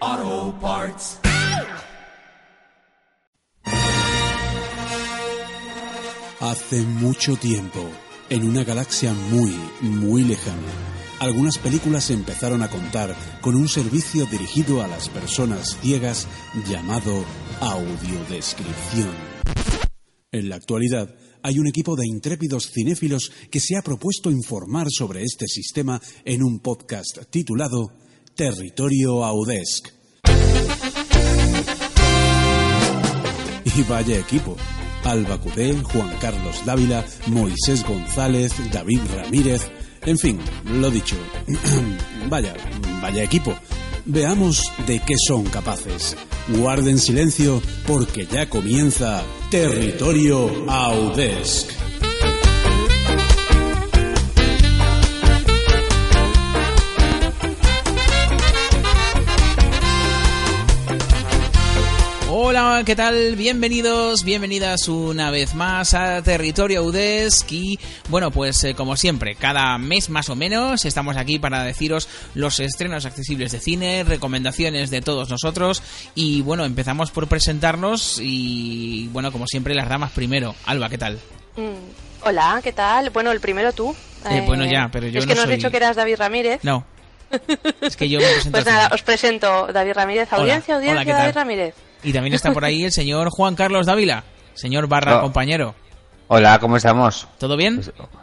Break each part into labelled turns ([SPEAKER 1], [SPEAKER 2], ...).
[SPEAKER 1] Auto Parts.
[SPEAKER 2] Hace mucho tiempo, en una galaxia muy, muy lejana, algunas películas empezaron a contar con un servicio dirigido a las personas ciegas llamado audiodescripción. En la actualidad, hay un equipo de intrépidos cinéfilos que se ha propuesto informar sobre este sistema en un podcast titulado Territorio Audesc. Y vaya equipo. Alba Cudé, Juan Carlos Dávila, Moisés González, David Ramírez. En fin, lo dicho. vaya, vaya equipo. Veamos de qué son capaces. Guarden silencio porque ya comienza Territorio Audesc.
[SPEAKER 3] Hola, ¿qué tal? Bienvenidos, bienvenidas una vez más a Territorio Audesc y bueno, pues eh, como siempre, cada mes más o menos estamos aquí para deciros los estrenos accesibles de cine, recomendaciones de todos nosotros y bueno, empezamos por presentarnos y bueno, como siempre las damas primero. Alba, ¿qué tal?
[SPEAKER 4] Mm, Hola, ¿qué tal? Bueno, el primero tú.
[SPEAKER 3] Eh, bueno, ya, pero yo
[SPEAKER 4] Es
[SPEAKER 3] no
[SPEAKER 4] que nos
[SPEAKER 3] soy-
[SPEAKER 4] has dicho que eras David Ramírez.
[SPEAKER 3] No. Es que yo me presento
[SPEAKER 4] Pues
[SPEAKER 3] al
[SPEAKER 4] nada,
[SPEAKER 3] final.
[SPEAKER 4] os presento David Ramírez. Audiencia,
[SPEAKER 3] Hola,
[SPEAKER 4] audiencia,
[SPEAKER 3] ¿qué tal?
[SPEAKER 4] David Ramírez.
[SPEAKER 3] Y también está por ahí el señor Juan Carlos Dávila, señor barra
[SPEAKER 5] Oh.
[SPEAKER 3] compañero.
[SPEAKER 5] Hola, ¿cómo estamos?
[SPEAKER 3] ¿Todo bien?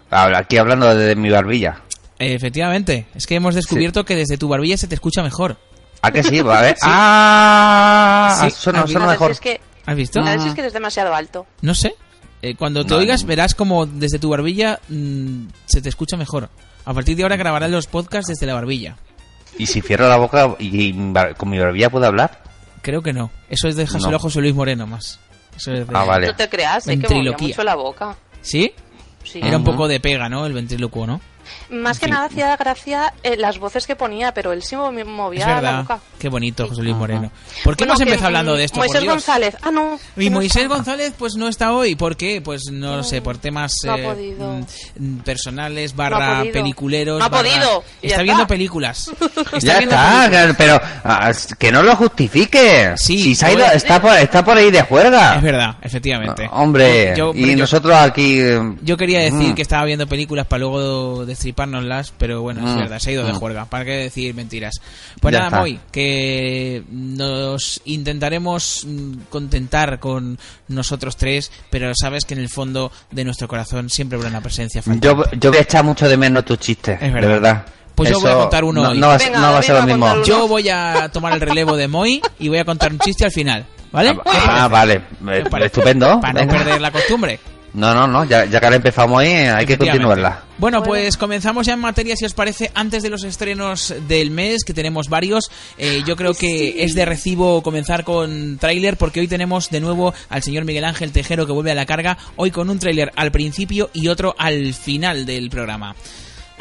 [SPEAKER 5] Ahora, Aquí hablando de mi barbilla.
[SPEAKER 3] Efectivamente, es que hemos descubierto que desde tu barbilla se te escucha mejor.
[SPEAKER 5] ¿A qué sí? A ver. ¡Ah!
[SPEAKER 3] Sí,
[SPEAKER 5] suena,
[SPEAKER 3] a mí-
[SPEAKER 5] suena
[SPEAKER 4] a ver
[SPEAKER 5] mejor.
[SPEAKER 4] si es que,
[SPEAKER 3] ¿Has visto? Ah.
[SPEAKER 4] a ver si es que eres demasiado alto.
[SPEAKER 3] No sé. Eh, cuando te
[SPEAKER 5] No,
[SPEAKER 3] oigas
[SPEAKER 5] no.
[SPEAKER 3] verás como desde tu barbilla mm, se te escucha mejor. A partir de ahora grabarás los podcasts desde la barbilla.
[SPEAKER 5] ¿Y si cierro la boca y, y mi bar- con mi barbilla puedo hablar?
[SPEAKER 3] Creo que no. Eso es de José
[SPEAKER 5] No.
[SPEAKER 3] José Luis Moreno más. Eso es de-
[SPEAKER 5] Ah, vale.
[SPEAKER 4] No te creas, es que movía
[SPEAKER 3] Ventriloquía.
[SPEAKER 4] mucho la boca.
[SPEAKER 3] ¿Sí?
[SPEAKER 4] Sí.
[SPEAKER 3] Era un
[SPEAKER 5] Ajá.
[SPEAKER 3] poco de pega, ¿no? El ventrílocuo, ¿no?
[SPEAKER 4] Más que nada hacía gracia eh, las voces que ponía, pero él sí movi-
[SPEAKER 3] Es
[SPEAKER 4] movía la
[SPEAKER 3] verdad.
[SPEAKER 4] boca.
[SPEAKER 3] Qué bonito, José Luis
[SPEAKER 5] Ajá.
[SPEAKER 3] Moreno. ¿Por qué
[SPEAKER 4] Bueno,
[SPEAKER 3] hemos
[SPEAKER 4] que,
[SPEAKER 3] empezado hablando
[SPEAKER 4] mm,
[SPEAKER 3] de esto? por
[SPEAKER 4] Moisés
[SPEAKER 3] Dios?
[SPEAKER 4] González. Ah, no.
[SPEAKER 3] Y
[SPEAKER 4] que no
[SPEAKER 3] Moisés
[SPEAKER 4] está.
[SPEAKER 3] González pues no está hoy. ¿Por qué? Pues no lo sé, por temas
[SPEAKER 4] no ha
[SPEAKER 3] eh,
[SPEAKER 4] podido.
[SPEAKER 3] mm, personales,
[SPEAKER 4] No ha
[SPEAKER 3] barra
[SPEAKER 4] podido.
[SPEAKER 3] peliculeros.
[SPEAKER 4] No ha
[SPEAKER 3] barra-
[SPEAKER 4] podido. Ya
[SPEAKER 3] Está
[SPEAKER 4] está.
[SPEAKER 3] viendo películas. Está
[SPEAKER 5] Ya
[SPEAKER 3] viendo
[SPEAKER 5] está,
[SPEAKER 3] películas.
[SPEAKER 5] claro, pero ah, es- que no lo justifique.
[SPEAKER 3] Sí,
[SPEAKER 5] si se ha ido-
[SPEAKER 3] joder.
[SPEAKER 5] está, por, está por ahí de juerga.
[SPEAKER 3] Es verdad, efectivamente.
[SPEAKER 5] Ah, Hombre,
[SPEAKER 3] Yo,
[SPEAKER 5] y
[SPEAKER 3] yo-
[SPEAKER 5] nosotros aquí. eh,
[SPEAKER 3] yo quería decir
[SPEAKER 5] mm,
[SPEAKER 3] que estaba viendo películas para luego destripárnoslas, pero bueno, es
[SPEAKER 5] Mm.
[SPEAKER 3] verdad, se ha ido de
[SPEAKER 5] Mm.
[SPEAKER 3] juerga. ¿Para qué decir mentiras? Pues
[SPEAKER 5] Ya
[SPEAKER 3] nada,
[SPEAKER 5] está.
[SPEAKER 3] Moy, que nos intentaremos mm, contentar con nosotros tres, pero sabes que en el fondo de nuestro corazón siempre habrá una presencia
[SPEAKER 5] Yo,
[SPEAKER 3] faltante.
[SPEAKER 5] yo voy a echar mucho de menos tus chistes,
[SPEAKER 3] Es
[SPEAKER 5] de
[SPEAKER 3] verdad.
[SPEAKER 5] verdad.
[SPEAKER 3] Pues yo voy a
[SPEAKER 5] Eso
[SPEAKER 3] contar uno
[SPEAKER 5] no,
[SPEAKER 3] hoy.
[SPEAKER 5] no va, a ser-
[SPEAKER 4] Venga,
[SPEAKER 5] no va a
[SPEAKER 4] David
[SPEAKER 5] ser
[SPEAKER 4] va
[SPEAKER 5] lo
[SPEAKER 4] a
[SPEAKER 5] mismo.
[SPEAKER 4] contar uno.
[SPEAKER 3] Yo voy a tomar el relevo de Moy y voy a contar un chiste al final, ¿vale? Pues,
[SPEAKER 5] Ah, ah, vale. Eh,
[SPEAKER 3] parece?
[SPEAKER 5] Estupendo.
[SPEAKER 3] Para no
[SPEAKER 5] Venga.
[SPEAKER 3] perder la costumbre.
[SPEAKER 5] No, no, no, ya, ya que ahora empezamos ahí, eh, hay que
[SPEAKER 3] Efectivamente.
[SPEAKER 5] continuarla.
[SPEAKER 3] Bueno,
[SPEAKER 4] Bueno.
[SPEAKER 3] pues comenzamos ya en materia, si os parece, antes de los estrenos del mes, que tenemos varios. Eh, yo creo que es de recibo comenzar con tráiler, porque hoy tenemos de nuevo al señor Miguel Ángel Tejero que vuelve a la carga, hoy con un tráiler al principio y otro al final del programa.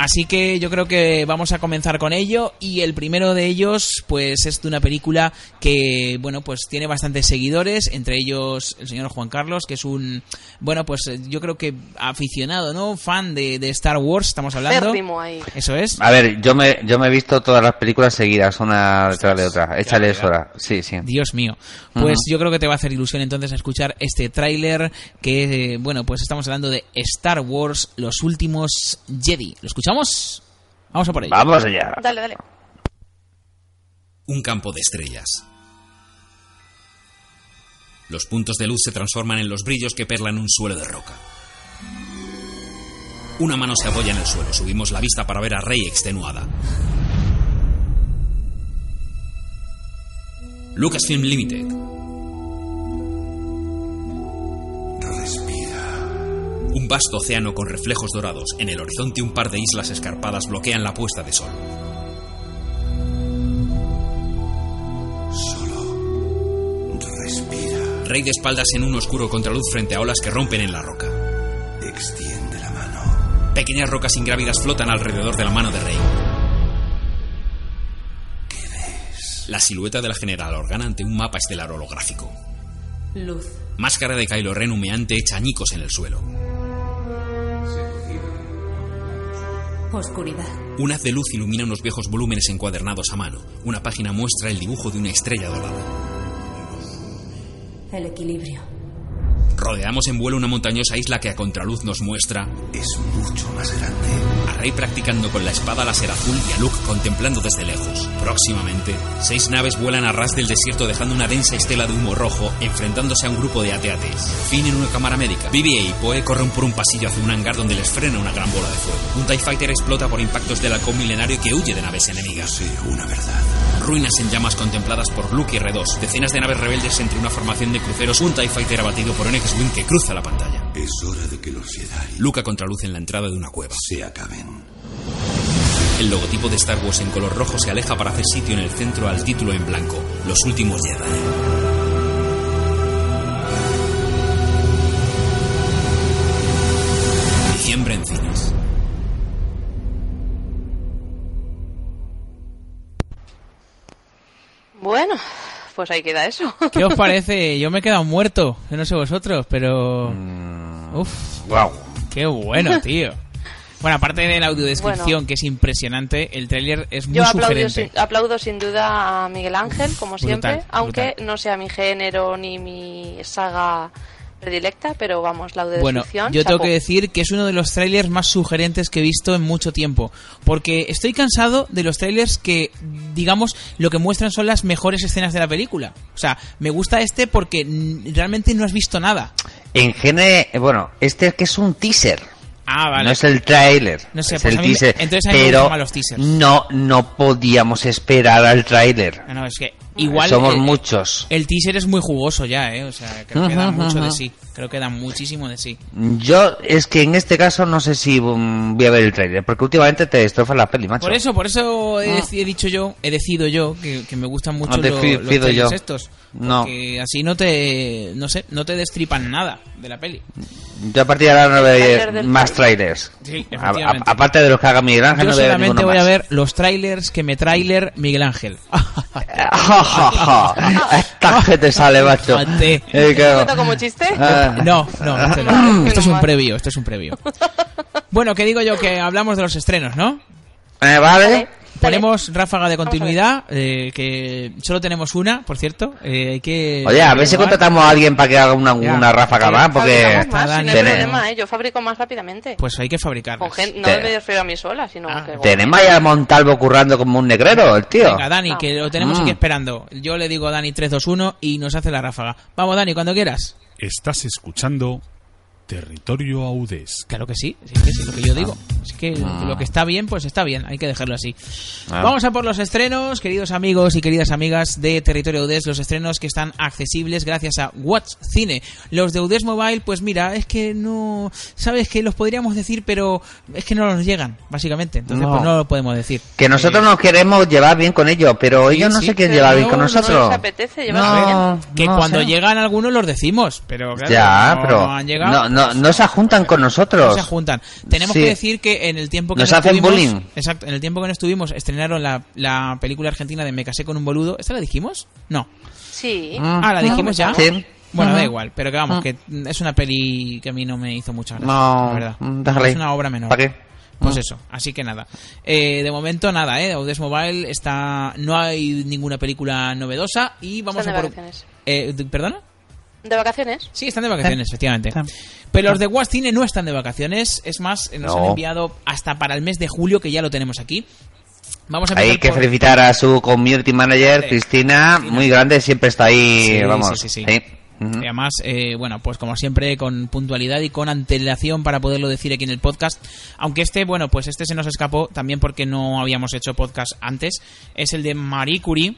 [SPEAKER 3] Así que yo creo que vamos a comenzar con ello y el primero de ellos pues es de una película que bueno pues tiene bastantes seguidores entre ellos el señor Juan Carlos que es un bueno pues eh, yo creo que aficionado no fan de, de Star Wars estamos hablando
[SPEAKER 4] Férrimo ahí.
[SPEAKER 3] eso es
[SPEAKER 5] A ver, yo me, yo me he visto todas las películas seguidas, una detrás de otra. Échale
[SPEAKER 3] ya.
[SPEAKER 5] hora. Sí, sí.
[SPEAKER 3] Dios mío. Pues
[SPEAKER 5] Ajá.
[SPEAKER 3] yo creo que te va a hacer ilusión entonces a escuchar este tráiler que, eh, bueno, pues estamos hablando de Star Wars, los últimos Jedi. ¿Lo escuchamos? Vamos a por ello.
[SPEAKER 5] Vamos allá.
[SPEAKER 4] Dale, dale.
[SPEAKER 6] un campo de estrellas. Los puntos de luz se transforman en los brillos que perlan un suelo de roca. Una mano se apoya en el suelo, subimos la vista para ver a Rey extenuada. Lucasfilm Limited. Un vasto océano con reflejos dorados. En el horizonte un par de islas escarpadas bloquean la puesta de sol.
[SPEAKER 7] Respira.
[SPEAKER 8] rey de espaldas en un oscuro contraluz frente a olas que rompen en la roca.
[SPEAKER 9] Extiende la mano.
[SPEAKER 8] Pequeñas rocas ingrávidas flotan alrededor de la mano de Rey. La silueta de la general Organa ante un mapa estelar holográfico.
[SPEAKER 10] Luz.
[SPEAKER 8] Máscara de Kylo Ren humeante hecha añicos en el suelo.
[SPEAKER 10] Oscuridad.
[SPEAKER 8] Un haz de luz ilumina unos viejos volúmenes encuadernados a mano. Una página muestra el dibujo de una estrella dorada.
[SPEAKER 10] El equilibrio.
[SPEAKER 8] Rodeamos en vuelo una montañosa isla que a contraluz nos muestra
[SPEAKER 9] Es mucho más grande.
[SPEAKER 8] a Rey practicando con la espada láser azul y a Luke contemplando desde lejos. Próximamente, seis naves vuelan a ras del desierto dejando una densa estela de humo rojo, enfrentándose a un grupo de ATATs. Finn en una cámara médica. BB-8 y Poe corren por un pasillo hacia un hangar donde les frena una gran bola de fuego. Un TIE Fighter explota por impactos del halcón milenario que huye de naves enemigas.
[SPEAKER 9] Sí, una verdad.
[SPEAKER 8] Ruinas en llamas contempladas por Luke y R2. Decenas de naves rebeldes entre una formación de cruceros, un TIE Fighter abatido por un X-Wing que cruza la pantalla.
[SPEAKER 9] Es hora de que los Jedi
[SPEAKER 8] Luke a contraluz en la entrada de una cueva.
[SPEAKER 9] se acaben.
[SPEAKER 8] El logotipo de Star Wars en color rojo se aleja para hacer sitio en el centro al título en blanco, Los Últimos Jedi. Diciembre en cines.
[SPEAKER 4] Bueno, pues ahí queda eso.
[SPEAKER 3] ¿Qué os parece? Yo me he quedado muerto. Yo no sé vosotros, pero. Uf,
[SPEAKER 5] Wow.
[SPEAKER 3] qué bueno, tío. Bueno, aparte de la audiodescripción,
[SPEAKER 4] Bueno.
[SPEAKER 3] que es impresionante, el tráiler es muy
[SPEAKER 4] Yo aplaudo
[SPEAKER 3] sugerente.
[SPEAKER 4] sin, aplaudo sin duda a Miguel Ángel, como siempre,
[SPEAKER 3] Brutal,
[SPEAKER 4] aunque
[SPEAKER 3] brutal.
[SPEAKER 4] no sea mi género ni mi saga predilecta, pero vamos, la
[SPEAKER 3] Bueno,
[SPEAKER 4] audiodescripción.
[SPEAKER 3] yo tengo
[SPEAKER 4] chapó.
[SPEAKER 3] que decir que es uno de los trailers más sugerentes que he visto en mucho tiempo, porque estoy cansado de los trailers que, digamos, lo que muestran son las mejores escenas de la película. O sea, me gusta este porque mm, realmente no has visto nada.
[SPEAKER 5] En gene, bueno, este que es un teaser.
[SPEAKER 3] Ah, vale.
[SPEAKER 5] No es el tráiler,
[SPEAKER 3] No sé,
[SPEAKER 5] es
[SPEAKER 3] pues
[SPEAKER 5] el
[SPEAKER 3] a mí me-
[SPEAKER 5] teaser.
[SPEAKER 3] entonces a mí me
[SPEAKER 5] pero
[SPEAKER 3] gustan más los teasers.
[SPEAKER 5] no, no podíamos esperar al tráiler.
[SPEAKER 3] Ah, no, es que igual
[SPEAKER 5] Somos
[SPEAKER 3] eh,
[SPEAKER 5] muchos.
[SPEAKER 3] el teaser es muy jugoso ya, ¿eh? O sea, creo que da
[SPEAKER 5] Ujú,
[SPEAKER 3] mucho de
[SPEAKER 5] ujú.
[SPEAKER 3] sí. Creo que da muchísimo de sí.
[SPEAKER 5] Yo es que en este caso no sé si mm, voy a ver el tráiler, porque últimamente te estrofa la peli, macho.
[SPEAKER 3] Por eso, por eso he,
[SPEAKER 5] Ah.
[SPEAKER 3] deci- he dicho yo, he decidido yo que, que me gustan mucho
[SPEAKER 5] No te
[SPEAKER 3] lo-
[SPEAKER 5] fi-
[SPEAKER 3] los
[SPEAKER 5] pido
[SPEAKER 3] trailers
[SPEAKER 5] yo.
[SPEAKER 3] estos.
[SPEAKER 5] No.
[SPEAKER 3] Porque así no te, no sé, no te destripan nada de la peli.
[SPEAKER 5] Yo a partir de ahora no
[SPEAKER 4] tráiler
[SPEAKER 5] veré
[SPEAKER 4] del
[SPEAKER 5] más trailers.
[SPEAKER 3] Sí,
[SPEAKER 5] A- a-
[SPEAKER 3] efectivamente.
[SPEAKER 5] aparte de los que haga Miguel Ángel,
[SPEAKER 3] Yo
[SPEAKER 5] no veré
[SPEAKER 3] solamente
[SPEAKER 5] ninguno
[SPEAKER 3] voy a
[SPEAKER 5] más.
[SPEAKER 3] ver los trailers que me trailer Miguel Ángel.
[SPEAKER 5] Esta gente sale, macho.
[SPEAKER 3] Fíjate.
[SPEAKER 5] Eh, claro.
[SPEAKER 4] ¿Cuenta como chiste?
[SPEAKER 5] Ah.
[SPEAKER 3] No, no, esto no. Esto es un
[SPEAKER 4] Normal.
[SPEAKER 3] previo, esto es un previo. Bueno, que digo yo que hablamos de los estrenos, ¿no?
[SPEAKER 5] Eh, vale.
[SPEAKER 3] Ponemos ráfaga de
[SPEAKER 4] Vamos a ver.
[SPEAKER 3] continuidad, eh, que solo tenemos una, por cierto. eh, hay que
[SPEAKER 5] Oye, a ver si
[SPEAKER 3] averiguar.
[SPEAKER 5] contratamos a alguien para que haga una,
[SPEAKER 3] Ya.
[SPEAKER 5] una ráfaga
[SPEAKER 3] Sí,
[SPEAKER 5] más, porque...
[SPEAKER 4] Fabricamos más,
[SPEAKER 3] Está
[SPEAKER 4] si no hay
[SPEAKER 5] Dani.
[SPEAKER 4] problema, ¿eh? Yo fabrico más rápidamente.
[SPEAKER 3] Pues hay que fabricar.
[SPEAKER 4] Con gente, no
[SPEAKER 5] Te-
[SPEAKER 4] me refiero a mí sola, sino
[SPEAKER 3] Ah.
[SPEAKER 4] que...
[SPEAKER 5] Tenemos ahí a Montalvo currando como un negrero, el tío.
[SPEAKER 3] Venga, Dani, que lo tenemos
[SPEAKER 5] Mm.
[SPEAKER 3] aquí esperando. Yo le digo Dani 321 y nos hace la ráfaga. Vamos, Dani, cuando quieras.
[SPEAKER 2] Estás escuchando Territorio Audes.
[SPEAKER 3] Claro que sí, es que es lo que
[SPEAKER 5] Ah.
[SPEAKER 3] yo digo. Es que lo que está bien, pues está bien, hay que dejarlo así.
[SPEAKER 5] Ah.
[SPEAKER 3] Vamos a por los estrenos, queridos amigos y queridas amigas de Territorio UDES, los estrenos que están accesibles gracias a Watch Cine. Los de UDES Mobile, pues mira, es que no. Sabes que los podríamos decir, pero es que no nos llegan, básicamente. Entonces,
[SPEAKER 5] No.
[SPEAKER 3] pues no lo podemos decir.
[SPEAKER 5] Que nosotros
[SPEAKER 3] Eh,
[SPEAKER 5] nos queremos llevar bien con ellos, pero
[SPEAKER 3] sí,
[SPEAKER 5] ellos no
[SPEAKER 3] sí,
[SPEAKER 5] sé quién
[SPEAKER 4] pero
[SPEAKER 5] lleva bien
[SPEAKER 4] no-
[SPEAKER 5] con
[SPEAKER 4] no les
[SPEAKER 5] nosotros.
[SPEAKER 4] apetece llevarse
[SPEAKER 5] no
[SPEAKER 3] Que cuando
[SPEAKER 5] sé.
[SPEAKER 3] llegan algunos los decimos, pero claro,
[SPEAKER 5] Ya,
[SPEAKER 3] no,
[SPEAKER 5] pero
[SPEAKER 3] no han llegado.
[SPEAKER 5] no, no, no se juntan con
[SPEAKER 3] No
[SPEAKER 5] nosotros.
[SPEAKER 3] se juntan. Tenemos
[SPEAKER 5] Sí.
[SPEAKER 3] que decir que en el tiempo que
[SPEAKER 5] Nos
[SPEAKER 3] no
[SPEAKER 5] hacen
[SPEAKER 3] estuvimos-
[SPEAKER 5] bullying.
[SPEAKER 3] Exacto, en el tiempo que no estuvimos estrenaron la, la película argentina de Me casé con un boludo. ¿Esta la dijimos? No.
[SPEAKER 4] Sí.
[SPEAKER 5] Mm.
[SPEAKER 3] Ah, la dijimos ya.
[SPEAKER 5] Sí.
[SPEAKER 3] Bueno, da
[SPEAKER 5] Ujú.
[SPEAKER 3] igual, pero que vamos, que es una peli que a mí no me hizo mucha gracia.
[SPEAKER 5] No,
[SPEAKER 3] la verdad.
[SPEAKER 5] mm, déjale.
[SPEAKER 3] Es una obra menor.
[SPEAKER 5] ¿Para qué?
[SPEAKER 3] Pues
[SPEAKER 5] Mm.
[SPEAKER 3] eso, así que nada. Eh, de momento nada, ¿eh? Audes Mobile está... No hay ninguna película novedosa y vamos
[SPEAKER 4] Están
[SPEAKER 3] a
[SPEAKER 4] de
[SPEAKER 3] por...
[SPEAKER 4] vacaciones.
[SPEAKER 3] Eh, ¿Perdona?
[SPEAKER 4] ¿De vacaciones? Eh,
[SPEAKER 3] Sí, están de vacaciones, efectivamente. Pero los de Watch Cine no están de vacaciones. Es más, eh, nos
[SPEAKER 5] No.
[SPEAKER 3] han enviado hasta para el mes de julio, que ya lo tenemos aquí. Vamos a empezar
[SPEAKER 5] Hay que
[SPEAKER 3] por-
[SPEAKER 5] felicitar a su community manager,
[SPEAKER 3] Sí.
[SPEAKER 5] Cristina, muy grande, siempre está ahí,
[SPEAKER 3] Sí,
[SPEAKER 5] vamos.
[SPEAKER 3] sí, sí, sí.
[SPEAKER 5] Ujú.
[SPEAKER 3] Y además, eh, bueno, pues como siempre, con puntualidad y con antelación para poderlo decir aquí en el podcast. Aunque este, bueno, pues este se nos escapó también porque no habíamos hecho podcast antes. Es el de Marie Curie.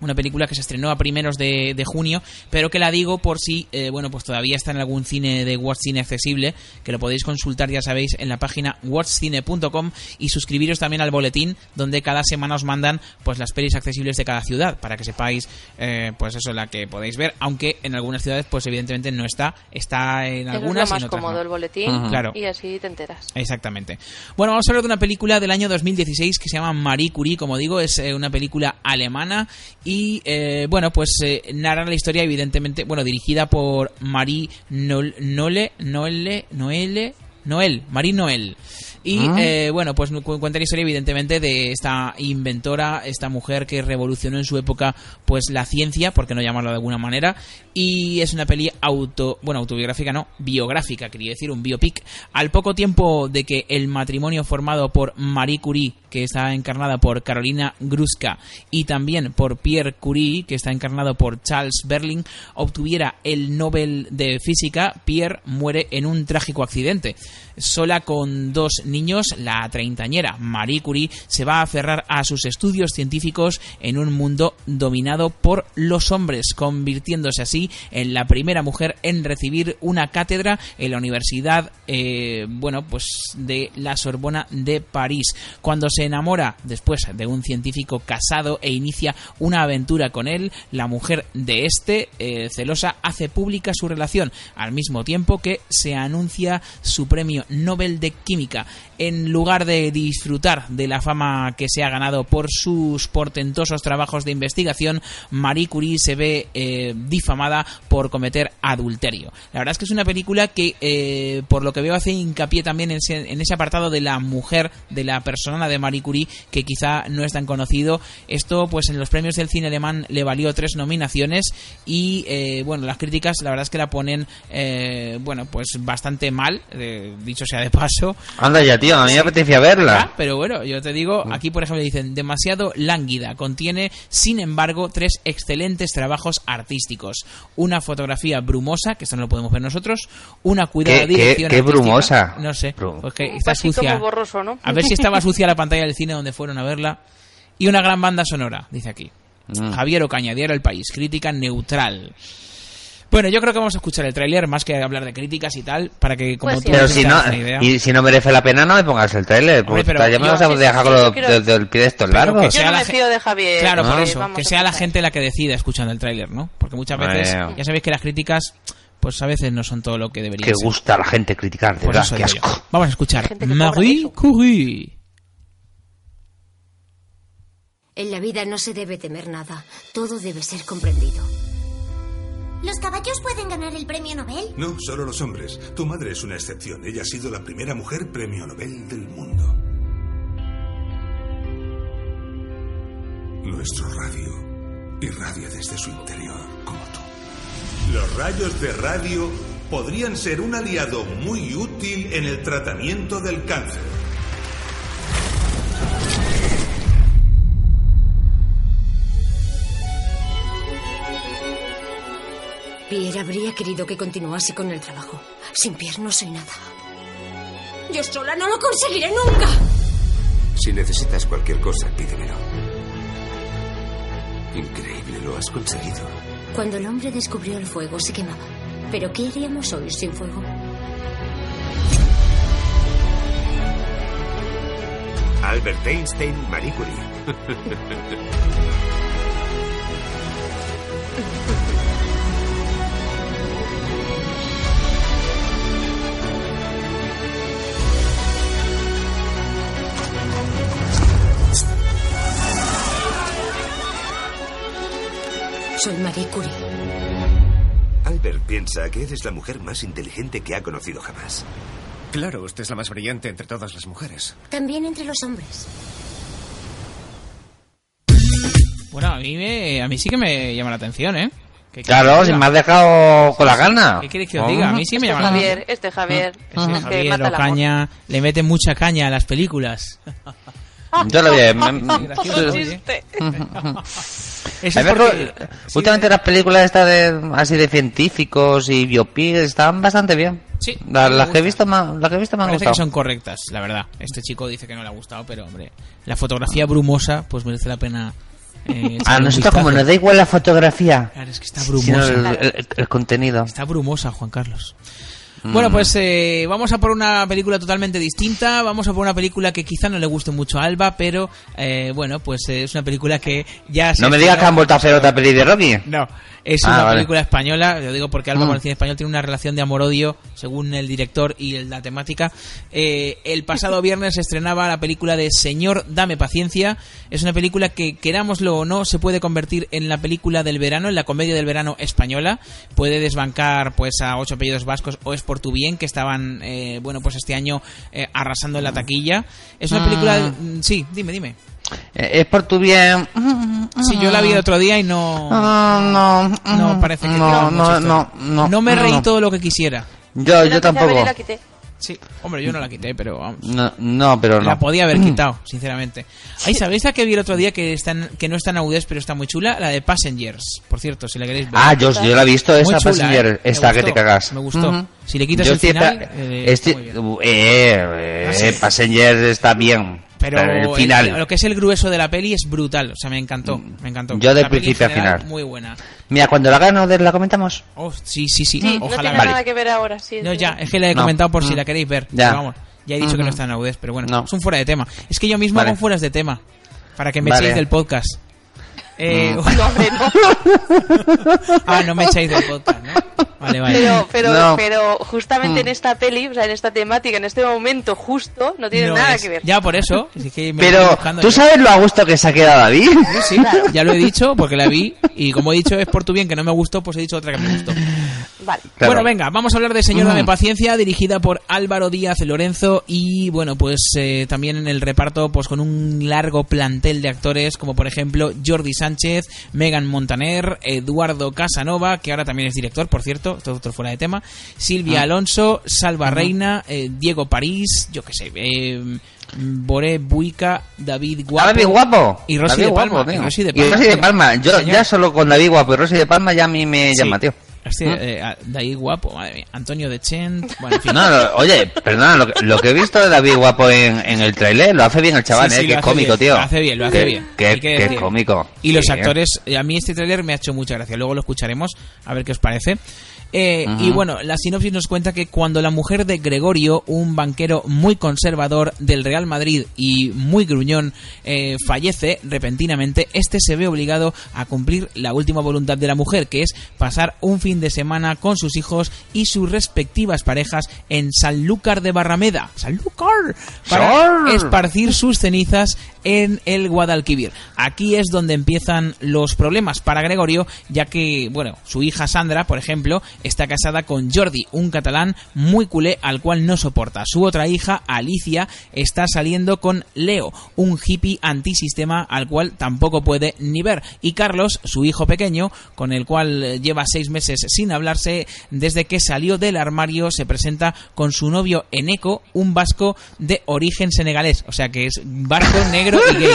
[SPEAKER 3] una película que se estrenó a primeros de, de junio, pero que la digo por si, eh, bueno, pues todavía está en algún cine de Watch Cine accesible, que lo podéis consultar, ya sabéis, en la página watchcine.com y suscribiros también al boletín, donde cada semana os mandan pues las pelis accesibles de cada ciudad, para que sepáis, eh, pues eso, la que podéis ver, aunque en algunas ciudades, pues evidentemente no está, está en
[SPEAKER 4] Eso es
[SPEAKER 3] algunas
[SPEAKER 4] lo
[SPEAKER 3] y
[SPEAKER 4] más
[SPEAKER 3] en otras
[SPEAKER 4] cómodo
[SPEAKER 3] no.
[SPEAKER 4] el boletín
[SPEAKER 3] Ajá. Claro.
[SPEAKER 4] y así te enteras.
[SPEAKER 3] Exactamente. Bueno, vamos a hablar de una película del año 2016 que se llama Marie Curie, como digo, es eh, una película alemana y, eh, bueno, pues eh, narra la historia, evidentemente, bueno, dirigida por Marie Nol- Nole, Noelle, Noelle, Noel, Marie Noel. Y
[SPEAKER 5] Ah.
[SPEAKER 3] eh, bueno, pues cu- cuenta la historia evidentemente de esta inventora, esta mujer que revolucionó en su época pues la ciencia, por qué no llamarlo de alguna manera, y es una peli auto, bueno, autobiográfica no, biográfica, quería decir un biopic. Al poco tiempo de que el matrimonio formado por Marie Curie, que está encarnada por Carolina Gruska, y también por Pierre Curie, que está encarnado por Charles Berling, obtuviera el Nobel de Física, Pierre muere en un trágico accidente. Sola con dos niños, la treintañera Marie Curie se va a aferrar a sus estudios científicos en un mundo dominado por los hombres, convirtiéndose así en la primera mujer en recibir una cátedra en la Universidad eh, bueno, pues de la Sorbona de París. Cuando se enamora después de un científico casado e inicia una aventura con él, la mujer de este, eh, celosa, hace pública su relación, al mismo tiempo que se anuncia su premio Nobel de Química. En lugar de disfrutar de la fama que se ha ganado por sus portentosos trabajos de investigación, Marie Curie se ve eh, difamada por cometer adulterio. La verdad es que es una película que, eh, por lo que veo, hace hincapié también en ese, en ese apartado de la mujer, de la persona de Marie Curie, que quizá no es tan conocido. Esto, pues en los premios del cine alemán le valió tres nominaciones y, eh, bueno, las críticas la verdad es que la ponen, eh, bueno, pues bastante mal, eh, dicho sea de paso.
[SPEAKER 5] Anda ya, tío, a mí me apetecía verla. Mm.
[SPEAKER 3] Ah, pero bueno, yo te digo, aquí por ejemplo dicen demasiado lánguida, contiene sin embargo tres excelentes trabajos artísticos, una fotografía brumosa, que esto no lo podemos ver nosotros, una cuidada
[SPEAKER 5] ¿Qué- qué-
[SPEAKER 3] dirección
[SPEAKER 5] qué
[SPEAKER 3] artística,
[SPEAKER 5] brumosa?
[SPEAKER 3] no sé,
[SPEAKER 5] Brum-
[SPEAKER 3] pues que
[SPEAKER 4] Un
[SPEAKER 3] está
[SPEAKER 4] así como
[SPEAKER 3] sucia,
[SPEAKER 4] borroso, ¿no?
[SPEAKER 3] a ver si estaba sucia la pantalla del cine donde fueron a verla, y una gran banda sonora, dice aquí.
[SPEAKER 5] Mm.
[SPEAKER 3] Javier Ocaña, Diario El País, crítica neutral. Bueno, yo creo que vamos a escuchar el tráiler más que hablar de críticas y tal, para que como
[SPEAKER 4] Pues sí.
[SPEAKER 3] tú
[SPEAKER 5] Pero
[SPEAKER 3] te
[SPEAKER 5] si no,
[SPEAKER 3] hagas una idea.
[SPEAKER 5] y si no merece la pena, no me pongas el trailer.
[SPEAKER 3] Hombre,
[SPEAKER 5] Porque
[SPEAKER 3] pero
[SPEAKER 5] ya me
[SPEAKER 3] yo-
[SPEAKER 5] vas a
[SPEAKER 4] sí, sí,
[SPEAKER 5] dejar
[SPEAKER 4] sí,
[SPEAKER 5] con
[SPEAKER 4] yo
[SPEAKER 5] los-
[SPEAKER 4] quiero-
[SPEAKER 5] del- del pie de
[SPEAKER 3] Pero
[SPEAKER 5] estos
[SPEAKER 3] que
[SPEAKER 5] largos.
[SPEAKER 4] Yo
[SPEAKER 3] sea
[SPEAKER 4] no
[SPEAKER 3] la
[SPEAKER 4] me
[SPEAKER 3] gen-
[SPEAKER 4] fío de Javier.
[SPEAKER 3] Claro, por
[SPEAKER 4] eh,
[SPEAKER 3] eso,
[SPEAKER 4] vamos
[SPEAKER 3] que
[SPEAKER 4] a
[SPEAKER 3] sea la
[SPEAKER 4] empezar.
[SPEAKER 3] gente la que decida escuchando el tráiler, ¿no? Porque muchas veces,
[SPEAKER 5] Bueno.
[SPEAKER 3] ya sabéis que las críticas, pues a veces no son todo lo que deberían
[SPEAKER 5] Que
[SPEAKER 3] ser.
[SPEAKER 5] gusta a la gente criticar, de
[SPEAKER 3] Por
[SPEAKER 5] verdad,
[SPEAKER 3] eso
[SPEAKER 5] qué
[SPEAKER 3] digo yo.
[SPEAKER 5] asco.
[SPEAKER 3] Vamos a
[SPEAKER 4] Hay
[SPEAKER 3] escuchar
[SPEAKER 4] gente que
[SPEAKER 3] Marie
[SPEAKER 4] cobra
[SPEAKER 3] Curie.
[SPEAKER 7] En la vida no se debe temer nada. Todo debe ser comprendido.
[SPEAKER 11] ¿Los caballos pueden ganar el premio Nobel?
[SPEAKER 1] No, solo los hombres. Tu madre es una excepción. Ella ha sido la primera mujer premio Nobel del mundo. Nuestro radio irradia desde su interior, como tú. Los rayos de radio podrían ser un aliado muy útil en el tratamiento del cáncer.
[SPEAKER 7] Pierre habría querido que continuase con el trabajo. Sin Pierre no soy nada. Yo sola no lo conseguiré nunca.
[SPEAKER 1] Si necesitas cualquier cosa, pídemelo. Increíble, lo has conseguido.
[SPEAKER 7] Cuando el hombre descubrió el fuego se quemaba. Pero ¿qué haríamos hoy sin fuego?
[SPEAKER 1] Albert Einstein, Marie Curie.
[SPEAKER 7] Soy Marie Curie.
[SPEAKER 1] Albert piensa que eres la mujer más inteligente que ha conocido jamás.
[SPEAKER 12] Claro, usted es la más brillante entre todas las mujeres.
[SPEAKER 7] También entre los hombres.
[SPEAKER 3] Bueno, a mí, me- a mí sí que me llama la atención, ¿eh? ¿Qué- qué-
[SPEAKER 5] Claro, si me has dejado con la gana.
[SPEAKER 3] ¿Qué queréis que os diga? A mí sí
[SPEAKER 4] Este
[SPEAKER 3] me llama la atención.
[SPEAKER 4] Javier, este Javier.
[SPEAKER 3] Ese
[SPEAKER 4] es que
[SPEAKER 3] Javier
[SPEAKER 4] mata el amor.
[SPEAKER 3] Ocaña le mete mucha caña a las películas.
[SPEAKER 5] Yo lo vi.
[SPEAKER 3] gracioso,
[SPEAKER 4] Un
[SPEAKER 3] oye.
[SPEAKER 4] chiste.
[SPEAKER 3] Eso es
[SPEAKER 5] A ver,
[SPEAKER 3] porque-
[SPEAKER 5] co-
[SPEAKER 3] sí,
[SPEAKER 5] Últimamente las películas estas de, así de científicos y biopics están bastante bien.
[SPEAKER 3] Sí,
[SPEAKER 5] La-
[SPEAKER 3] me
[SPEAKER 5] las que he
[SPEAKER 3] gusta.
[SPEAKER 5] visto me, han- las que he visto me han
[SPEAKER 3] Parece
[SPEAKER 5] gustado.
[SPEAKER 3] que son correctas, la verdad. Este chico dice que no le ha gustado, pero hombre, la fotografía brumosa, pues merece la pena eh,
[SPEAKER 5] A
[SPEAKER 3] echarle un
[SPEAKER 5] nosotros como
[SPEAKER 3] vistazo.
[SPEAKER 5] nos da igual la fotografía.
[SPEAKER 3] Claro, es que está
[SPEAKER 5] sino
[SPEAKER 3] brumosa.
[SPEAKER 5] el, el- el contenido. Mm.
[SPEAKER 3] Está brumosa, Juan Carlos. Bueno, pues eh, vamos a por una película totalmente distinta. Vamos a por una película que quizá no le guste mucho a Alba, pero eh, bueno, pues eh, es una película que ya se
[SPEAKER 5] No me digas que han vuelto a hacer otra peli de Rocky.
[SPEAKER 3] No, es
[SPEAKER 5] Ah,
[SPEAKER 3] una
[SPEAKER 5] vale.
[SPEAKER 3] película española, lo digo porque Alba
[SPEAKER 5] Mm.
[SPEAKER 3] con el cine español tiene una relación de amor-odio, según el director y el- la temática. Eh, el pasado viernes se estrenaba la película de Señor, dame paciencia. Es una película que, querámoslo o no, se puede convertir en la película del verano, en la comedia del verano española. Puede desbancar pues a Ocho Apellidos Vascos o Es por tu bien, que estaban, eh, bueno, pues este año eh, arrasando
[SPEAKER 5] Mm.
[SPEAKER 3] en la taquilla. Es una película... mm, Sí, dime, dime.
[SPEAKER 5] Eh, Es por tu bien.
[SPEAKER 3] Sí, yo la vi el otro día y no...
[SPEAKER 5] No, no.
[SPEAKER 3] No, parece que
[SPEAKER 5] no,
[SPEAKER 3] tiene mucha
[SPEAKER 5] no,
[SPEAKER 3] historia.
[SPEAKER 5] no, no.
[SPEAKER 3] este No me reí
[SPEAKER 5] no.
[SPEAKER 3] todo lo que quisiera.
[SPEAKER 5] Yo, yo tampoco. Mm.
[SPEAKER 3] Sí, hombre, yo no la quité, pero vamos.
[SPEAKER 5] No, no, pero no.
[SPEAKER 3] La podía haber quitado, sinceramente. Ahí sabéis la que vi el otro día que, está en- que no está en Audes, pero está muy chula, la de Passengers, por cierto, si la queréis ver.
[SPEAKER 5] Ah, yo, yo la he visto,
[SPEAKER 3] Muy
[SPEAKER 5] esa
[SPEAKER 3] chula,
[SPEAKER 5] Passenger,
[SPEAKER 3] ¿eh? Me
[SPEAKER 5] esta que
[SPEAKER 3] gustó,
[SPEAKER 5] te cagas.
[SPEAKER 3] Me gustó.
[SPEAKER 5] Ujú.
[SPEAKER 3] Si le quitas
[SPEAKER 5] Yo
[SPEAKER 3] el
[SPEAKER 5] sí está-
[SPEAKER 3] final, eh,
[SPEAKER 5] este-
[SPEAKER 3] está muy bien.
[SPEAKER 5] eh, eh,
[SPEAKER 3] Ah, sí.
[SPEAKER 5] Passenger está bien.
[SPEAKER 3] pero
[SPEAKER 5] el
[SPEAKER 3] el-
[SPEAKER 5] final. Mm.
[SPEAKER 3] lo que es el grueso de la peli es brutal, o sea, me encantó, me encantó.
[SPEAKER 5] Yo de
[SPEAKER 3] La peli en
[SPEAKER 5] principio a
[SPEAKER 3] general,
[SPEAKER 5] final.
[SPEAKER 3] Muy buena.
[SPEAKER 5] Mira, cuando la hagan Oder la comentamos.
[SPEAKER 3] Oh, sí, sí, sí,
[SPEAKER 4] Sí, no
[SPEAKER 3] ojalá.
[SPEAKER 4] tiene nada que ver ahora, sí.
[SPEAKER 3] No,
[SPEAKER 4] sí.
[SPEAKER 3] ya, es que la he
[SPEAKER 5] No.
[SPEAKER 3] comentado por si
[SPEAKER 5] Mm.
[SPEAKER 3] la queréis ver.
[SPEAKER 5] Ya.
[SPEAKER 3] Pero vamos, ya he dicho que no
[SPEAKER 5] Ujú.
[SPEAKER 3] está en Audes, E pero bueno,
[SPEAKER 5] No.
[SPEAKER 3] es un fuera de tema. Es que yo mismo
[SPEAKER 5] Vale.
[SPEAKER 3] hago fueras de tema, para que me
[SPEAKER 5] Vale.
[SPEAKER 3] echéis del podcast. Eh,
[SPEAKER 5] Mm.
[SPEAKER 4] No, hombre, no.
[SPEAKER 3] ah, no me echáis del podcast, ¿no? Vale, vale.
[SPEAKER 4] Pero, pero,
[SPEAKER 3] No.
[SPEAKER 4] pero justamente
[SPEAKER 3] Mm.
[SPEAKER 4] en esta peli, o sea, en esta temática, en este momento justo, no tiene
[SPEAKER 3] No
[SPEAKER 4] nada
[SPEAKER 3] es.
[SPEAKER 4] que ver.
[SPEAKER 3] Ya por eso. así que me estoy
[SPEAKER 5] Pero,
[SPEAKER 3] buscando
[SPEAKER 5] ¿tú
[SPEAKER 3] yo.
[SPEAKER 5] sabes lo a gusto que se ha quedado David?
[SPEAKER 3] Sí, ya lo he dicho porque la vi y como he dicho es por tu bien que no me gustó, pues he dicho otra que me gustó.
[SPEAKER 4] Vale.
[SPEAKER 5] Claro.
[SPEAKER 3] Bueno, venga, vamos a hablar de Señor
[SPEAKER 5] Mm.
[SPEAKER 3] Dame Paciencia, dirigida por Álvaro Díaz Lorenzo y, bueno, pues eh, también en el reparto, pues con un largo plantel de actores, como por ejemplo Jordi Sánchez, Megan Montaner, Eduardo Casanova, que ahora también es director, por cierto, todo otro fuera de tema, Silvia
[SPEAKER 5] Ah.
[SPEAKER 3] Alonso, Salva
[SPEAKER 5] Ujú.
[SPEAKER 3] Reina, eh, Diego París, yo qué sé, eh, Boré Buica, David Guapo,
[SPEAKER 5] David Guapo.
[SPEAKER 3] y Rosy
[SPEAKER 5] David
[SPEAKER 3] de
[SPEAKER 5] Guapo,
[SPEAKER 3] Palma. y
[SPEAKER 5] tío.
[SPEAKER 3] Rosy de
[SPEAKER 5] Y
[SPEAKER 3] Palma.
[SPEAKER 5] Rosy de
[SPEAKER 3] tío.
[SPEAKER 5] Palma. Yo
[SPEAKER 3] Señor.
[SPEAKER 5] ya solo con David Guapo y Rosy de Palma ya a mí me llama, tío.
[SPEAKER 3] Hostia,
[SPEAKER 5] ¿Mm?
[SPEAKER 3] eh, a- David Guapo, madre mía. Antonio de Chent. Bueno, en fin.
[SPEAKER 5] No, no, oye, perdona, lo, que- lo que he visto de David Guapo en, en el tráiler lo hace bien el chaval,
[SPEAKER 3] Sí, sí,
[SPEAKER 5] eh,
[SPEAKER 3] lo
[SPEAKER 5] que es
[SPEAKER 3] hace
[SPEAKER 5] cómico,
[SPEAKER 3] bien,
[SPEAKER 5] tío.
[SPEAKER 3] Lo hace bien, lo hace
[SPEAKER 5] Que-
[SPEAKER 3] bien.
[SPEAKER 5] Que,
[SPEAKER 3] Hay que
[SPEAKER 5] que es
[SPEAKER 3] decir.
[SPEAKER 5] cómico.
[SPEAKER 3] Y los
[SPEAKER 5] Sí, eh.
[SPEAKER 3] actores, eh, a mí este tráiler me ha hecho mucha gracia. Luego lo escucharemos, a ver qué os parece. Eh,
[SPEAKER 5] Ajá.
[SPEAKER 3] Y bueno, la sinopsis nos cuenta que cuando la mujer de Gregorio, un banquero muy conservador del Real Madrid y muy gruñón, eh, fallece repentinamente, este se ve obligado a cumplir la última voluntad de la mujer, que es pasar un fin de semana con sus hijos y sus respectivas parejas en Sanlúcar de Barrameda. ¡Sanlúcar! Para
[SPEAKER 5] Sor.
[SPEAKER 3] esparcir sus cenizas en el Guadalquivir. Aquí es donde empiezan los problemas para Gregorio, ya que, bueno, su hija Sandra, por ejemplo, está casada con Jordi, un catalán muy culé al cual no soporta. Su otra hija, Alicia, está saliendo con Leo, un hippie antisistema al cual tampoco puede ni ver. Y Carlos, su hijo pequeño, con el cual eh, lleva seis meses sin hablarse desde que salió del armario, se presenta con su novio Eneco, un vasco de origen senegalés. O sea que es vasco, negro y gay.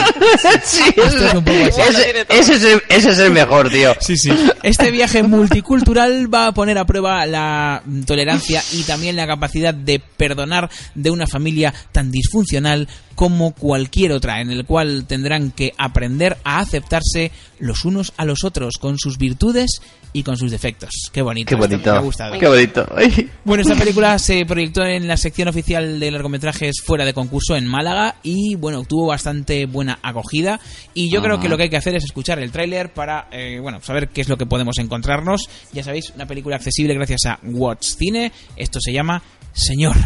[SPEAKER 5] Sí,
[SPEAKER 3] Esto es un poco así.
[SPEAKER 5] ese, ese es el, ese es el mejor, tío.
[SPEAKER 3] Sí, sí. Este viaje multicultural va a poner a prueba la tolerancia y también la capacidad de perdonar de una familia tan disfuncional como cualquier otra, en el cual tendrán que aprender a aceptarse los unos a los otros con sus virtudes y con sus defectos. Qué bonito.
[SPEAKER 5] Qué
[SPEAKER 3] esto me ha
[SPEAKER 5] bonito.
[SPEAKER 3] gustado.
[SPEAKER 5] Qué bonito. Ay.
[SPEAKER 3] Bueno, esta película se proyectó en la sección oficial de largometrajes fuera de concurso en Málaga y bueno, tuvo bastante buena acogida y yo creo
[SPEAKER 5] Ajá.
[SPEAKER 3] que lo que hay que hacer es escuchar el tráiler para eh, bueno, saber qué es lo que podemos encontrarnos. Ya sabéis, una película accesible gracias a Watch Cine. Esto se llama Señor,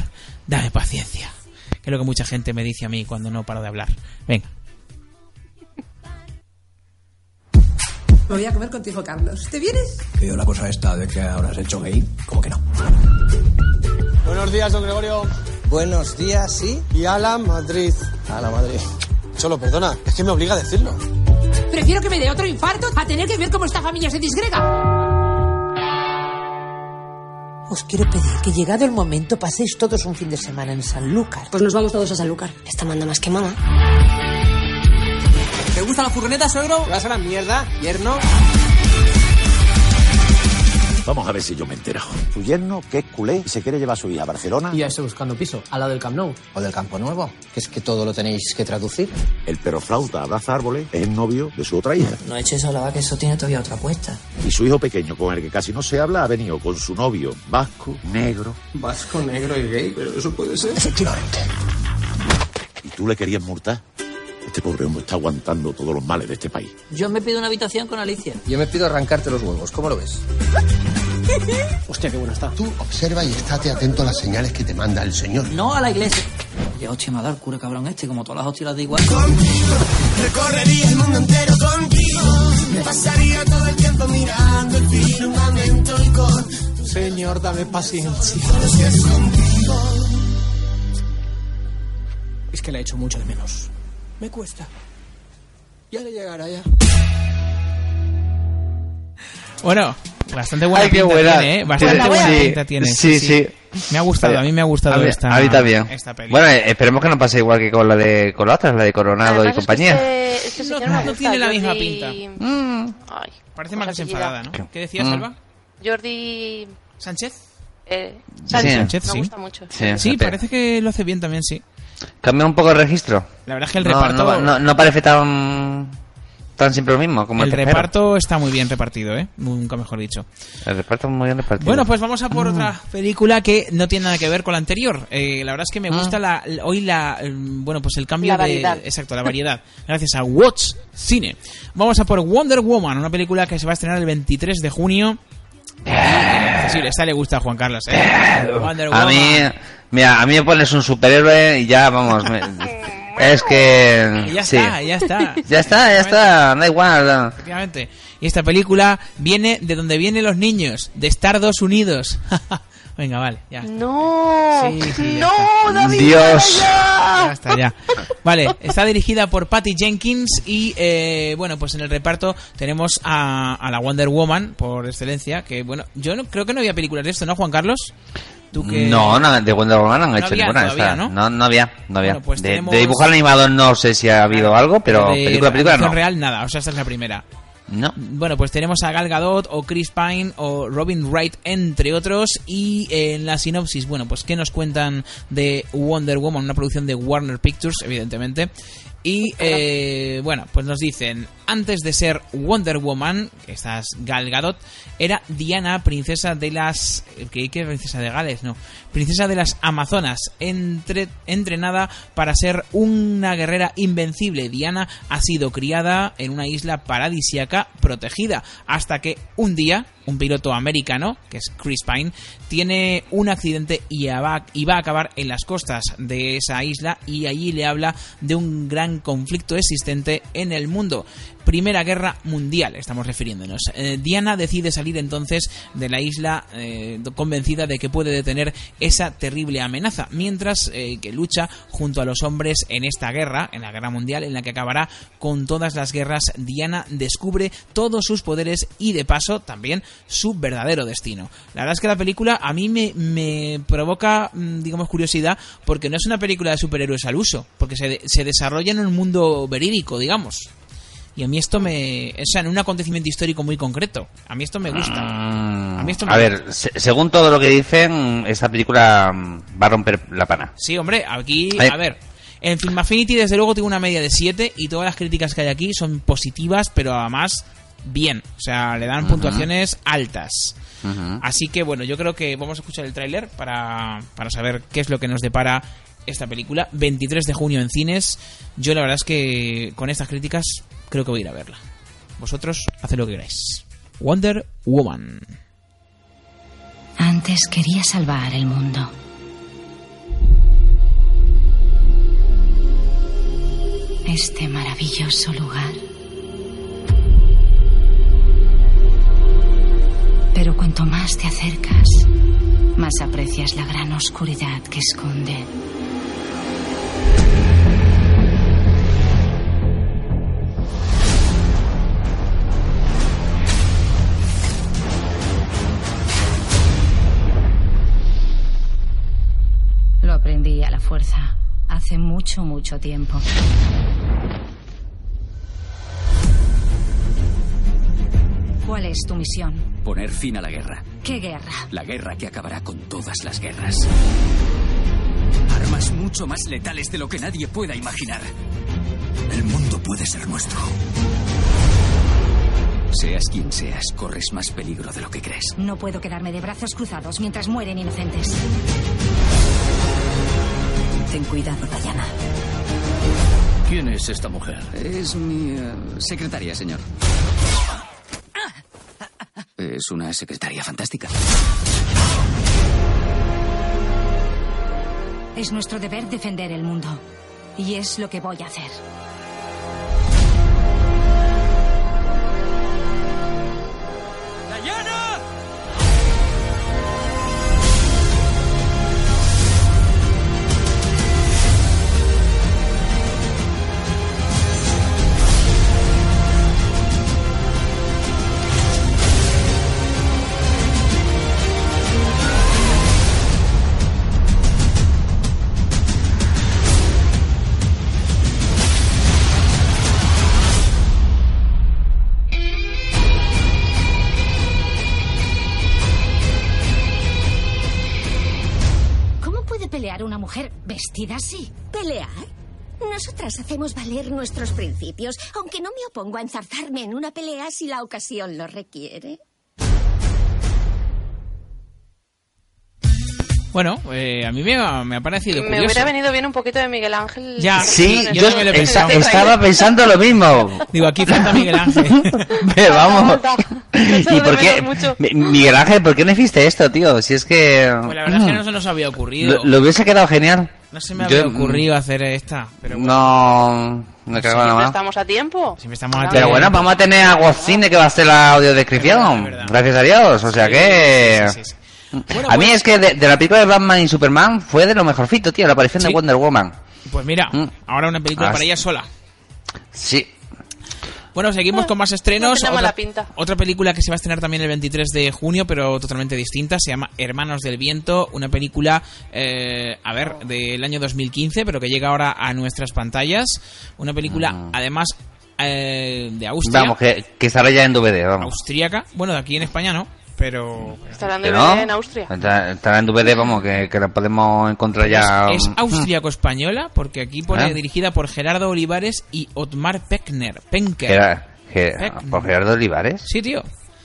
[SPEAKER 3] dame paciencia. Que es lo que mucha gente me dice a mí cuando no paro de hablar. Venga.
[SPEAKER 8] Me voy a comer contigo, Carlos. ¿Te vienes?
[SPEAKER 13] Que yo la cosa esta de que ahora has hecho gay, como que no.
[SPEAKER 14] Buenos días, don Gregorio. Buenos días, sí. Y a la Madrid. A la Madrid. Solo perdona, es que me obliga a decirlo.
[SPEAKER 8] Prefiero que me dé otro infarto a tener que ver cómo esta familia se disgrega.
[SPEAKER 15] Os quiero pedir que llegado el momento paséis todos un fin de semana en Sanlúcar.
[SPEAKER 7] Pues nos vamos todos a Sanlúcar. Esta manda más quemada.
[SPEAKER 14] ¿Te gusta la furgoneta, suegro? ¿Vas a la mierda, yerno?
[SPEAKER 16] Vamos a ver si yo me entero. Su yerno, que es culé, y se quiere llevar a su hija a Barcelona.
[SPEAKER 17] Y ya estoy buscando piso, al lado del Camp Nou. O del Campo Nuevo, que es que todo lo tenéis que traducir.
[SPEAKER 16] El perroflauta abraza árboles es el novio de su otra hija.
[SPEAKER 18] No eches a la vaca, eso tiene todavía otra apuesta.
[SPEAKER 16] Y su hijo pequeño, con el que casi no se habla, ha venido con su novio vasco, negro.
[SPEAKER 13] Vasco, negro y gay, pero eso puede ser.
[SPEAKER 16] Efectivamente. ¿Y tú le querías multar? Este pobre hombre está aguantando todos los males de este país.
[SPEAKER 18] Yo me pido una habitación con Alicia.
[SPEAKER 17] Yo me pido arrancarte los huevos, ¿cómo lo ves? Hostia, qué buena está.
[SPEAKER 19] Tú observa y estate atento a las señales que te manda el Señor.
[SPEAKER 18] No a la iglesia. Ya hostia me ha dado el cura cabrón este, como todas las hostias las de igual.
[SPEAKER 20] Recorrería el mundo entero contigo. Me pasaría todo el tiempo mirando el firmamento y con
[SPEAKER 14] Señor, dame paciencia.
[SPEAKER 17] Es que la he hecho mucho de menos. Me cuesta. Ya le llegará ya.
[SPEAKER 3] Bueno, bastante buena
[SPEAKER 5] Ay, qué
[SPEAKER 3] pinta
[SPEAKER 5] buena.
[SPEAKER 3] tiene, ¿eh? Bastante
[SPEAKER 5] Sí,
[SPEAKER 3] buena
[SPEAKER 5] sí.
[SPEAKER 3] pinta tiene.
[SPEAKER 5] Sí,
[SPEAKER 3] Me ha gustado, a mí me ha gustado
[SPEAKER 5] a mí,
[SPEAKER 3] esta
[SPEAKER 5] a mí también.
[SPEAKER 3] esta peli.
[SPEAKER 5] Bueno, eh, esperemos que no pase igual que con la de con la otra, la de Coronado y compañía.
[SPEAKER 3] este-
[SPEAKER 5] este
[SPEAKER 3] no, no tiene la misma pinta. Parece más
[SPEAKER 4] Mm. cosa
[SPEAKER 3] desenfadada, ¿no?
[SPEAKER 4] apellida.
[SPEAKER 3] ¿Qué decías,
[SPEAKER 5] Mm.
[SPEAKER 3] Alba?
[SPEAKER 4] Jordi
[SPEAKER 3] Sánchez.
[SPEAKER 4] Eh,
[SPEAKER 5] Sí.
[SPEAKER 3] Sánchez,
[SPEAKER 4] Me
[SPEAKER 3] sí.
[SPEAKER 4] gusta mucho.
[SPEAKER 5] Sí,
[SPEAKER 3] Sí,
[SPEAKER 5] fíjate.
[SPEAKER 3] parece que lo hace bien también, sí.
[SPEAKER 5] Cambia un poco el registro.
[SPEAKER 3] La verdad es que el
[SPEAKER 5] No,
[SPEAKER 3] reparto-
[SPEAKER 5] No, no- no parece tan. tan siempre lo mismo como el,
[SPEAKER 3] el
[SPEAKER 5] tercero.
[SPEAKER 3] reparto está muy bien repartido, ¿eh? Nunca mejor dicho.
[SPEAKER 5] El reparto es muy bien repartido.
[SPEAKER 3] Bueno, pues vamos a por otra
[SPEAKER 5] Mm.
[SPEAKER 3] película que no tiene nada que ver con la anterior. Eh, la verdad es que me
[SPEAKER 5] Ah.
[SPEAKER 3] gusta la, hoy la eh, bueno pues el cambio
[SPEAKER 4] La variedad.
[SPEAKER 3] de exacto la variedad. Gracias a Watch Cine. Vamos a por Wonder Woman, una película que se va a estrenar el 23 de junio. Sí, esta le gusta a Juan Carlos. ¿eh? Wonder
[SPEAKER 5] Eh. A
[SPEAKER 3] Woman.
[SPEAKER 5] mí. Mira, a mí me pones un superhéroe y ya, vamos. me- es que.
[SPEAKER 3] Y ya
[SPEAKER 5] sí.
[SPEAKER 3] está, ya está.
[SPEAKER 5] Ya está, ya está, da igual. da-
[SPEAKER 3] Efectivamente. Y esta película viene de donde vienen los niños, de Estados Unidos. Venga, vale, ya.
[SPEAKER 4] No,
[SPEAKER 3] Sí, sí, ya
[SPEAKER 4] no,
[SPEAKER 3] está.
[SPEAKER 4] David.
[SPEAKER 3] Dios.
[SPEAKER 4] para
[SPEAKER 3] Ya está, ya. Vale, está dirigida por Patty Jenkins y, eh, bueno, pues en el reparto tenemos a, a la Wonder Woman, por excelencia, que, bueno, yo no, creo que no había películas de esto, ¿no, Juan Carlos? ¿Tú que...
[SPEAKER 5] No, no, de Wonder Woman no han
[SPEAKER 3] No
[SPEAKER 5] hecho
[SPEAKER 3] había
[SPEAKER 5] ninguna.
[SPEAKER 3] todavía,
[SPEAKER 5] esta.
[SPEAKER 3] ¿no?
[SPEAKER 5] No, no había, no había.
[SPEAKER 3] Bueno, pues
[SPEAKER 5] de,
[SPEAKER 3] tenemos-
[SPEAKER 5] de dibujar animado no sé si ha habido algo, pero
[SPEAKER 3] de
[SPEAKER 5] película, película
[SPEAKER 3] acción
[SPEAKER 5] no.
[SPEAKER 3] real, nada, o sea, esta es la primera.
[SPEAKER 5] No.
[SPEAKER 3] Bueno, pues tenemos a Gal Gadot o Chris Pine o Robin Wright, entre otros. Y eh, en la sinopsis, bueno, pues ¿qué nos cuentan de Wonder Woman? Una producción de Warner Pictures, evidentemente. Y eh, bueno, pues nos dicen, antes de ser Wonder Woman, que esta es Gal Gadot, era Diana, princesa de las... ¿Qué, qué princesa de Gales? No. Princesa de las Amazonas, entre- entrenada para ser una guerrera invencible. Diana ha sido criada en una isla paradisiaca protegida, hasta que un día un piloto americano, que es Chris Pine, tiene un accidente y a- va, y va a acabar en las costas de esa isla y allí le habla de un gran conflicto existente en el mundo. Primera Guerra Mundial, estamos refiriéndonos. Eh, Diana decide salir entonces de la isla eh, convencida de que puede detener esa terrible amenaza, mientras eh, que lucha junto a los hombres en esta guerra, en la Guerra Mundial, en la que acabará con todas las guerras. Diana descubre todos sus poderes y de paso también su verdadero destino. La verdad es que la película a mí me, me provoca, mm, digamos, curiosidad porque no es una película de superhéroes al uso, porque se, de- se desarrolla en un mundo verídico, digamos. Y a mí esto me... O sea, en un acontecimiento histórico muy concreto. A mí esto me gusta.
[SPEAKER 5] A,
[SPEAKER 3] mí esto me
[SPEAKER 5] ver, se- según todo lo que dicen, esta película mm, va a romper la pana.
[SPEAKER 3] Sí, hombre, aquí...
[SPEAKER 5] Ay.
[SPEAKER 3] A ver. En Film Affinity, desde luego, tengo una media de 7 y todas las críticas que hay aquí son positivas, pero además bien. O sea, le dan
[SPEAKER 5] Ujú.
[SPEAKER 3] puntuaciones altas. Así que bueno, yo creo que vamos a escuchar el tráiler para, para saber qué es lo que nos depara esta película. 23 de junio en cines. Yo la verdad es que con estas críticas creo que voy a ir a verla. Vosotros haced lo que queráis. Wonder Woman.
[SPEAKER 10] Antes quería salvar el mundo. Este maravilloso lugar. Pero cuanto más te acercas, más aprecias la gran oscuridad que esconde. Lo aprendí a la fuerza hace mucho, mucho tiempo. ¿Cuál es tu misión?
[SPEAKER 21] Poner fin a la guerra.
[SPEAKER 10] ¿Qué guerra?
[SPEAKER 21] La guerra que acabará con todas las guerras. Armas mucho más letales de lo que nadie pueda imaginar. El mundo puede ser nuestro. Seas quien seas, corres más peligro de lo que crees.
[SPEAKER 10] No puedo quedarme de brazos cruzados mientras mueren inocentes. Ten cuidado, Diana.
[SPEAKER 21] ¿Quién es esta mujer? Es mi eh, secretaria, señor. Eh, Es una secretaria fantástica.
[SPEAKER 10] Es nuestro deber defender el mundo. Y es lo que voy a hacer.
[SPEAKER 11] ¿Cómo puede pelear una mujer vestida así? ¿Pelear? Nosotras hacemos valer nuestros principios, aunque no me opongo a enzarzarme en una pelea si la ocasión lo requiere.
[SPEAKER 3] Bueno, eh, a mí me ha, me ha parecido
[SPEAKER 4] Me
[SPEAKER 3] curioso.
[SPEAKER 4] hubiera venido bien un poquito de Miguel Ángel.
[SPEAKER 3] Ya,
[SPEAKER 5] Sí,
[SPEAKER 4] En
[SPEAKER 5] yo
[SPEAKER 4] el- en el-
[SPEAKER 5] esa-
[SPEAKER 4] en el
[SPEAKER 5] estaba
[SPEAKER 4] trailer.
[SPEAKER 5] pensando lo mismo.
[SPEAKER 3] Digo, aquí falta Miguel Ángel.
[SPEAKER 5] Pero vamos.
[SPEAKER 4] Eso
[SPEAKER 5] ¿Y
[SPEAKER 4] lo
[SPEAKER 5] por qué?
[SPEAKER 4] vemos mucho.
[SPEAKER 5] Mi- Miguel Ángel, ¿por qué no hiciste esto, tío? Si es que. Mm.
[SPEAKER 3] Pues la verdad es que no se nos había ocurrido.
[SPEAKER 5] Lo, lo hubiese quedado genial.
[SPEAKER 3] No se me había
[SPEAKER 5] Yo- mm.
[SPEAKER 3] ocurrido hacer esta. Pero bueno,
[SPEAKER 5] No. Me cago en la
[SPEAKER 4] Siempre
[SPEAKER 5] mano.
[SPEAKER 4] estamos a tiempo.
[SPEAKER 3] Siempre estamos a
[SPEAKER 5] Pero bueno, vamos a tener a Gocine que va a hacer la audiodescripción. Gracias a Dios. O sea que. a
[SPEAKER 3] pues-
[SPEAKER 5] mí es que de, de la película de Batman y Superman fue de lo mejorcito, tío, la aparición
[SPEAKER 3] Sí.
[SPEAKER 5] de Wonder Woman.
[SPEAKER 3] Pues mira, ahora una película
[SPEAKER 5] Ah,
[SPEAKER 3] para
[SPEAKER 5] sí.
[SPEAKER 3] ella sola.
[SPEAKER 5] Sí.
[SPEAKER 3] Bueno, seguimos con más estrenos.
[SPEAKER 4] Mm. no tiene
[SPEAKER 3] otra,
[SPEAKER 4] mala pinta.
[SPEAKER 3] otra película que se va a estrenar también el 23 de junio, pero totalmente distinta. Se llama Hermanos del Viento. Una película, eh, a ver, del año 2015, pero que llega ahora a nuestras pantallas. Una película, además, eh, de Austria.
[SPEAKER 5] Mm. Vamos, que, que estará ya en DVD, vamos.
[SPEAKER 3] Austríaca. Bueno, de aquí en España no, pero...
[SPEAKER 4] Estará en
[SPEAKER 5] Que
[SPEAKER 4] DVD
[SPEAKER 5] no.
[SPEAKER 4] en Austria.
[SPEAKER 5] Está- Estará en DVD, vamos, que, que la podemos encontrar ya. um,
[SPEAKER 3] Es austriaco-española, porque aquí pone
[SPEAKER 5] ¿Eh?
[SPEAKER 3] dirigida por Gerardo Olivares y Otmar Peckner. Penker.
[SPEAKER 5] Que era- que-
[SPEAKER 3] Peckner.
[SPEAKER 5] por Gerardo Olivares.
[SPEAKER 3] Eh, Sí, tío.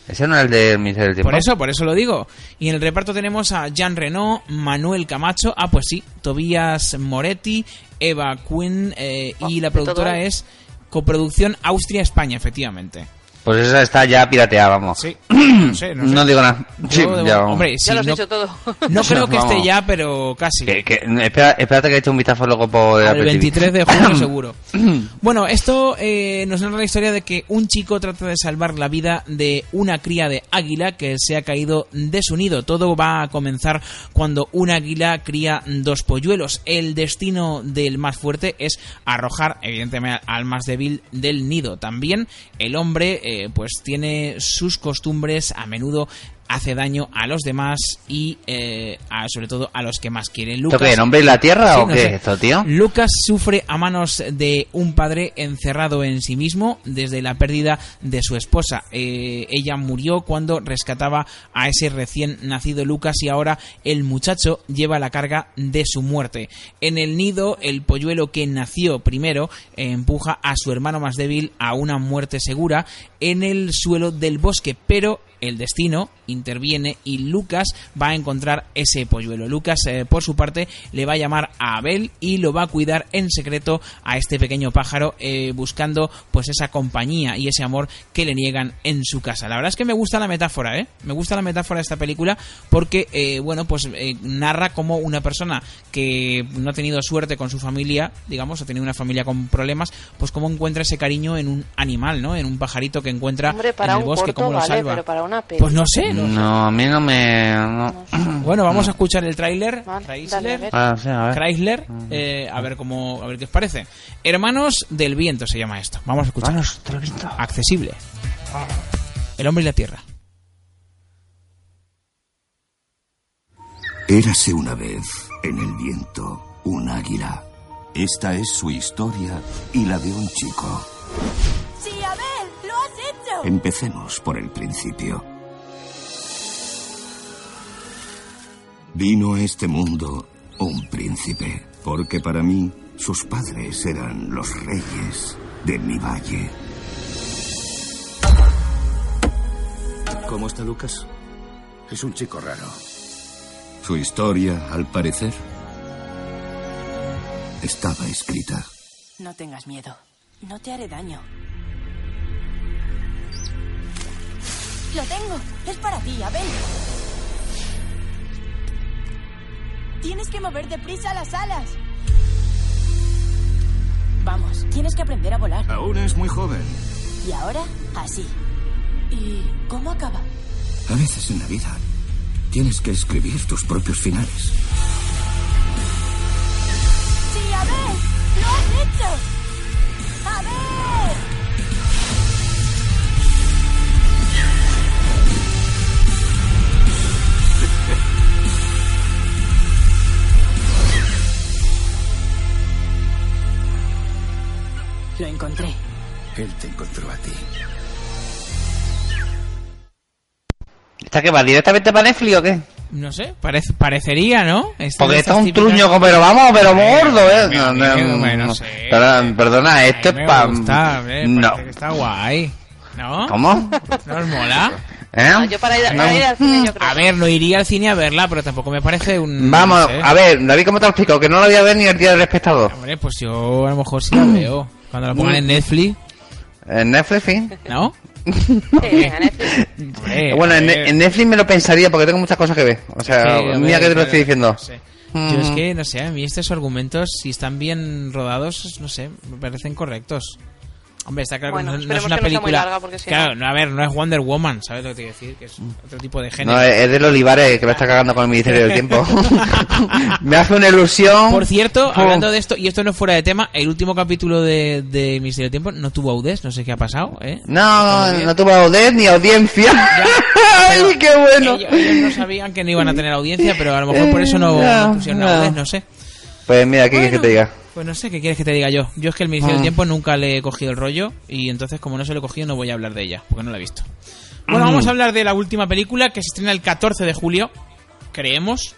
[SPEAKER 5] Ese no era el del Ministerio del Tiempo.
[SPEAKER 3] Por eso, por eso lo digo. Y en el reparto tenemos a Jean Reno, Manuel Camacho, ah, pues sí, Tobías Moretti, Eva Quinn, eh, y la productora
[SPEAKER 4] Ah, todo.
[SPEAKER 3] es coproducción Austria-España, efectivamente.
[SPEAKER 5] Pues esa está ya pirateada, vamos.
[SPEAKER 3] Sí. No, sé, no sé.
[SPEAKER 5] No digo nada. Sí,
[SPEAKER 3] Yo, de-
[SPEAKER 5] ya vamos.
[SPEAKER 3] hombre, sí,
[SPEAKER 4] Ya lo has
[SPEAKER 3] no,
[SPEAKER 4] dicho todo.
[SPEAKER 3] no creo que esté
[SPEAKER 5] Vamos.
[SPEAKER 3] ya, pero casi.
[SPEAKER 5] Que- que- espera- espérate que he hecho un vistazo luego por
[SPEAKER 3] Al
[SPEAKER 5] Apple TV.
[SPEAKER 3] 23 de junio seguro. Bueno, esto eh, nos narra la historia de que un chico trata de salvar la vida de una cría de águila que se ha caído de su nido. Todo va a comenzar cuando un águila cría dos polluelos. El destino del más fuerte es arrojar, evidentemente, al más débil del nido. También el hombre, eh, pues, tiene sus costumbres a menudo hace daño a los demás y eh, a- sobre todo a los que más quieren.
[SPEAKER 5] ¿Esto
[SPEAKER 3] Lucas,
[SPEAKER 5] qué? ¿El hombre y la tierra
[SPEAKER 3] Sí,
[SPEAKER 5] o
[SPEAKER 3] no
[SPEAKER 5] qué
[SPEAKER 3] sé.
[SPEAKER 5] es esto, tío?
[SPEAKER 3] Lucas sufre a manos de un padre encerrado en sí mismo desde la pérdida de su esposa. Eh, ella murió cuando rescataba a ese recién nacido Lucas y ahora el muchacho lleva la carga de su muerte. En el nido, el polluelo que nació primero eh, empuja a su hermano más débil a una muerte segura en el suelo del bosque, pero el destino interviene y Lucas va a encontrar ese polluelo. Lucas, eh, por su parte, le va a llamar a Abel y lo va a cuidar en secreto a este pequeño pájaro, eh, buscando pues esa compañía y ese amor que le niegan en su casa. La verdad es que me gusta la metáfora, ¿eh? Me gusta la metáfora de esta película porque, eh, bueno, pues eh, narra como una persona que no ha tenido suerte con su familia, digamos, ha tenido una familia con problemas, pues cómo encuentra ese cariño en un animal, ¿no? En un pajarito que encuentra
[SPEAKER 4] Hombre, para
[SPEAKER 3] en el
[SPEAKER 4] un
[SPEAKER 3] bosque,
[SPEAKER 4] corto
[SPEAKER 3] cómo lo
[SPEAKER 4] vale,
[SPEAKER 3] salva.
[SPEAKER 4] pero para una peli.
[SPEAKER 3] Pues no sé, no sé.
[SPEAKER 5] No, a mí no me. no.
[SPEAKER 3] Bueno, vamos a escuchar el tráiler.
[SPEAKER 4] dale, a ver.
[SPEAKER 3] Chrysler.
[SPEAKER 5] Ah, sí, a ver.
[SPEAKER 3] Chrysler. eh, a ver cómo, a ver qué os parece. Hermanos del viento se llama esto. Vamos a escuchar. Accesible. El hombre y la tierra.
[SPEAKER 22] Érase una vez, en el viento, un águila. Esta es su historia y la de un chico.
[SPEAKER 11] ¡Sí, Abel! ¡Lo has hecho!
[SPEAKER 22] Empecemos por el principio. Vino a este mundo un príncipe, porque para mí sus padres eran los reyes de mi valle.
[SPEAKER 12] ¿Cómo está Lucas? Es un chico raro.
[SPEAKER 22] Su historia, al parecer, estaba escrita.
[SPEAKER 2] No tengas miedo. No te haré daño.
[SPEAKER 11] ¡Lo tengo! ¡Es para ti, Abel!
[SPEAKER 2] Tienes que mover deprisa las alas. Vamos, tienes que aprender a volar.
[SPEAKER 12] Aún es muy joven.
[SPEAKER 2] Y ahora, así. ¿Y cómo acaba?
[SPEAKER 22] A veces en la vida tienes que escribir tus propios finales.
[SPEAKER 2] ¡Sí, Abel! ¡Lo has hecho! ¡Abel! Lo encontré.
[SPEAKER 22] Él te encontró a ti.
[SPEAKER 5] ¿Esta que va directamente para Netflix o qué?
[SPEAKER 3] No sé, parece, parecería, ¿no? Este-
[SPEAKER 5] Porque
[SPEAKER 3] estas
[SPEAKER 5] está un
[SPEAKER 3] típicas-
[SPEAKER 5] truño, pero vamos, pero gordo, ¿eh? No, no,
[SPEAKER 3] bueno,
[SPEAKER 5] no.
[SPEAKER 3] sí.
[SPEAKER 5] Perdona, perdona, esto
[SPEAKER 3] me
[SPEAKER 5] es para...
[SPEAKER 3] gusta, eh,
[SPEAKER 5] no.
[SPEAKER 3] parece que está guay. ¿No?
[SPEAKER 5] ¿Cómo?
[SPEAKER 3] ¿Nos mola?
[SPEAKER 5] ¿Eh?
[SPEAKER 4] yo para ir, para
[SPEAKER 3] No.
[SPEAKER 4] ir al cine, yo creo.
[SPEAKER 3] A ver, no iría al cine a verla, pero tampoco me parece un...
[SPEAKER 5] Vamos,
[SPEAKER 3] no sé.
[SPEAKER 5] a ver, David, ¿cómo te lo explico? Que no lo voy a ver ni el día del espectador.
[SPEAKER 3] Hombre, pues yo a lo mejor sí
[SPEAKER 5] Mm.
[SPEAKER 3] la veo. Cuando la pongan en Netflix.
[SPEAKER 5] En Netflix, sí. Eh,
[SPEAKER 3] ¿No? Hombre,
[SPEAKER 5] bueno, en,
[SPEAKER 3] a ver.
[SPEAKER 5] en Netflix me lo pensaría porque tengo muchas cosas que ver. O sea,
[SPEAKER 3] Sí, a ver,
[SPEAKER 5] mira que te lo
[SPEAKER 3] pero-
[SPEAKER 5] estoy diciendo.
[SPEAKER 3] no sé.
[SPEAKER 5] Mm.
[SPEAKER 3] Yo es que, no sé, a mí estos argumentos, si están bien rodados, no sé, me parecen correctos. Hombre, está claro
[SPEAKER 4] Bueno,
[SPEAKER 3] que no- no, es
[SPEAKER 4] esperemos
[SPEAKER 3] una
[SPEAKER 4] que no sea muy
[SPEAKER 3] película.
[SPEAKER 4] larga, porque si
[SPEAKER 3] claro, no. a ver, no es Wonder Woman, ¿sabes lo que te quiero decir? Que es otro tipo de género.
[SPEAKER 5] No, es es del Olivares que me está cagando con el Ministerio del Tiempo. me hace una ilusión.
[SPEAKER 3] Por cierto,
[SPEAKER 5] Oh.
[SPEAKER 3] hablando de esto, y esto no es fuera de tema, el último capítulo de, de Misterio del Tiempo no tuvo Audes, no sé qué ha pasado, ¿eh?
[SPEAKER 5] No, no tuvo audiencia ni audiencia. ¡Ay, qué bueno!
[SPEAKER 3] Ellos, ellos no sabían que no iban a tener audiencia, pero a lo mejor por eso no,
[SPEAKER 5] Ya,
[SPEAKER 3] no pusieron
[SPEAKER 5] ya.
[SPEAKER 3] Audes, no sé.
[SPEAKER 5] Pues mira, ¿qué quieres que te diga?
[SPEAKER 3] Pues no sé, ¿qué quieres que te diga yo? Yo es que el Ministerio
[SPEAKER 5] Mm.
[SPEAKER 3] del Tiempo nunca le he cogido el rollo y entonces como no se lo he cogido no voy a hablar de ella, porque no la he visto. Bueno,
[SPEAKER 5] Mm.
[SPEAKER 3] vamos a hablar de la última película que se estrena el 14 de julio, creemos,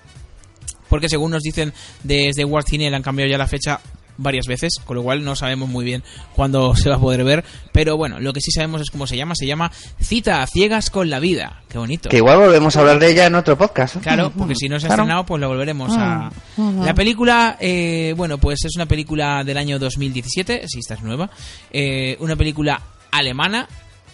[SPEAKER 3] porque según nos dicen desde World Cine le han cambiado ya la fecha varias veces, con lo cual no sabemos muy bien cuándo se va a poder ver, pero bueno, lo que sí sabemos es cómo se llama, se llama Cita a ciegas con la vida, qué bonito.
[SPEAKER 5] Que igual volvemos a hablar de ella en otro podcast. ¿eh?
[SPEAKER 3] Claro, porque si no se ha
[SPEAKER 5] Claro.
[SPEAKER 3] estrenado, pues la volveremos a...
[SPEAKER 5] Ujú.
[SPEAKER 3] La película, eh, bueno, pues es una película del año 2017, si esta es nueva, eh, una película alemana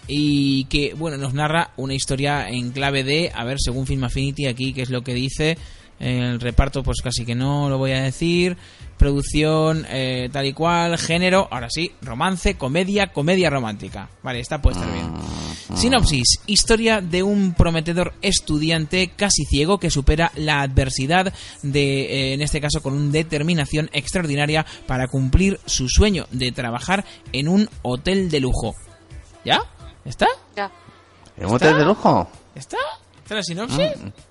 [SPEAKER 3] y que, bueno, nos narra una historia en clave de, a ver, según Film Affinity, aquí, qué es lo que dice, eh, el reparto, pues casi que no lo voy a decir, producción, eh, tal y cual, género, ahora sí, romance, comedia, comedia romántica. Vale, esta puede estar bien.
[SPEAKER 5] Ah.
[SPEAKER 3] Sinopsis, historia de un prometedor estudiante casi ciego que supera la adversidad de, eh, en este caso, con una determinación extraordinaria para cumplir su sueño de trabajar en un hotel de lujo. ¿Ya? ¿Está?
[SPEAKER 4] Ya.
[SPEAKER 5] ¿Es un hotel de lujo?
[SPEAKER 3] ¿Está? ¿Está la sinopsis?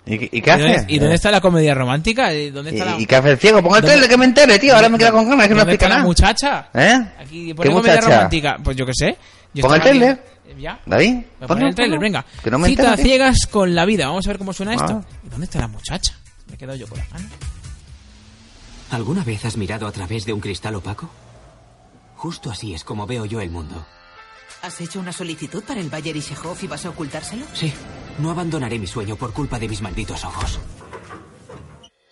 [SPEAKER 5] ¿Y, y qué
[SPEAKER 3] ¿Y
[SPEAKER 5] hace?
[SPEAKER 3] dónde, y dónde está la comedia romántica? ¿Y ¿Dónde
[SPEAKER 5] ¿Y,
[SPEAKER 3] está la,
[SPEAKER 5] y qué hace el ciego? Ponga el
[SPEAKER 3] ¿Dónde-
[SPEAKER 5] trailer que me entere, tío. Ahora me queda con ganas que no
[SPEAKER 3] ¿dónde está
[SPEAKER 5] explica
[SPEAKER 3] la
[SPEAKER 5] nada.
[SPEAKER 3] muchacha?
[SPEAKER 5] ¿Eh?
[SPEAKER 3] Aquí
[SPEAKER 5] ¿Qué
[SPEAKER 3] pone comedia
[SPEAKER 5] muchacha?
[SPEAKER 3] romántica. Pues yo qué sé. Yo
[SPEAKER 5] Ponga
[SPEAKER 3] estaba
[SPEAKER 5] el trailer.
[SPEAKER 3] aquí- Ya.
[SPEAKER 5] David,
[SPEAKER 3] Voy a
[SPEAKER 5] ponlo,
[SPEAKER 3] poner el trailer,
[SPEAKER 5] ponlo.
[SPEAKER 3] venga.
[SPEAKER 5] Que no me
[SPEAKER 3] Cita
[SPEAKER 5] entero,
[SPEAKER 3] a
[SPEAKER 5] tío.
[SPEAKER 3] ciegas con la vida. Vamos a ver cómo suena esto.
[SPEAKER 5] Ah.
[SPEAKER 3] ¿Dónde está la muchacha? Me he quedado yo con la mano.
[SPEAKER 6] ¿Alguna vez has mirado a través de un cristal opaco? Justo así es como veo yo el mundo.
[SPEAKER 18] ¿Has hecho una solicitud para el Bayer Ishehoff y vas a ocultárselo?
[SPEAKER 6] Sí, no abandonaré mi sueño por culpa de mis malditos ojos.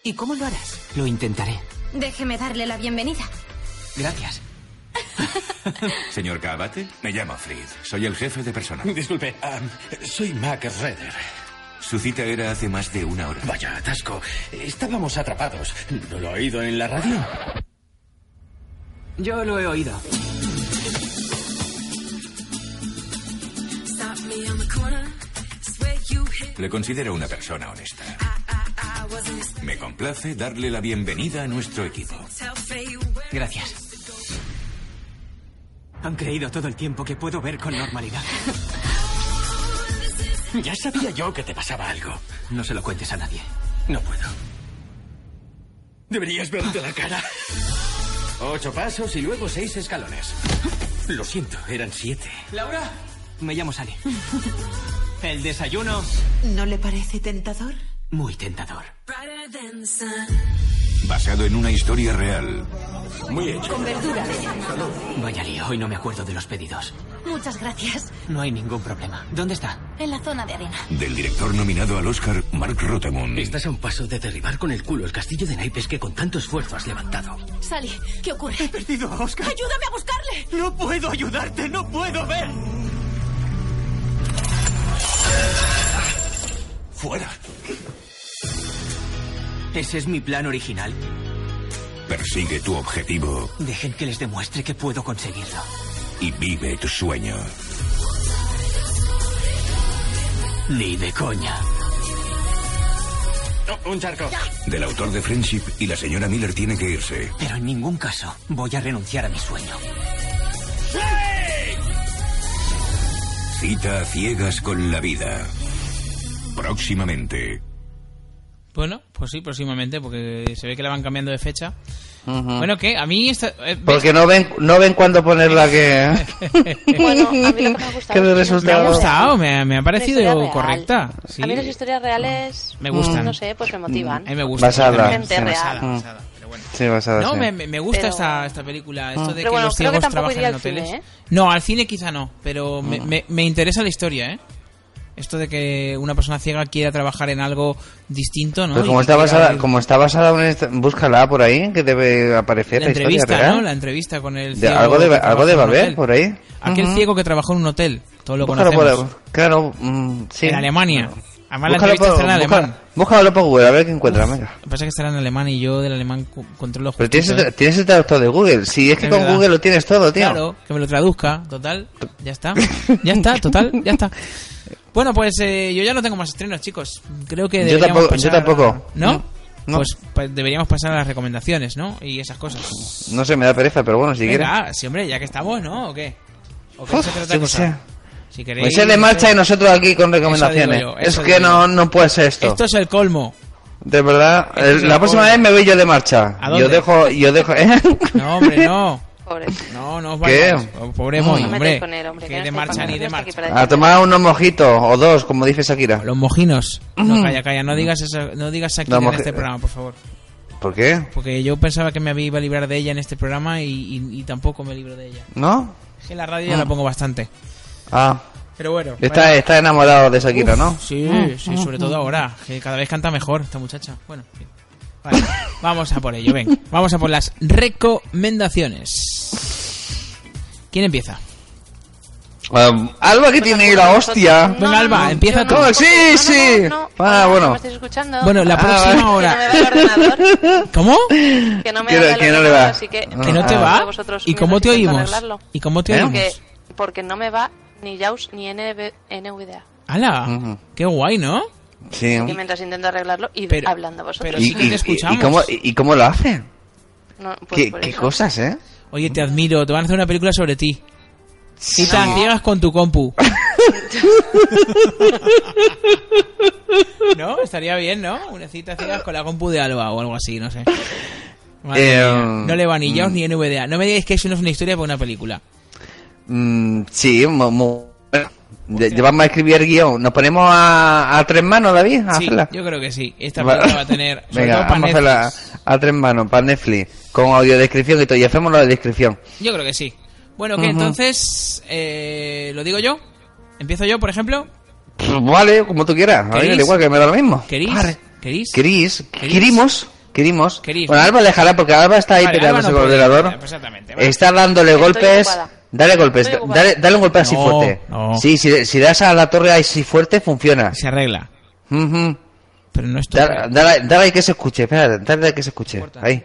[SPEAKER 18] ¿Y cómo lo harás?
[SPEAKER 6] Lo intentaré.
[SPEAKER 7] Déjeme darle la bienvenida.
[SPEAKER 6] Gracias.
[SPEAKER 23] Señor Kaabate, me llamo Fritz. Soy el jefe de personal.
[SPEAKER 24] Disculpe, am, soy Mac Redder.
[SPEAKER 23] Su cita era hace más de una hora.
[SPEAKER 24] Vaya atasco. Estábamos atrapados. ¿No lo ha oído en la radio?
[SPEAKER 6] Yo lo he oído.
[SPEAKER 23] Le considero una persona honesta. Me complace darle la bienvenida a nuestro equipo.
[SPEAKER 6] Gracias. Han creído todo el tiempo que puedo ver con normalidad.
[SPEAKER 24] Ya sabía yo que te pasaba algo.
[SPEAKER 6] No se lo cuentes a nadie.
[SPEAKER 24] No puedo. Deberías verte la cara. Ocho pasos y luego seis escalones. Lo siento, eran siete.
[SPEAKER 6] ¡Laura! me llamo Sally. El desayuno,
[SPEAKER 1] ¿No le parece tentador?
[SPEAKER 6] muy tentador.
[SPEAKER 23] Basado en una historia real.
[SPEAKER 6] Muy hecho.
[SPEAKER 1] Con verduras.
[SPEAKER 6] Vaya lío, hoy no me acuerdo de los pedidos.
[SPEAKER 1] Muchas gracias.
[SPEAKER 6] No hay ningún problema. ¿Dónde está?
[SPEAKER 1] En la zona de arena.
[SPEAKER 23] Del director nominado al Oscar, Mark Rotemund.
[SPEAKER 24] Estás a un paso de derribar con el culo el castillo de naipes que con tanto esfuerzo has levantado.
[SPEAKER 1] Sally, ¿qué ocurre?
[SPEAKER 24] He perdido a Oscar.
[SPEAKER 1] ¡Ayúdame a buscarle!
[SPEAKER 24] No puedo ayudarte, no puedo ver.
[SPEAKER 23] Fuera.
[SPEAKER 6] Ese es mi plan original.
[SPEAKER 23] Persigue tu objetivo
[SPEAKER 6] Dejen que les demuestre que puedo conseguirlo.
[SPEAKER 23] y vive tu sueño.
[SPEAKER 6] Ni de coña.
[SPEAKER 24] un charco.
[SPEAKER 23] Del autor de Friendship y la señora Miller tiene que irse.
[SPEAKER 6] Pero en ningún caso voy a renunciar a mi sueño.
[SPEAKER 23] Cita a ciegas con la vida. Próximamente.
[SPEAKER 3] Bueno, pues sí, próximamente, porque se ve que la van cambiando de fecha. Bueno, que a mí esta, eh,
[SPEAKER 5] Ah. Porque no ven, no ven cuándo poner la que.
[SPEAKER 4] Bueno, a mí lo que me ha gustado.
[SPEAKER 5] Que de
[SPEAKER 4] es que
[SPEAKER 3] me ha
[SPEAKER 5] resultado.
[SPEAKER 3] gustado, me, me
[SPEAKER 4] Una
[SPEAKER 3] ha
[SPEAKER 4] historia
[SPEAKER 3] parecido
[SPEAKER 4] real.
[SPEAKER 3] correcta. Sí.
[SPEAKER 4] A mí las historias reales.
[SPEAKER 3] Me gustan. Mm,
[SPEAKER 4] No sé, pues me motivan.
[SPEAKER 3] A mí me gusta.
[SPEAKER 5] Basada,
[SPEAKER 4] Gente
[SPEAKER 5] sí.
[SPEAKER 4] real.
[SPEAKER 5] Mm. Sí, basada,
[SPEAKER 3] No,
[SPEAKER 5] sí.
[SPEAKER 3] me, me- me gusta
[SPEAKER 4] Pero-
[SPEAKER 3] esta, esta película, esto
[SPEAKER 4] Mm.
[SPEAKER 3] de
[SPEAKER 4] Pero
[SPEAKER 3] que
[SPEAKER 4] bueno,
[SPEAKER 3] los
[SPEAKER 4] creo que
[SPEAKER 3] ciegos
[SPEAKER 4] tampoco
[SPEAKER 3] trabajan
[SPEAKER 4] iría
[SPEAKER 3] en
[SPEAKER 4] al
[SPEAKER 3] hoteles.
[SPEAKER 4] cine, ¿eh?
[SPEAKER 3] No, al cine quizá no, pero me,
[SPEAKER 5] Ah.
[SPEAKER 3] me- me interesa la historia, ¿eh? Esto de que una persona ciega quiera trabajar en algo distinto, ¿no?
[SPEAKER 5] Pero
[SPEAKER 3] Y
[SPEAKER 5] como
[SPEAKER 3] que
[SPEAKER 5] está,
[SPEAKER 3] quiera
[SPEAKER 5] basada,
[SPEAKER 3] ir-
[SPEAKER 5] como está basada en esta- búscala por ahí, que debe aparecer
[SPEAKER 3] la
[SPEAKER 5] la, historia
[SPEAKER 3] entrevista,
[SPEAKER 5] real.
[SPEAKER 3] ¿no? La entrevista con el
[SPEAKER 5] De-
[SPEAKER 3] ciego
[SPEAKER 5] algo
[SPEAKER 3] que
[SPEAKER 5] debe, algo
[SPEAKER 3] trabaja en
[SPEAKER 5] debe
[SPEAKER 3] un
[SPEAKER 5] haber
[SPEAKER 3] hotel.
[SPEAKER 5] por ahí.
[SPEAKER 3] Aquel
[SPEAKER 5] Ujú.
[SPEAKER 3] ciego que trabajó en un hotel, todo lo
[SPEAKER 5] Búscalo por
[SPEAKER 3] conocemos.
[SPEAKER 5] ahí. Claro, mm, sí.
[SPEAKER 3] En Alemania. Además la
[SPEAKER 5] Búscalo
[SPEAKER 3] entrevista
[SPEAKER 5] por,
[SPEAKER 3] está en alemán.
[SPEAKER 5] búscalo, búscalo por Google, a ver qué encuentras. venga.
[SPEAKER 3] Lo que pasa es que estará en alemán y yo del alemán cu- controlo
[SPEAKER 5] Pero
[SPEAKER 3] justito,
[SPEAKER 5] tienes,
[SPEAKER 3] ¿eh?
[SPEAKER 5] el- tienes el traductor de Google. Si es que
[SPEAKER 3] Es
[SPEAKER 5] con
[SPEAKER 3] verdad.
[SPEAKER 5] Google lo tienes todo, tío.
[SPEAKER 3] Claro, que me lo traduzca, total, ya está. Ya está, total, ya está. Bueno, pues eh, yo ya no tengo más estrenos, chicos. Creo que
[SPEAKER 5] Yo
[SPEAKER 3] deberíamos
[SPEAKER 5] tampoco- yo
[SPEAKER 3] pasar a-
[SPEAKER 5] tampoco.
[SPEAKER 3] ¿No?
[SPEAKER 5] No.
[SPEAKER 3] Pues pa- deberíamos pasar a las recomendaciones, ¿no? Y esas cosas.
[SPEAKER 5] No sé, me da pereza, pero bueno, si quieres.
[SPEAKER 3] Venga, sí, hombre, ya que estamos, ¿no? ¿O qué? ¿O qué
[SPEAKER 5] Uf,
[SPEAKER 3] se trata
[SPEAKER 5] yo qué
[SPEAKER 3] cosa?
[SPEAKER 5] sé.
[SPEAKER 3] Si queréis...
[SPEAKER 5] Pues él en
[SPEAKER 3] no
[SPEAKER 5] marcha
[SPEAKER 3] sé.
[SPEAKER 5] y nosotros aquí con recomendaciones.
[SPEAKER 3] Eso digo yo,
[SPEAKER 5] es
[SPEAKER 3] eso
[SPEAKER 5] que
[SPEAKER 3] digo
[SPEAKER 5] no, no puede ser esto.
[SPEAKER 3] Esto es el colmo.
[SPEAKER 5] De verdad,
[SPEAKER 3] esto
[SPEAKER 5] el-
[SPEAKER 3] es
[SPEAKER 5] la
[SPEAKER 3] el
[SPEAKER 5] próxima
[SPEAKER 3] colmo.
[SPEAKER 5] vez me voy yo de marcha.
[SPEAKER 3] ¿A dónde?
[SPEAKER 5] Yo dejo, yo dejo, ¿eh?
[SPEAKER 3] No, hombre, no.
[SPEAKER 4] Pobre.
[SPEAKER 3] No, no os
[SPEAKER 5] ¿Qué?
[SPEAKER 3] vayáis. Pobre
[SPEAKER 5] No.
[SPEAKER 3] Moy,
[SPEAKER 5] No
[SPEAKER 4] metáis
[SPEAKER 3] hombre.
[SPEAKER 4] con él, hombre, que
[SPEAKER 3] Que
[SPEAKER 4] no
[SPEAKER 3] de
[SPEAKER 4] estáis
[SPEAKER 3] marcha
[SPEAKER 4] con
[SPEAKER 3] ni
[SPEAKER 4] él,
[SPEAKER 3] de
[SPEAKER 4] no está aquí
[SPEAKER 3] marcha.
[SPEAKER 4] para
[SPEAKER 5] A tomar unos mojitos o dos, como dice Shakira.
[SPEAKER 3] Los mojinos. No,
[SPEAKER 5] Mm.
[SPEAKER 3] calla, calla, no digas eso, no digas aquí
[SPEAKER 5] No,
[SPEAKER 3] en
[SPEAKER 5] moje-
[SPEAKER 3] este programa, por favor.
[SPEAKER 5] ¿Por qué?
[SPEAKER 3] Porque yo pensaba que me iba a librar de ella en este programa y, y- y tampoco me libro de ella.
[SPEAKER 5] ¿No?
[SPEAKER 3] Es que la radio ya la
[SPEAKER 5] Ah.
[SPEAKER 3] pongo bastante.
[SPEAKER 5] Ah,
[SPEAKER 3] Pero bueno.
[SPEAKER 5] está,
[SPEAKER 3] vaya.
[SPEAKER 5] está enamorado de Shakira,
[SPEAKER 3] Uf,
[SPEAKER 5] ¿no?
[SPEAKER 3] Sí, sí, sobre todo ahora, que cada vez canta mejor esta muchacha. Bueno, en fin. Vale, vamos a por ello, ven. Vamos a por las recomendaciones. ¿Quién empieza?
[SPEAKER 5] Um, Alba
[SPEAKER 4] Pues
[SPEAKER 5] que tiene la hostia.
[SPEAKER 3] Venga, Alba, empieza tú.
[SPEAKER 5] ¿Cómo? Sí, sí. Ah,
[SPEAKER 4] ¿No
[SPEAKER 5] bueno.
[SPEAKER 4] me estáis escuchando?
[SPEAKER 3] Bueno, la
[SPEAKER 5] Ah,
[SPEAKER 3] próxima
[SPEAKER 5] vale.
[SPEAKER 3] hora.
[SPEAKER 4] Que no me va el ordenador.
[SPEAKER 3] ¿Cómo?
[SPEAKER 4] Que no me
[SPEAKER 5] Que no-
[SPEAKER 4] va el
[SPEAKER 5] que no le
[SPEAKER 4] ordenador,
[SPEAKER 5] va.
[SPEAKER 4] así que...
[SPEAKER 3] ¿Que no te
[SPEAKER 5] Ah.
[SPEAKER 3] va?
[SPEAKER 4] vosotros
[SPEAKER 3] ¿Y cómo te
[SPEAKER 4] mismos
[SPEAKER 3] oímos?
[SPEAKER 4] intentad arreglarlo.
[SPEAKER 3] ¿Y cómo te
[SPEAKER 5] ¿Eh?
[SPEAKER 3] oímos?
[SPEAKER 4] Porque, porque no me va ni JAWS ni NV NVDA.
[SPEAKER 3] ¡Hala! ¡Qué guay, ¿no?
[SPEAKER 5] Sí.
[SPEAKER 4] Y mientras intento arreglarlo, id
[SPEAKER 3] Pero-
[SPEAKER 4] hablando vosotros.
[SPEAKER 3] pero sí que te escuchamos.
[SPEAKER 5] y cómo, y- y cómo lo hace?
[SPEAKER 4] No, pues
[SPEAKER 5] ¿Qué,
[SPEAKER 4] por
[SPEAKER 5] qué
[SPEAKER 4] eso.
[SPEAKER 5] cosas, eh?
[SPEAKER 3] Oye, te admiro, te van a hacer una película sobre ti. Y te
[SPEAKER 5] No.
[SPEAKER 3] ciegas con tu compu. ¿No? Estaría bien, ¿no? Una cita ciegas con la compu de Alba o algo así, no sé. Madre
[SPEAKER 5] Eh,
[SPEAKER 3] mía. No le van ni Jaws
[SPEAKER 5] mm.
[SPEAKER 3] ni NVDA. No me digáis que eso no es una historia para una película.
[SPEAKER 5] Mm, sí, mu- mu- de- llevamos a escribir el guión. ¿Nos ponemos a, a tres manos, David? A
[SPEAKER 3] Sí,
[SPEAKER 5] hacerla.
[SPEAKER 3] yo creo que sí. Esta
[SPEAKER 5] Va-
[SPEAKER 3] película va a tener. sobre
[SPEAKER 5] Venga,
[SPEAKER 3] todo para
[SPEAKER 5] vamos a hacerla
[SPEAKER 3] Netflix.
[SPEAKER 5] a tres manos, para Netflix, con audiodescripción y todo. Y hacemos la descripción.
[SPEAKER 3] Yo creo que sí. Bueno, que
[SPEAKER 5] Ujú.
[SPEAKER 3] entonces. eh, ¿Lo digo yo? ¿Empiezo yo, por ejemplo?
[SPEAKER 5] Pff, Pues Vale, como tú quieras. A mí
[SPEAKER 3] ¿Queréis?
[SPEAKER 5] da igual que me da lo mismo.
[SPEAKER 3] ¿Queréis?
[SPEAKER 5] Vale.
[SPEAKER 3] ¿Queréis?
[SPEAKER 5] ¿Queréis? ¿Querimos? ¿Querimos?
[SPEAKER 3] Queréis,
[SPEAKER 5] Bueno,
[SPEAKER 3] ¿no?
[SPEAKER 5] Alba déjala porque Alba está ahí
[SPEAKER 3] Vale,
[SPEAKER 5] peleándose
[SPEAKER 3] Alba no
[SPEAKER 5] con el
[SPEAKER 3] puede,
[SPEAKER 5] ordenador.
[SPEAKER 3] exactamente, vale.
[SPEAKER 5] Está dándole
[SPEAKER 3] Estoy
[SPEAKER 5] golpes.
[SPEAKER 3] ocupada.
[SPEAKER 5] Dale golpes.
[SPEAKER 3] Estoy ocupada.
[SPEAKER 5] Dale, dale un golpe así
[SPEAKER 3] No,
[SPEAKER 5] fuerte.
[SPEAKER 3] no.
[SPEAKER 5] Sí, si, si das a la torre así fuerte, funciona.
[SPEAKER 3] Se arregla.
[SPEAKER 5] Ujú.
[SPEAKER 3] Pero no estoy.
[SPEAKER 5] Dale, dale, dale ahí que se escuche. Espera, dale ahí que se escuche. Ahí.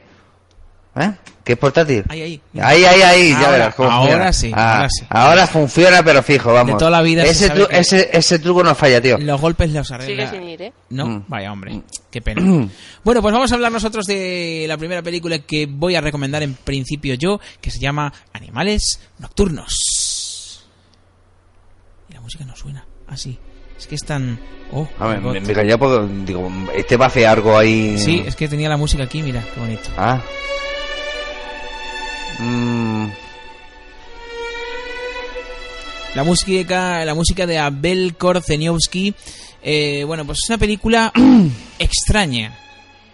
[SPEAKER 5] ¿Eh? ¿Qué portátil?
[SPEAKER 3] Ahí, ahí.
[SPEAKER 5] Ahí, ahí, ahí, ya
[SPEAKER 3] Ahora,
[SPEAKER 5] verás cómo
[SPEAKER 3] ahora
[SPEAKER 5] funciona.
[SPEAKER 3] sí,
[SPEAKER 5] Ah,
[SPEAKER 3] ahora sí.
[SPEAKER 5] ahora funciona, pero fijo, vamos.
[SPEAKER 3] toda la vida se
[SPEAKER 5] Ese,
[SPEAKER 3] sabe
[SPEAKER 5] tru-
[SPEAKER 3] que-
[SPEAKER 5] ese, ese truco no falla, tío.
[SPEAKER 3] Los golpes los
[SPEAKER 4] Sigue
[SPEAKER 3] arregla.
[SPEAKER 4] sin ir, ¿eh?
[SPEAKER 3] No,
[SPEAKER 5] Mm.
[SPEAKER 3] vaya hombre, qué pena. Bueno, pues vamos a hablar nosotros de la primera película que voy a recomendar en principio yo, que se llama Animales Nocturnos. Y la música no suena así. Es que es tan... Oh,
[SPEAKER 5] A ver,
[SPEAKER 3] my God.
[SPEAKER 5] me, me callé porque digo, este va a hacer algo ahí.
[SPEAKER 3] Sí, es que tenía la música aquí, mira, qué bonito.
[SPEAKER 5] Ah. Mm.
[SPEAKER 3] La música, la música de Abel Korzeniowski. Eh, bueno, pues es una película extraña.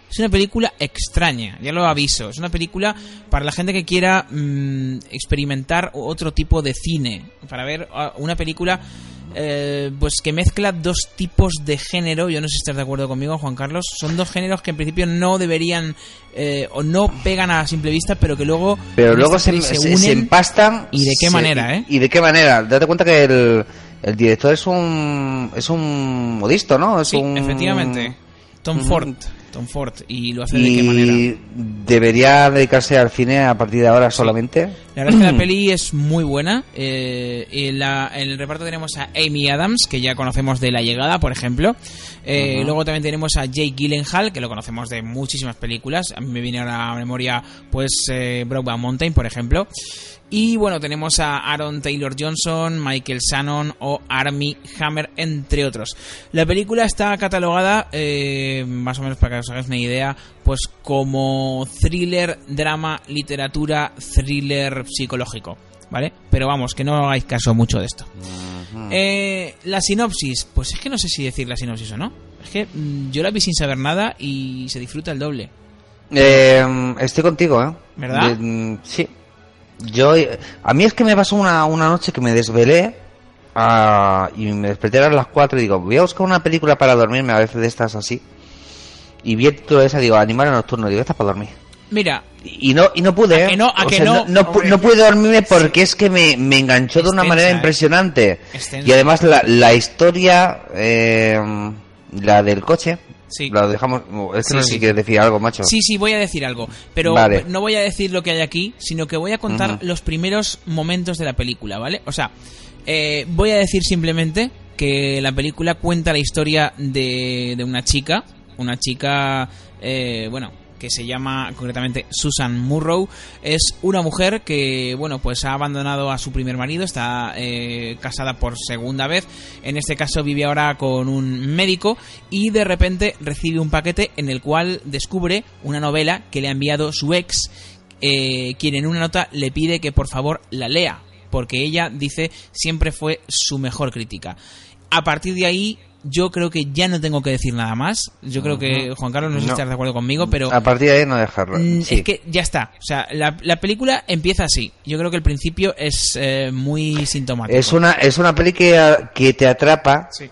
[SPEAKER 3] Es una película extraña, ya lo aviso. Es una película para la gente que quiera mm, experimentar otro tipo de cine. Para ver ah, una película eh, pues que mezcla dos tipos de género. Yo no sé si estás de acuerdo conmigo, Juan Carlos. Son dos géneros que en principio no deberían eh, o no pegan a simple vista, pero que luego,
[SPEAKER 5] Pero
[SPEAKER 3] en
[SPEAKER 5] luego
[SPEAKER 3] esta
[SPEAKER 5] se,
[SPEAKER 3] peli
[SPEAKER 5] se- se
[SPEAKER 3] unen.
[SPEAKER 5] empastan.
[SPEAKER 3] ¿Y de qué
[SPEAKER 5] se-
[SPEAKER 3] manera, eh?
[SPEAKER 5] ¿Y de qué manera? Date cuenta que el, el director es un. Es un modisto, ¿no? Es
[SPEAKER 3] Sí,
[SPEAKER 5] un-
[SPEAKER 3] efectivamente. Tom
[SPEAKER 5] Ujú.
[SPEAKER 3] Ford. Tom Ford. ¿Y lo hace de
[SPEAKER 5] Y
[SPEAKER 3] qué manera?
[SPEAKER 5] debería dedicarse al cine a partir de ahora solamente.
[SPEAKER 3] La verdad es que la peli es muy buena. Eh, y la- en el reparto tenemos a Amy Adams, que ya conocemos de La Llegada, por ejemplo. Eh,
[SPEAKER 25] Ajá.
[SPEAKER 3] Luego también tenemos a Jake Gyllenhaal, que lo conocemos de muchísimas películas. A mí me viene ahora a la memoria, pues, eh, Brokeback Mountain, por ejemplo. Y bueno, tenemos a Aaron Taylor Johnson, Michael Shannon o Army Hammer, entre otros. La película está catalogada, eh, más o menos para que os hagáis una idea, pues como thriller, drama, literatura, thriller psicológico. ¿Vale? Pero vamos, que no hagáis caso mucho de esto.
[SPEAKER 5] Mm.
[SPEAKER 3] Eh, la sinopsis, pues es que no sé si decir la sinopsis o no. Es que mm, yo la vi sin saber nada y se disfruta el doble.
[SPEAKER 5] Eh, estoy contigo, ¿eh?
[SPEAKER 3] ¿Verdad?
[SPEAKER 5] De- mm, sí. Yo, eh, a mí es que me pasó una, una noche que me desvelé ah, y me desperté a las 4 y digo, voy a buscar una película para dormirme, a veces de estas así. Y vi el título de esa, digo, Animal nocturno, digo, esta es para dormir.
[SPEAKER 3] Mira,
[SPEAKER 5] Y no, y no pude, ¿eh?
[SPEAKER 3] que no? ¿A
[SPEAKER 5] O
[SPEAKER 3] que
[SPEAKER 5] sea,
[SPEAKER 3] no?
[SPEAKER 5] no, pu- no pude dormirme porque es que me, me enganchó de una
[SPEAKER 3] Extensa,
[SPEAKER 5] manera
[SPEAKER 3] ¿eh?
[SPEAKER 5] impresionante.
[SPEAKER 3] Extensa.
[SPEAKER 5] Y además la, la historia, eh, la del coche,
[SPEAKER 3] Sí.
[SPEAKER 5] la dejamos... Es que
[SPEAKER 3] Sí,
[SPEAKER 5] no sé
[SPEAKER 3] sí.
[SPEAKER 5] si quieres decir algo, macho.
[SPEAKER 3] Sí, sí, voy a decir algo. Pero
[SPEAKER 5] Vale.
[SPEAKER 3] no voy a decir lo que hay aquí, sino que voy a contar
[SPEAKER 5] Ujú.
[SPEAKER 3] los primeros momentos de la película, ¿vale? O sea, eh, voy a decir simplemente que la película cuenta la historia de, de una chica, una chica, eh, bueno, que se llama concretamente Susan Murrow, es una mujer que, bueno, pues ha abandonado a su primer marido, está eh, casada por segunda vez, en este caso vive ahora con un médico y de repente recibe un paquete en el cual descubre una novela que le ha enviado su ex, eh, quien en una nota le pide que por favor la lea, porque ella dice siempre fue su mejor crítica. A partir de ahí... Yo creo que ya no tengo que decir nada más. Yo creo que, Juan Carlos, no sé si
[SPEAKER 5] No.
[SPEAKER 3] estás de acuerdo conmigo, pero
[SPEAKER 5] A partir de ahí no dejarlo.
[SPEAKER 3] Mm,
[SPEAKER 5] Sí.
[SPEAKER 3] Es que ya está. O sea, la, la película empieza así. Yo creo que el principio es eh, muy sintomático.
[SPEAKER 5] Es una, es una peli que, que te atrapa
[SPEAKER 3] Sí.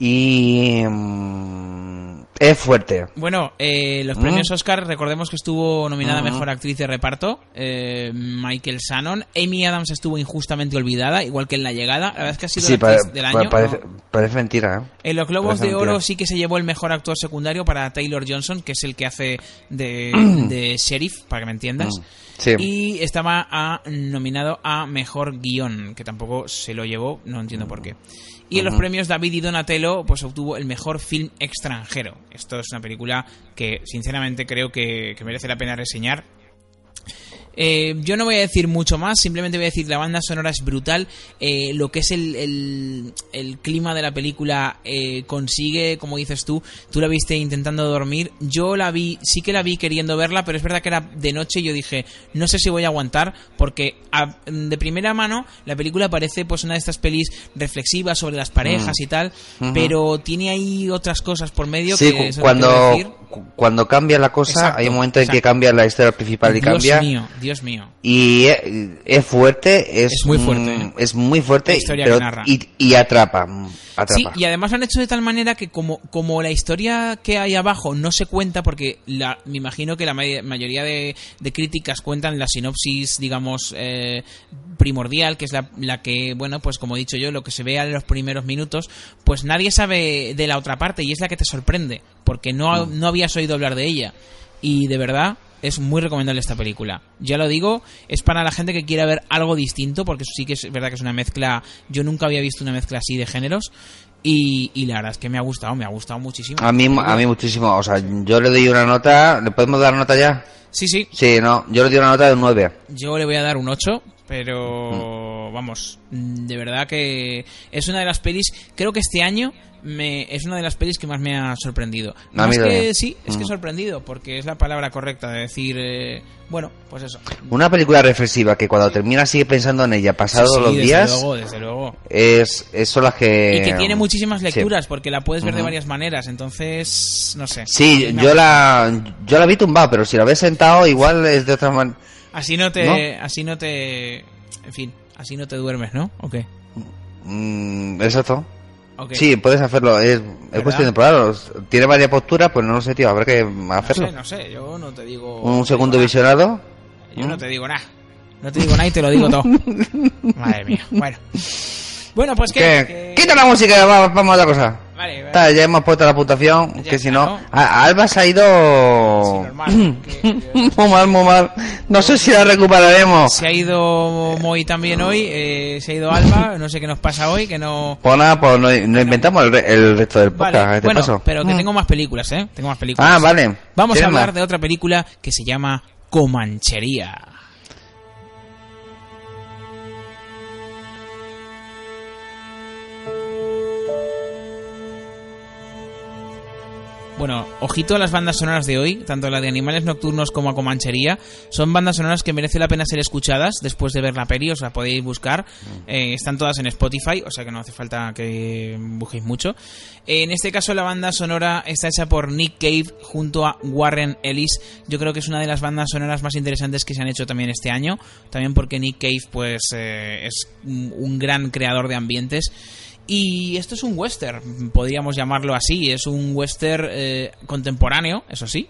[SPEAKER 5] y mm, es fuerte.
[SPEAKER 3] Bueno, eh, los
[SPEAKER 5] Mm.
[SPEAKER 3] premios Oscar, recordemos que estuvo nominada a
[SPEAKER 5] Ujú.
[SPEAKER 3] Mejor Actriz de Reparto, eh, Michael Shannon. Amy Adams estuvo injustamente olvidada, igual que en La Llegada. La verdad es que ha sido
[SPEAKER 5] Sí,
[SPEAKER 3] la
[SPEAKER 5] pa-
[SPEAKER 3] actriz del
[SPEAKER 5] pa-
[SPEAKER 3] año.
[SPEAKER 5] Pues parece,
[SPEAKER 3] ¿no?
[SPEAKER 5] parece mentira. ¿eh?
[SPEAKER 3] En los Globos
[SPEAKER 5] Parece
[SPEAKER 3] de Oro
[SPEAKER 5] mentira.
[SPEAKER 3] sí que se llevó el mejor actor secundario para Taylor Johnson, que es el que hace de, de sheriff, para que me entiendas.
[SPEAKER 5] Mm, sí.
[SPEAKER 3] Y estaba a- nominado a mejor guión, que tampoco se lo llevó, no entiendo por qué. Y en los
[SPEAKER 5] Ujú.
[SPEAKER 3] premios David y Donatello, pues obtuvo el mejor film extranjero. Esto es una película que, sinceramente, creo que, que merece la pena reseñar. Eh, yo no voy a decir mucho más, simplemente voy a decir la banda sonora es brutal, eh, lo que es el, el- el clima de la película eh, consigue, como dices tú, tú la viste intentando dormir, yo la vi, sí que la vi queriendo verla, pero es verdad que era de noche y yo dije, no sé si voy a aguantar, porque a- de primera mano la película parece pues una de estas pelis reflexivas sobre las parejas
[SPEAKER 5] Mm.
[SPEAKER 3] y tal,
[SPEAKER 5] Ujú.
[SPEAKER 3] pero tiene ahí otras cosas por medio
[SPEAKER 5] Sí,
[SPEAKER 3] que...
[SPEAKER 5] cu-
[SPEAKER 3] eso no quiero
[SPEAKER 5] cuando,
[SPEAKER 3] decir.
[SPEAKER 5] cu- cuando cambia la cosa,
[SPEAKER 3] Exacto,
[SPEAKER 5] hay un momento en que
[SPEAKER 3] exacto.
[SPEAKER 5] cambia la historia principal y
[SPEAKER 3] Dios
[SPEAKER 5] cambia.
[SPEAKER 3] mío, Dios mío.
[SPEAKER 5] Y e- es, fuerte, es,
[SPEAKER 3] Es muy fuerte,
[SPEAKER 5] mm, es muy fuerte
[SPEAKER 3] La historia
[SPEAKER 5] pero-
[SPEAKER 3] que narra.
[SPEAKER 5] y, y atrapa. mm, atrapa.
[SPEAKER 3] Sí, y además lo han hecho de tal manera que como, como la historia que hay abajo no se cuenta, porque la, me imagino que la may- mayoría de, de críticas cuentan la sinopsis, digamos, eh, primordial, que es la, la que, bueno, pues como he dicho yo, lo que se vea en los primeros minutos, pues nadie sabe de la otra parte y es la que te sorprende, porque no, no habías oído hablar de ella. Y de verdad... Es muy recomendable esta película. Ya lo digo, es para la gente que quiera ver algo distinto, porque sí que es verdad que es una mezcla. Yo nunca había visto una mezcla así de géneros. Y, y la verdad es que me ha gustado, me ha gustado muchísimo.
[SPEAKER 5] A mí, a mí muchísimo. O sea, yo le doy una nota. ¿Le podemos dar nota ya?
[SPEAKER 3] Sí, sí.
[SPEAKER 5] Sí, no. Yo le doy una nota de un 9.
[SPEAKER 3] Yo le voy a dar un 8, pero pero vamos, mm, de verdad que es una de las pelis, creo que este año me, es una de las pelis que más me ha sorprendido.
[SPEAKER 5] No, a
[SPEAKER 3] Más
[SPEAKER 5] mí
[SPEAKER 3] que
[SPEAKER 5] también. Mm.
[SPEAKER 3] sí, es que
[SPEAKER 5] Ujú.
[SPEAKER 3] sorprendido, porque es la palabra correcta de decir, eh, bueno, pues eso.
[SPEAKER 5] Una película reflexiva que cuando termina sigue pensando en ella, pasados
[SPEAKER 3] Sí, sí,
[SPEAKER 5] los
[SPEAKER 3] desde
[SPEAKER 5] días,
[SPEAKER 3] luego, desde luego.
[SPEAKER 5] Es, es son las que...
[SPEAKER 3] y que tiene muchísimas
[SPEAKER 5] Eh, Sí.
[SPEAKER 3] lecturas, porque la puedes ver de
[SPEAKER 5] Ujú.
[SPEAKER 3] varias maneras, entonces, no sé.
[SPEAKER 5] Sí,
[SPEAKER 3] Me
[SPEAKER 5] yo
[SPEAKER 3] ha-
[SPEAKER 5] la, yo la vi tumbada, pero si la ves sentado igual es de otra manera.
[SPEAKER 3] Así no te, así no te, en fin, así no te duermes, ¿no? ¿O qué?
[SPEAKER 5] Mm, exacto.
[SPEAKER 3] Ok.
[SPEAKER 5] Sí, puedes hacerlo. Es, es cuestión de probarlo. Tiene varias posturas, pues no sé, tío. Habrá que
[SPEAKER 3] No
[SPEAKER 5] hacerlo. Uh,
[SPEAKER 3] sé, no sé, yo no te digo...
[SPEAKER 5] Un segundo visionado.
[SPEAKER 3] Yo
[SPEAKER 5] uh.
[SPEAKER 3] no te digo nada. No te digo nada y te lo digo todo. Madre mía. Bueno. Bueno, pues que...
[SPEAKER 5] ¿Qué? Quita la música, va- vamos a otra cosa.
[SPEAKER 3] Vale,
[SPEAKER 5] Está, ya hemos puesto la puntuación, que si no... A- Alba se ha ido... muy mal, muy mal. No sé si la recuperaremos.
[SPEAKER 3] Se ha ido Moy también hoy, eh, se ha ido Alba, no sé qué nos pasa hoy, que no...
[SPEAKER 5] Pues nada, pues no, no inventamos el, re- el resto del podcast.
[SPEAKER 3] Vale,
[SPEAKER 5] ¿qué te
[SPEAKER 3] bueno,
[SPEAKER 5] pasó?
[SPEAKER 3] pero que tengo más películas, ¿eh? Tengo más películas.
[SPEAKER 5] Ah, vale.
[SPEAKER 3] Vamos a
[SPEAKER 5] Tienes
[SPEAKER 3] hablar
[SPEAKER 5] más.
[SPEAKER 3] de otra película que se llama Comanchería. Bueno, ojito a las bandas sonoras de hoy, tanto la de Animales Nocturnos como a Comanchería. Son bandas sonoras que merece la pena ser escuchadas después de ver la peli, os la podéis buscar. Eh, están todas en Spotify, o sea que no hace falta que busquéis mucho. En este caso, la banda sonora está hecha por Nick Cave junto a Warren Ellis. Yo creo que es una de las bandas sonoras más interesantes que se han hecho también este año. También porque Nick Cave, pues, eh, es un un gran creador de ambientes. Y esto es un western, podríamos llamarlo así. Es un western eh, contemporáneo, eso sí.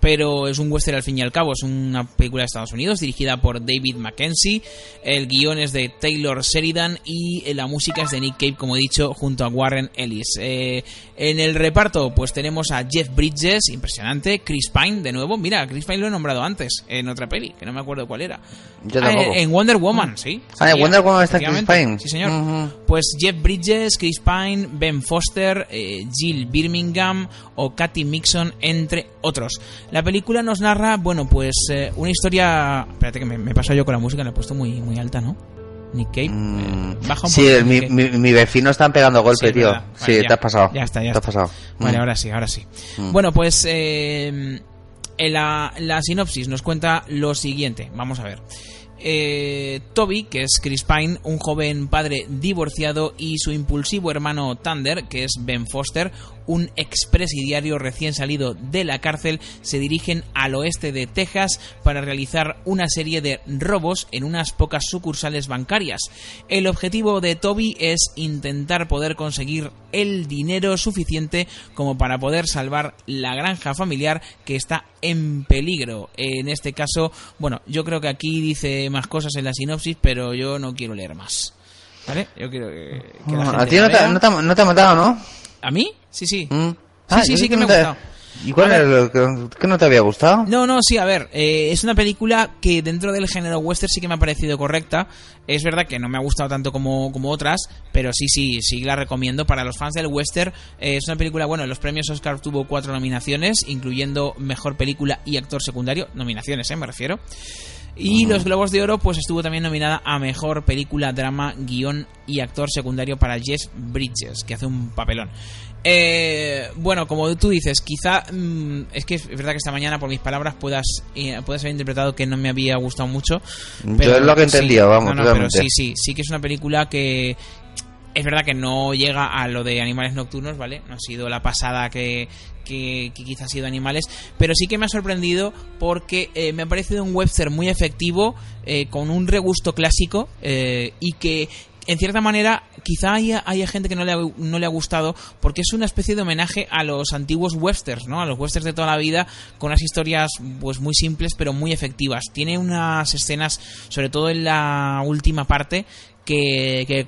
[SPEAKER 3] Pero es un western al fin y al cabo. Es una película de Estados Unidos dirigida por David Mackenzie. El guion es de Taylor Sheridan y eh, la música es de Nick Cave, como he dicho, junto a Warren Ellis. Eh, en el reparto, pues tenemos a Jeff Bridges, impresionante. Chris Pine, de nuevo. Mira, Chris Pine lo he nombrado antes en otra peli, que no me acuerdo cuál era.
[SPEAKER 5] Yo
[SPEAKER 3] Ah,
[SPEAKER 5] tampoco.
[SPEAKER 3] en Wonder Woman, sí.
[SPEAKER 5] Ah, en
[SPEAKER 3] Sería,
[SPEAKER 5] Wonder Woman está Chris
[SPEAKER 3] efectivamente.
[SPEAKER 5] Pine. Mm-hmm.
[SPEAKER 3] Sí, señor.
[SPEAKER 5] Ujú.
[SPEAKER 3] Pues Jeff Bridges, Chris Pine, Ben Foster, eh, Jill Birmingham o Kathy Mixon, entre otros. La película nos narra, bueno, pues eh, una historia... Espérate que me, me he pasado yo con la música, la he puesto muy, muy alta, ¿no? Nick Cave. eh, baja un
[SPEAKER 5] Mm, Sí,
[SPEAKER 3] poquito,
[SPEAKER 5] el- mi,
[SPEAKER 3] Nick Cave.
[SPEAKER 5] mi- mi vecino están pegando
[SPEAKER 3] Sí,
[SPEAKER 5] golpes,
[SPEAKER 3] es
[SPEAKER 5] tío.
[SPEAKER 3] verdad.
[SPEAKER 5] sí,
[SPEAKER 3] Vale,
[SPEAKER 5] te
[SPEAKER 3] ya.
[SPEAKER 5] has pasado.
[SPEAKER 3] Ya está, ya
[SPEAKER 5] Te has
[SPEAKER 3] está.
[SPEAKER 5] pasado.
[SPEAKER 3] Vale,
[SPEAKER 5] Mm.
[SPEAKER 3] ahora sí, ahora sí.
[SPEAKER 5] Mm.
[SPEAKER 3] Bueno, pues eh, en la, la sinopsis nos cuenta lo siguiente. Vamos a ver. Eh, Toby, que es Chris Pine, un joven padre divorciado, y su impulsivo hermano Thunder, que es Ben Foster, un expresidiario recién salido de la cárcel, se dirigen al oeste de Texas para realizar una serie de robos en unas pocas sucursales bancarias. El objetivo de Toby es intentar poder conseguir el dinero suficiente como para poder salvar la granja familiar que está en peligro. En este caso, bueno, yo creo que aquí dice más cosas en la sinopsis, pero yo no quiero leer más. ¿Vale? Yo quiero que, que la
[SPEAKER 5] Ah, a
[SPEAKER 3] gente
[SPEAKER 5] ti no
[SPEAKER 3] la
[SPEAKER 5] te,
[SPEAKER 3] vea.
[SPEAKER 5] no, te, ha- no te ha matado, ¿no?
[SPEAKER 3] ¿A mí? Sí, sí. Sí,
[SPEAKER 5] Ah,
[SPEAKER 3] sí,
[SPEAKER 5] yo
[SPEAKER 3] sí,
[SPEAKER 5] vi
[SPEAKER 3] que me ha
[SPEAKER 5] no te-
[SPEAKER 3] gustado.
[SPEAKER 5] ¿Y cuál
[SPEAKER 3] A
[SPEAKER 5] era lo que, que no te había gustado?
[SPEAKER 3] No, no, sí, a ver, eh, es una película que dentro del género western sí que me ha parecido correcta. Es verdad que no me ha gustado tanto como, como otras, pero sí, sí, sí la recomiendo para los fans del western. eh, es una película, bueno, en los premios Oscar tuvo cuatro nominaciones, incluyendo Mejor Película y Actor Secundario, nominaciones, eh, me refiero. Y los Globos de Oro, pues estuvo también nominada a Mejor Película, Drama, Guión y Actor Secundario para Jess Bridges, que hace un papelón. Eh, bueno, como tú dices, quizá mm, es que es verdad que esta mañana por mis palabras puedas, eh, puedas haber interpretado que no me había gustado mucho.
[SPEAKER 5] Yo
[SPEAKER 3] Pero
[SPEAKER 5] es lo que
[SPEAKER 3] sí,
[SPEAKER 5] entendía, vamos,
[SPEAKER 3] no, no, pero
[SPEAKER 5] totalmente.
[SPEAKER 3] sí, sí, sí que es una película que es verdad que no llega a lo de animales nocturnos, ¿vale? No ha sido la pasada que, que, que quizá ha sido animales, pero sí que me ha sorprendido porque eh, me ha parecido un webster muy efectivo, eh, con un regusto clásico eh, y que en cierta manera quizá haya, haya gente que no le, ha, no le ha gustado porque es una especie de homenaje a los antiguos westerns, ¿no? A los westerns de toda la vida con unas historias pues muy simples pero muy efectivas. Tiene unas escenas, sobre todo en la última parte, que, que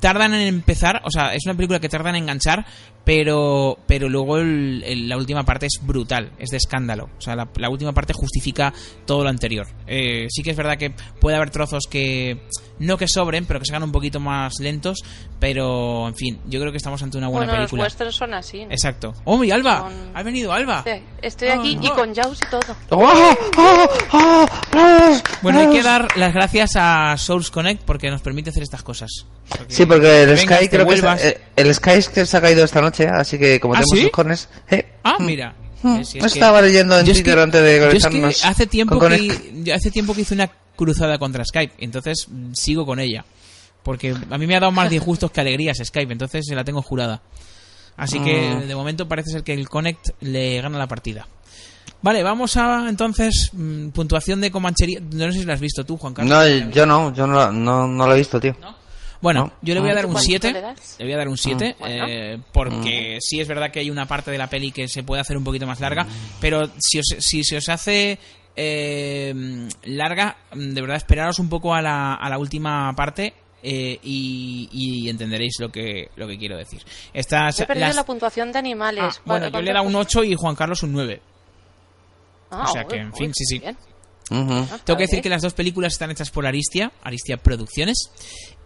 [SPEAKER 3] tardan en empezar, o sea, es una película que tarda en enganchar, Pero, pero luego el- el- la última parte es brutal, es de escándalo. O sea, la, la última parte justifica todo lo anterior. Eh, sí que es verdad que puede haber trozos que no que sobren, pero que se hagan un poquito más lentos. Pero, en fin, yo creo que estamos ante una buena
[SPEAKER 4] bueno,
[SPEAKER 3] película.
[SPEAKER 4] los vuestros son así. ¿no?
[SPEAKER 3] Exacto. ¡Oh, mi Alba!
[SPEAKER 4] Son-
[SPEAKER 3] ¡Ha venido Alba!
[SPEAKER 4] Sí, Estoy aquí y con Jaws y todo.
[SPEAKER 3] ¡Ah! Bueno, hay que dar las gracias a Souls Connect porque nos permite hacer estas cosas.
[SPEAKER 5] Sí, porque el
[SPEAKER 3] Venga,
[SPEAKER 5] Sky
[SPEAKER 3] te
[SPEAKER 5] creo que
[SPEAKER 3] vuelvas.
[SPEAKER 5] se- eh, el Sky es que se ha caído esta noche, así que como
[SPEAKER 3] ¿Ah,
[SPEAKER 5] tenemos
[SPEAKER 3] sí?
[SPEAKER 5] sus cones, eh,
[SPEAKER 3] Ah, mira. Eh, si es que-
[SPEAKER 5] estaba leyendo en
[SPEAKER 3] Yo es
[SPEAKER 5] Twitter
[SPEAKER 3] que-
[SPEAKER 5] antes de
[SPEAKER 3] yo es que
[SPEAKER 5] conectarnos
[SPEAKER 3] hace tiempo
[SPEAKER 5] con
[SPEAKER 3] que yo hace tiempo que hice una cruzada contra Skype, entonces mm, sigo con ella. Porque a mí me ha dado más disgustos que alegrías Skype, entonces se la tengo jurada. Así que
[SPEAKER 5] Ah.
[SPEAKER 3] de momento parece ser que el Connect le gana la partida. Vale, vamos a entonces mm, puntuación de Comanchería. No sé si la has visto tú, Juan Carlos.
[SPEAKER 5] no, yo no, yo no, no, no lo he visto, tío.
[SPEAKER 3] Bueno,
[SPEAKER 5] No.
[SPEAKER 3] yo le voy a
[SPEAKER 5] Ah.
[SPEAKER 3] dar un
[SPEAKER 4] ¿Cuánto
[SPEAKER 3] 7.
[SPEAKER 4] le das?
[SPEAKER 3] Le voy a dar un 7, eh, porque sí es verdad que hay una parte de la peli que se puede hacer un poquito más larga, pero si, os- si se os hace eh, larga, de verdad esperaros un poco a la, a la última parte eh, y, y entenderéis lo que, lo que quiero decir. Estas,
[SPEAKER 4] He perdido
[SPEAKER 3] las-
[SPEAKER 4] la puntuación de animales.
[SPEAKER 3] Ah, bueno, yo
[SPEAKER 4] ¿Cuánto-
[SPEAKER 3] le he dado un 8 y Juan Carlos un 9.
[SPEAKER 4] Ah,
[SPEAKER 3] o sea
[SPEAKER 4] bueno,
[SPEAKER 3] que, en
[SPEAKER 4] muy
[SPEAKER 3] fin, sí, sí.
[SPEAKER 4] bien. Ah,
[SPEAKER 3] Tengo que
[SPEAKER 4] Vale.
[SPEAKER 3] decir que las dos películas están hechas por Aristia, Aristia Producciones,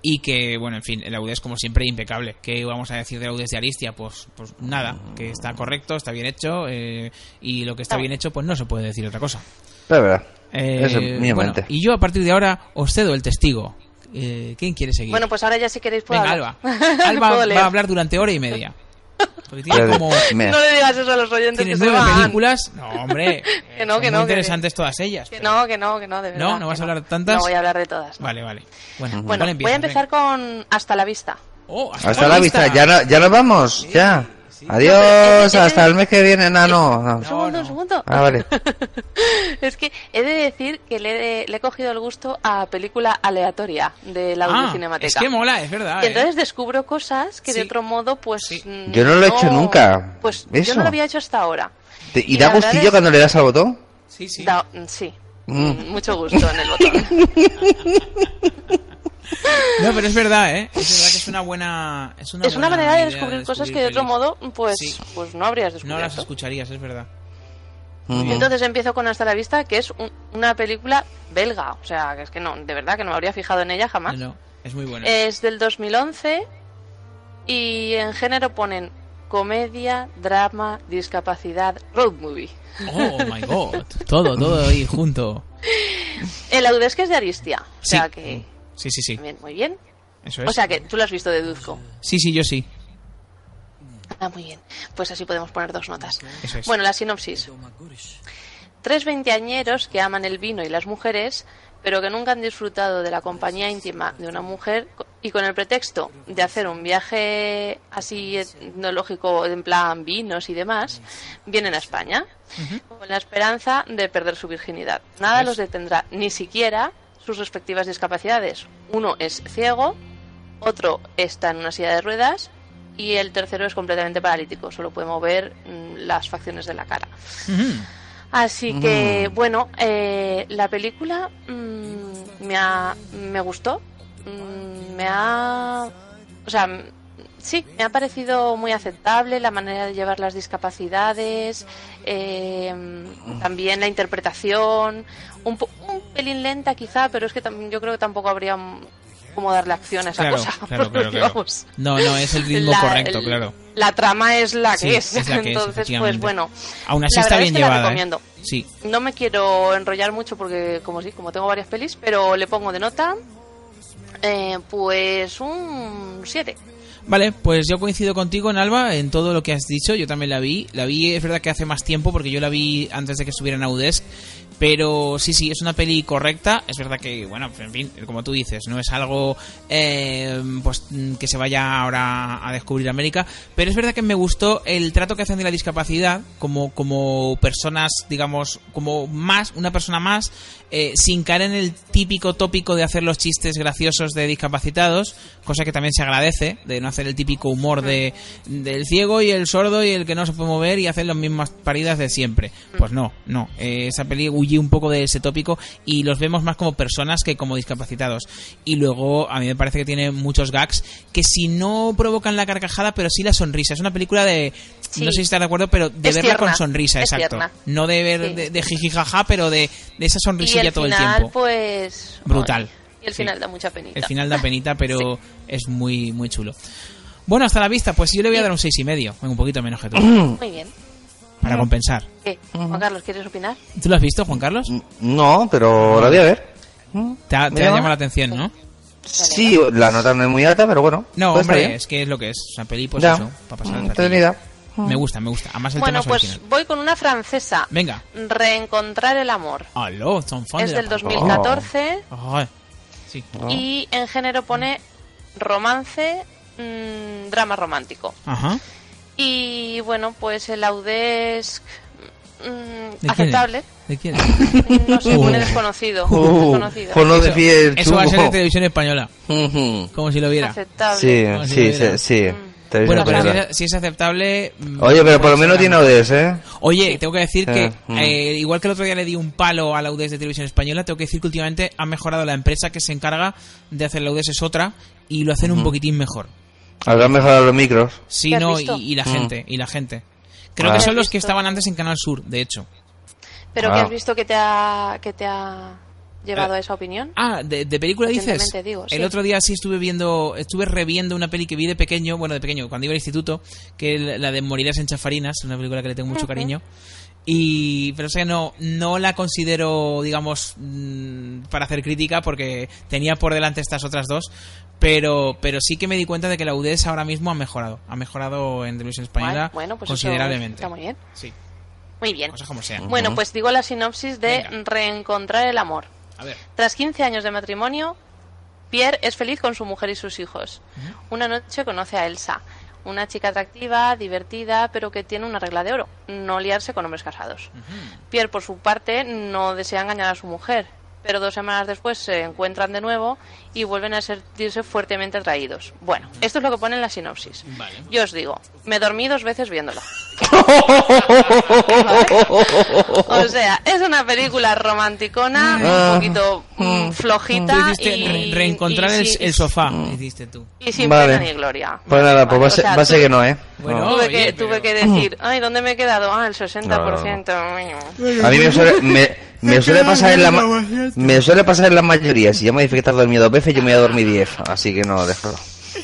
[SPEAKER 3] y que, bueno, en fin, el audio es como siempre impecable. ¿Qué vamos a decir del audio de Aristia? Pues, pues nada, que está correcto, está bien hecho, eh, y lo que
[SPEAKER 4] Ah.
[SPEAKER 3] está bien hecho, pues no se puede decir otra cosa.
[SPEAKER 5] Pero es verdad.
[SPEAKER 3] Eh,
[SPEAKER 5] Eso, mi
[SPEAKER 3] bueno,
[SPEAKER 5] mente.
[SPEAKER 3] y yo a partir de ahora os cedo el testigo. Eh, ¿Quién quiere seguir?
[SPEAKER 4] Bueno, pues ahora ya si queréis puedo
[SPEAKER 3] Venga,
[SPEAKER 4] hablar.
[SPEAKER 3] Alba. Alba
[SPEAKER 4] Puedo
[SPEAKER 3] va
[SPEAKER 4] leer.
[SPEAKER 3] a hablar durante hora y media. Porque tiene
[SPEAKER 5] Pero-
[SPEAKER 3] como...
[SPEAKER 5] me-
[SPEAKER 4] No le digas eso a los oyentes
[SPEAKER 3] Tiene
[SPEAKER 4] que se
[SPEAKER 3] nueve
[SPEAKER 4] van.
[SPEAKER 3] películas. No, hombre.
[SPEAKER 4] Que no,
[SPEAKER 3] son
[SPEAKER 4] que
[SPEAKER 3] muy
[SPEAKER 4] no, que-
[SPEAKER 3] interesantes todas ellas.
[SPEAKER 4] Que no, que no, que no, de verdad.
[SPEAKER 3] ¿No? ¿No vas a hablar de tantas?
[SPEAKER 4] No voy a hablar de todas.
[SPEAKER 3] Vale, vale. Oh, Bueno,
[SPEAKER 4] Bueno,
[SPEAKER 3] ¿cuál
[SPEAKER 4] voy
[SPEAKER 3] empiezas?
[SPEAKER 4] a empezar con Hasta la vista.
[SPEAKER 5] Hasta la vista, ya, no- ya nos vamos, ya. Adiós, hasta el mes que viene, no, no. no.
[SPEAKER 4] Un segundo, un segundo.
[SPEAKER 5] Ah, vale.
[SPEAKER 4] Es que he de decir que le he, le he cogido el gusto a película aleatoria de la
[SPEAKER 3] Ah,
[SPEAKER 4] Cinemateca.
[SPEAKER 3] es que mola, es verdad.
[SPEAKER 4] Y
[SPEAKER 3] ¿eh?
[SPEAKER 4] entonces descubro cosas que de otro modo, pues. mm,
[SPEAKER 5] Yo no lo he hecho nunca.
[SPEAKER 4] Pues yo
[SPEAKER 5] Eso.
[SPEAKER 4] no lo había hecho hasta ahora.
[SPEAKER 5] Te- ¿Y,
[SPEAKER 4] Y
[SPEAKER 5] da
[SPEAKER 4] la verdad
[SPEAKER 5] gustillo
[SPEAKER 4] es-
[SPEAKER 5] cuando le das al botón?
[SPEAKER 3] Sí, sí.
[SPEAKER 4] sí.
[SPEAKER 5] Mm.
[SPEAKER 4] Mucho gusto en el botón.
[SPEAKER 3] No, pero es verdad, ¿eh? Es verdad que es una buena. Es una,
[SPEAKER 4] es una
[SPEAKER 3] buena
[SPEAKER 4] manera de
[SPEAKER 3] idea
[SPEAKER 4] descubrir cosas
[SPEAKER 3] descubrir
[SPEAKER 4] que de otro
[SPEAKER 3] pelis.
[SPEAKER 4] modo, pues,
[SPEAKER 3] Sí.
[SPEAKER 4] pues no habrías descubierto.
[SPEAKER 3] No las escucharías, es verdad.
[SPEAKER 4] Entonces empiezo con Hasta la Vista, que es un- una película belga. O sea, que es que no, de verdad que no me habría fijado en ella jamás.
[SPEAKER 3] No, es muy buena.
[SPEAKER 4] Es del 2011 y en género ponen comedia, drama, discapacidad, road movie.
[SPEAKER 3] Oh my god. Todo, todo ahí junto.
[SPEAKER 4] El Audesque Eh, es de Aristia. O
[SPEAKER 3] Sí.
[SPEAKER 4] sea que.
[SPEAKER 3] Sí, sí, sí.
[SPEAKER 4] Bien, muy bien.
[SPEAKER 3] Eso es.
[SPEAKER 4] O sea que tú lo has visto, deduzco.
[SPEAKER 3] Sí, sí, yo sí.
[SPEAKER 4] Ah, muy bien. Pues así podemos poner dos notas.
[SPEAKER 3] Eso es.
[SPEAKER 4] Bueno, la sinopsis. Tres veinteañeros que aman el vino y las mujeres, pero que nunca han disfrutado de la compañía íntima de una mujer co- y con el pretexto de hacer un viaje así etnológico en plan vinos y demás, vienen a España con la esperanza de perder su virginidad. Nada los detendrá, ni siquiera sus respectivas discapacidades. Uno es ciego, otro está en una silla de ruedas y el tercero es completamente paralítico, solo puede mover mm, las facciones de la cara. Así
[SPEAKER 3] Mm.
[SPEAKER 4] que, bueno, eh, la película mm, me, ha- me gustó. mm, me ha. O sea, mm, sí, me ha parecido muy aceptable la manera de llevar las discapacidades, eh,
[SPEAKER 3] Mm.
[SPEAKER 4] también la interpretación. Un, po- un pelín lenta, quizá, pero es que tam- yo creo que tampoco habría mm, cómo darle acción a esa
[SPEAKER 3] Claro,
[SPEAKER 4] cosa.
[SPEAKER 3] claro, claro,
[SPEAKER 4] porque,
[SPEAKER 3] claro.
[SPEAKER 4] vamos,
[SPEAKER 3] No, no, es el ritmo
[SPEAKER 4] La-
[SPEAKER 3] correcto,
[SPEAKER 4] el-
[SPEAKER 3] claro.
[SPEAKER 4] La trama es la que
[SPEAKER 3] Sí,
[SPEAKER 4] es.
[SPEAKER 3] es la que es,
[SPEAKER 4] Entonces, pues
[SPEAKER 3] efectivamente.
[SPEAKER 4] bueno.
[SPEAKER 3] Aún así
[SPEAKER 4] la
[SPEAKER 3] está
[SPEAKER 4] verdad
[SPEAKER 3] bien
[SPEAKER 4] es que la
[SPEAKER 3] llevada. ¿eh?
[SPEAKER 4] recomiendo.
[SPEAKER 3] Sí.
[SPEAKER 4] No me quiero enrollar mucho porque, como sí, como tengo varias pelis, pero le pongo de nota, eh, pues un 7.
[SPEAKER 3] Vale, pues yo coincido contigo en Alba en todo lo que has dicho. Yo también la vi. La vi, es verdad que hace más tiempo porque yo la vi antes de que estuviera en Audesc. Pero sí, sí, es una peli correcta. Es verdad que, bueno, en fin, como tú dices, no es algo eh, pues mm, que se vaya ahora a descubrir América. Pero es verdad que me gustó el trato que hacen de la discapacidad como, como personas, digamos, como más, una persona más, eh, sin caer en el típico tópico de hacer los chistes graciosos de discapacitados, cosa que también se agradece, de no hacer el típico humor de del ciego y el sordo y el que no se puede mover y hacer las mismas paridas de siempre. Pues no, no. Eh, esa peli huye un poco de ese tópico y los vemos más como personas que como discapacitados. Y luego a mí me parece que tiene muchos gags que si no provocan la carcajada, pero sí la sonrisa. Es una película de...
[SPEAKER 4] Sí.
[SPEAKER 3] No sé si estás de acuerdo, pero de
[SPEAKER 4] Es
[SPEAKER 3] verla
[SPEAKER 4] tierna,
[SPEAKER 3] con sonrisa,
[SPEAKER 4] es
[SPEAKER 3] exacto.
[SPEAKER 4] tierna.
[SPEAKER 3] No de ver
[SPEAKER 4] Sí.
[SPEAKER 3] de, de jijijaja, pero de, de esa
[SPEAKER 4] Y
[SPEAKER 3] sonrisilla
[SPEAKER 4] el
[SPEAKER 3] todo
[SPEAKER 4] final,
[SPEAKER 3] el tiempo.
[SPEAKER 4] pues...
[SPEAKER 3] Brutal.
[SPEAKER 4] ay, Y el final da mucha penita.
[SPEAKER 3] El final da penita, pero es muy, muy chulo. Bueno, hasta la vista, pues yo le voy a dar un seis y medio, un poquito menos que tú,
[SPEAKER 4] Muy bien.
[SPEAKER 3] para compensar.
[SPEAKER 4] ¿Qué? Juan Carlos, ¿quieres opinar?
[SPEAKER 3] ¿Tú lo has visto, Juan Carlos?
[SPEAKER 5] No, pero la voy a ver.
[SPEAKER 3] Te ha, te
[SPEAKER 5] ¿Me
[SPEAKER 3] ha
[SPEAKER 5] llama?
[SPEAKER 3] llamado la atención, ¿no?
[SPEAKER 5] Sí, la nota no es muy alta, pero bueno.
[SPEAKER 3] No,
[SPEAKER 5] pues está
[SPEAKER 3] hombre,
[SPEAKER 5] bien.
[SPEAKER 3] es que es lo que es. Una peli, pues
[SPEAKER 5] Ya.
[SPEAKER 3] eso, para pasar el
[SPEAKER 5] Mm,
[SPEAKER 3] ratillo.
[SPEAKER 5] entretenida.
[SPEAKER 3] Me gusta, me gusta. Además el
[SPEAKER 4] Bueno,
[SPEAKER 3] tema es
[SPEAKER 4] pues
[SPEAKER 3] original.
[SPEAKER 4] voy con una francesa.
[SPEAKER 3] Venga.
[SPEAKER 4] Reencontrar el amor.
[SPEAKER 3] Aló, son fan
[SPEAKER 4] Es
[SPEAKER 3] de la
[SPEAKER 4] del
[SPEAKER 3] pan-
[SPEAKER 4] 2014
[SPEAKER 3] Oh. Ay, Sí.
[SPEAKER 4] y en género pone romance, mm, drama romántico.
[SPEAKER 3] Ajá.
[SPEAKER 4] Y bueno, pues el Audesc mm,
[SPEAKER 3] quién es?
[SPEAKER 4] aceptable.
[SPEAKER 3] ¿De quién?
[SPEAKER 4] No sé,
[SPEAKER 3] Oh.
[SPEAKER 4] pone desconocido.
[SPEAKER 5] Oh.
[SPEAKER 4] desconocido.
[SPEAKER 5] Pues no decide el
[SPEAKER 3] Eso va a ser de
[SPEAKER 5] chungo.
[SPEAKER 3] televisión española. Como si lo viera.
[SPEAKER 4] Aceptable. Mm.
[SPEAKER 5] Sí,
[SPEAKER 3] Como si lo
[SPEAKER 5] sí,
[SPEAKER 3] viera.
[SPEAKER 5] sí, sí. Te voy a
[SPEAKER 3] Bueno, pero si
[SPEAKER 5] poner-
[SPEAKER 3] es, si es aceptable. mm,
[SPEAKER 5] Oye, pero por
[SPEAKER 3] puede
[SPEAKER 5] lo
[SPEAKER 3] ser
[SPEAKER 5] menos
[SPEAKER 3] algo.
[SPEAKER 5] tiene ODS, ¿eh?
[SPEAKER 3] Oye, tengo que decir que,
[SPEAKER 5] Eh, mm.
[SPEAKER 3] eh, igual que el otro día le di un palo a la UDES de Televisión Española, tengo que decir que últimamente ha mejorado la empresa que se encarga de hacer la UDES es otra y lo hacen un
[SPEAKER 5] Ujú.
[SPEAKER 3] poquitín mejor.
[SPEAKER 5] Habrán mejorado los micros.
[SPEAKER 3] Sí,
[SPEAKER 4] ¿Qué has
[SPEAKER 3] no, y,
[SPEAKER 4] visto?
[SPEAKER 3] y la
[SPEAKER 5] Mm.
[SPEAKER 3] gente, y la gente. Creo
[SPEAKER 5] Ah.
[SPEAKER 3] que
[SPEAKER 5] ¿Qué
[SPEAKER 3] son
[SPEAKER 4] has
[SPEAKER 3] los que
[SPEAKER 4] visto?
[SPEAKER 3] estaban antes en Canal Sur, de hecho.
[SPEAKER 4] Pero
[SPEAKER 3] Ah.
[SPEAKER 4] que has visto que te ha, que te ha llevado
[SPEAKER 3] Eh,
[SPEAKER 4] a esa opinión.
[SPEAKER 3] Ah, de, de película dices.
[SPEAKER 4] Recientemente digo, sí.
[SPEAKER 3] El otro día sí estuve viendo, estuve reviendo una peli que vi de pequeño, bueno, de pequeño, cuando iba al instituto, que es la de Morirás en Chafarinas, una película que le tengo mucho cariño. Y, pero o sea, no, no la considero, digamos, mm, para hacer crítica, porque tenía por delante estas otras dos. Pero, pero sí que me di cuenta de que la UDES ahora mismo ha mejorado. Ha mejorado en televisión española
[SPEAKER 4] Bueno, bueno, pues eso
[SPEAKER 3] considerablemente.
[SPEAKER 4] está muy bien.
[SPEAKER 3] Sí,
[SPEAKER 4] Muy bien.
[SPEAKER 3] cosas como sean.
[SPEAKER 4] Bueno, pues digo la sinopsis de Reencontrar el amor.
[SPEAKER 3] A ver.
[SPEAKER 4] Tras 15 años de matrimonio, Pierre es feliz con su mujer y sus hijos. Una noche conoce a Elsa, una chica atractiva, divertida, pero que tiene una regla de oro, no liarse con hombres casados. Pierre, por su parte, no desea engañar a su mujer, pero dos semanas después se encuentran de nuevo y vuelven a sentirse fuertemente atraídos. Bueno, esto es lo que pone en la sinopsis. Yo os digo, me dormí dos veces viéndola. O sea, es una película romanticona,
[SPEAKER 3] Oh. Ah.
[SPEAKER 4] un poquito mm,
[SPEAKER 3] Tú
[SPEAKER 4] flojita
[SPEAKER 3] hiciste re-
[SPEAKER 4] y,
[SPEAKER 3] reencontrar
[SPEAKER 4] y
[SPEAKER 3] el,
[SPEAKER 4] sí-
[SPEAKER 3] el sofá, hiciste tú.
[SPEAKER 4] y sin pena ni gloria.
[SPEAKER 5] Pues nada, pues va a
[SPEAKER 4] O
[SPEAKER 5] ser-
[SPEAKER 4] sea,
[SPEAKER 5] va a ser
[SPEAKER 4] tuve-
[SPEAKER 5] que no, ¿eh?
[SPEAKER 3] Bueno,
[SPEAKER 5] No.
[SPEAKER 4] Tuve,
[SPEAKER 3] oye,
[SPEAKER 4] que, tuve que decir, ay, ¿dónde me he quedado? Ah, el 60%.
[SPEAKER 5] A mí me suele, me, me suele pasar en la ma- me suele pasar en la mayoría. Si ya me dice que te has dormido dos veces, yo me voy a dormir diez. Así que no, déjalo.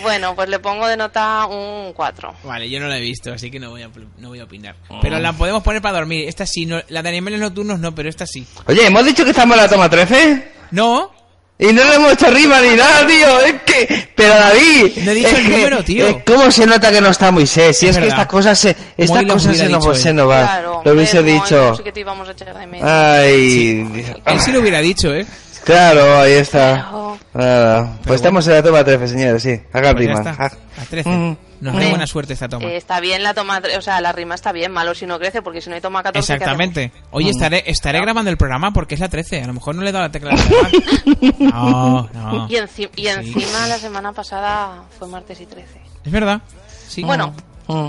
[SPEAKER 4] Bueno, pues le pongo de nota un 4.
[SPEAKER 3] Vale, yo no la he visto, así que no voy a, no voy a opinar. Pero la podemos poner para dormir. Esta sí, no, la de animales nocturnos no, pero esta sí.
[SPEAKER 5] Oye, ¿hemos dicho que estamos en la toma 13?
[SPEAKER 3] No.
[SPEAKER 5] Y no le hemos hecho rima ni nada, tío. Es que. Pero David.
[SPEAKER 3] No he dicho
[SPEAKER 5] es
[SPEAKER 3] el
[SPEAKER 5] que-
[SPEAKER 3] número, tío.
[SPEAKER 5] es- ¿Cómo se nota que no está muy sé? Si
[SPEAKER 3] Es
[SPEAKER 5] es, que
[SPEAKER 3] verdad.
[SPEAKER 5] estas cosas se. Estas
[SPEAKER 3] Moy lo
[SPEAKER 5] cosas
[SPEAKER 3] hubiera
[SPEAKER 5] se
[SPEAKER 3] dicho ¿eh?
[SPEAKER 5] nos,
[SPEAKER 3] él.
[SPEAKER 5] se nos va.
[SPEAKER 4] Claro,
[SPEAKER 5] lo hubiese
[SPEAKER 4] hombre, Moy,
[SPEAKER 5] dicho.
[SPEAKER 4] sí que te íbamos a echar de menos.
[SPEAKER 5] Ay.
[SPEAKER 3] Él sí lo hubiera dicho, ¿eh?
[SPEAKER 5] Claro, ahí está.
[SPEAKER 4] Pero-
[SPEAKER 5] Nada. Pues estamos en la toma 13, señores, sí. Hagan
[SPEAKER 3] Pues ya
[SPEAKER 5] rima.
[SPEAKER 3] está.
[SPEAKER 5] Hag-
[SPEAKER 3] Las 13.
[SPEAKER 5] Mm.
[SPEAKER 3] Nos da buena suerte esta toma.
[SPEAKER 4] Eh, está bien la toma, tre- o sea, la rima está bien, malo si no crece, porque si no hay toma 14. ¿qué
[SPEAKER 3] Exactamente.
[SPEAKER 5] Mm.
[SPEAKER 3] Oye, estaré, estaré grabando el programa porque es la 13. A lo mejor no le he dado la tecla. No, no.
[SPEAKER 4] hacemos? Y, enci- y encima la semana pasada fue martes y 13.
[SPEAKER 3] Es verdad. Sí.
[SPEAKER 4] Bueno.
[SPEAKER 5] Mm.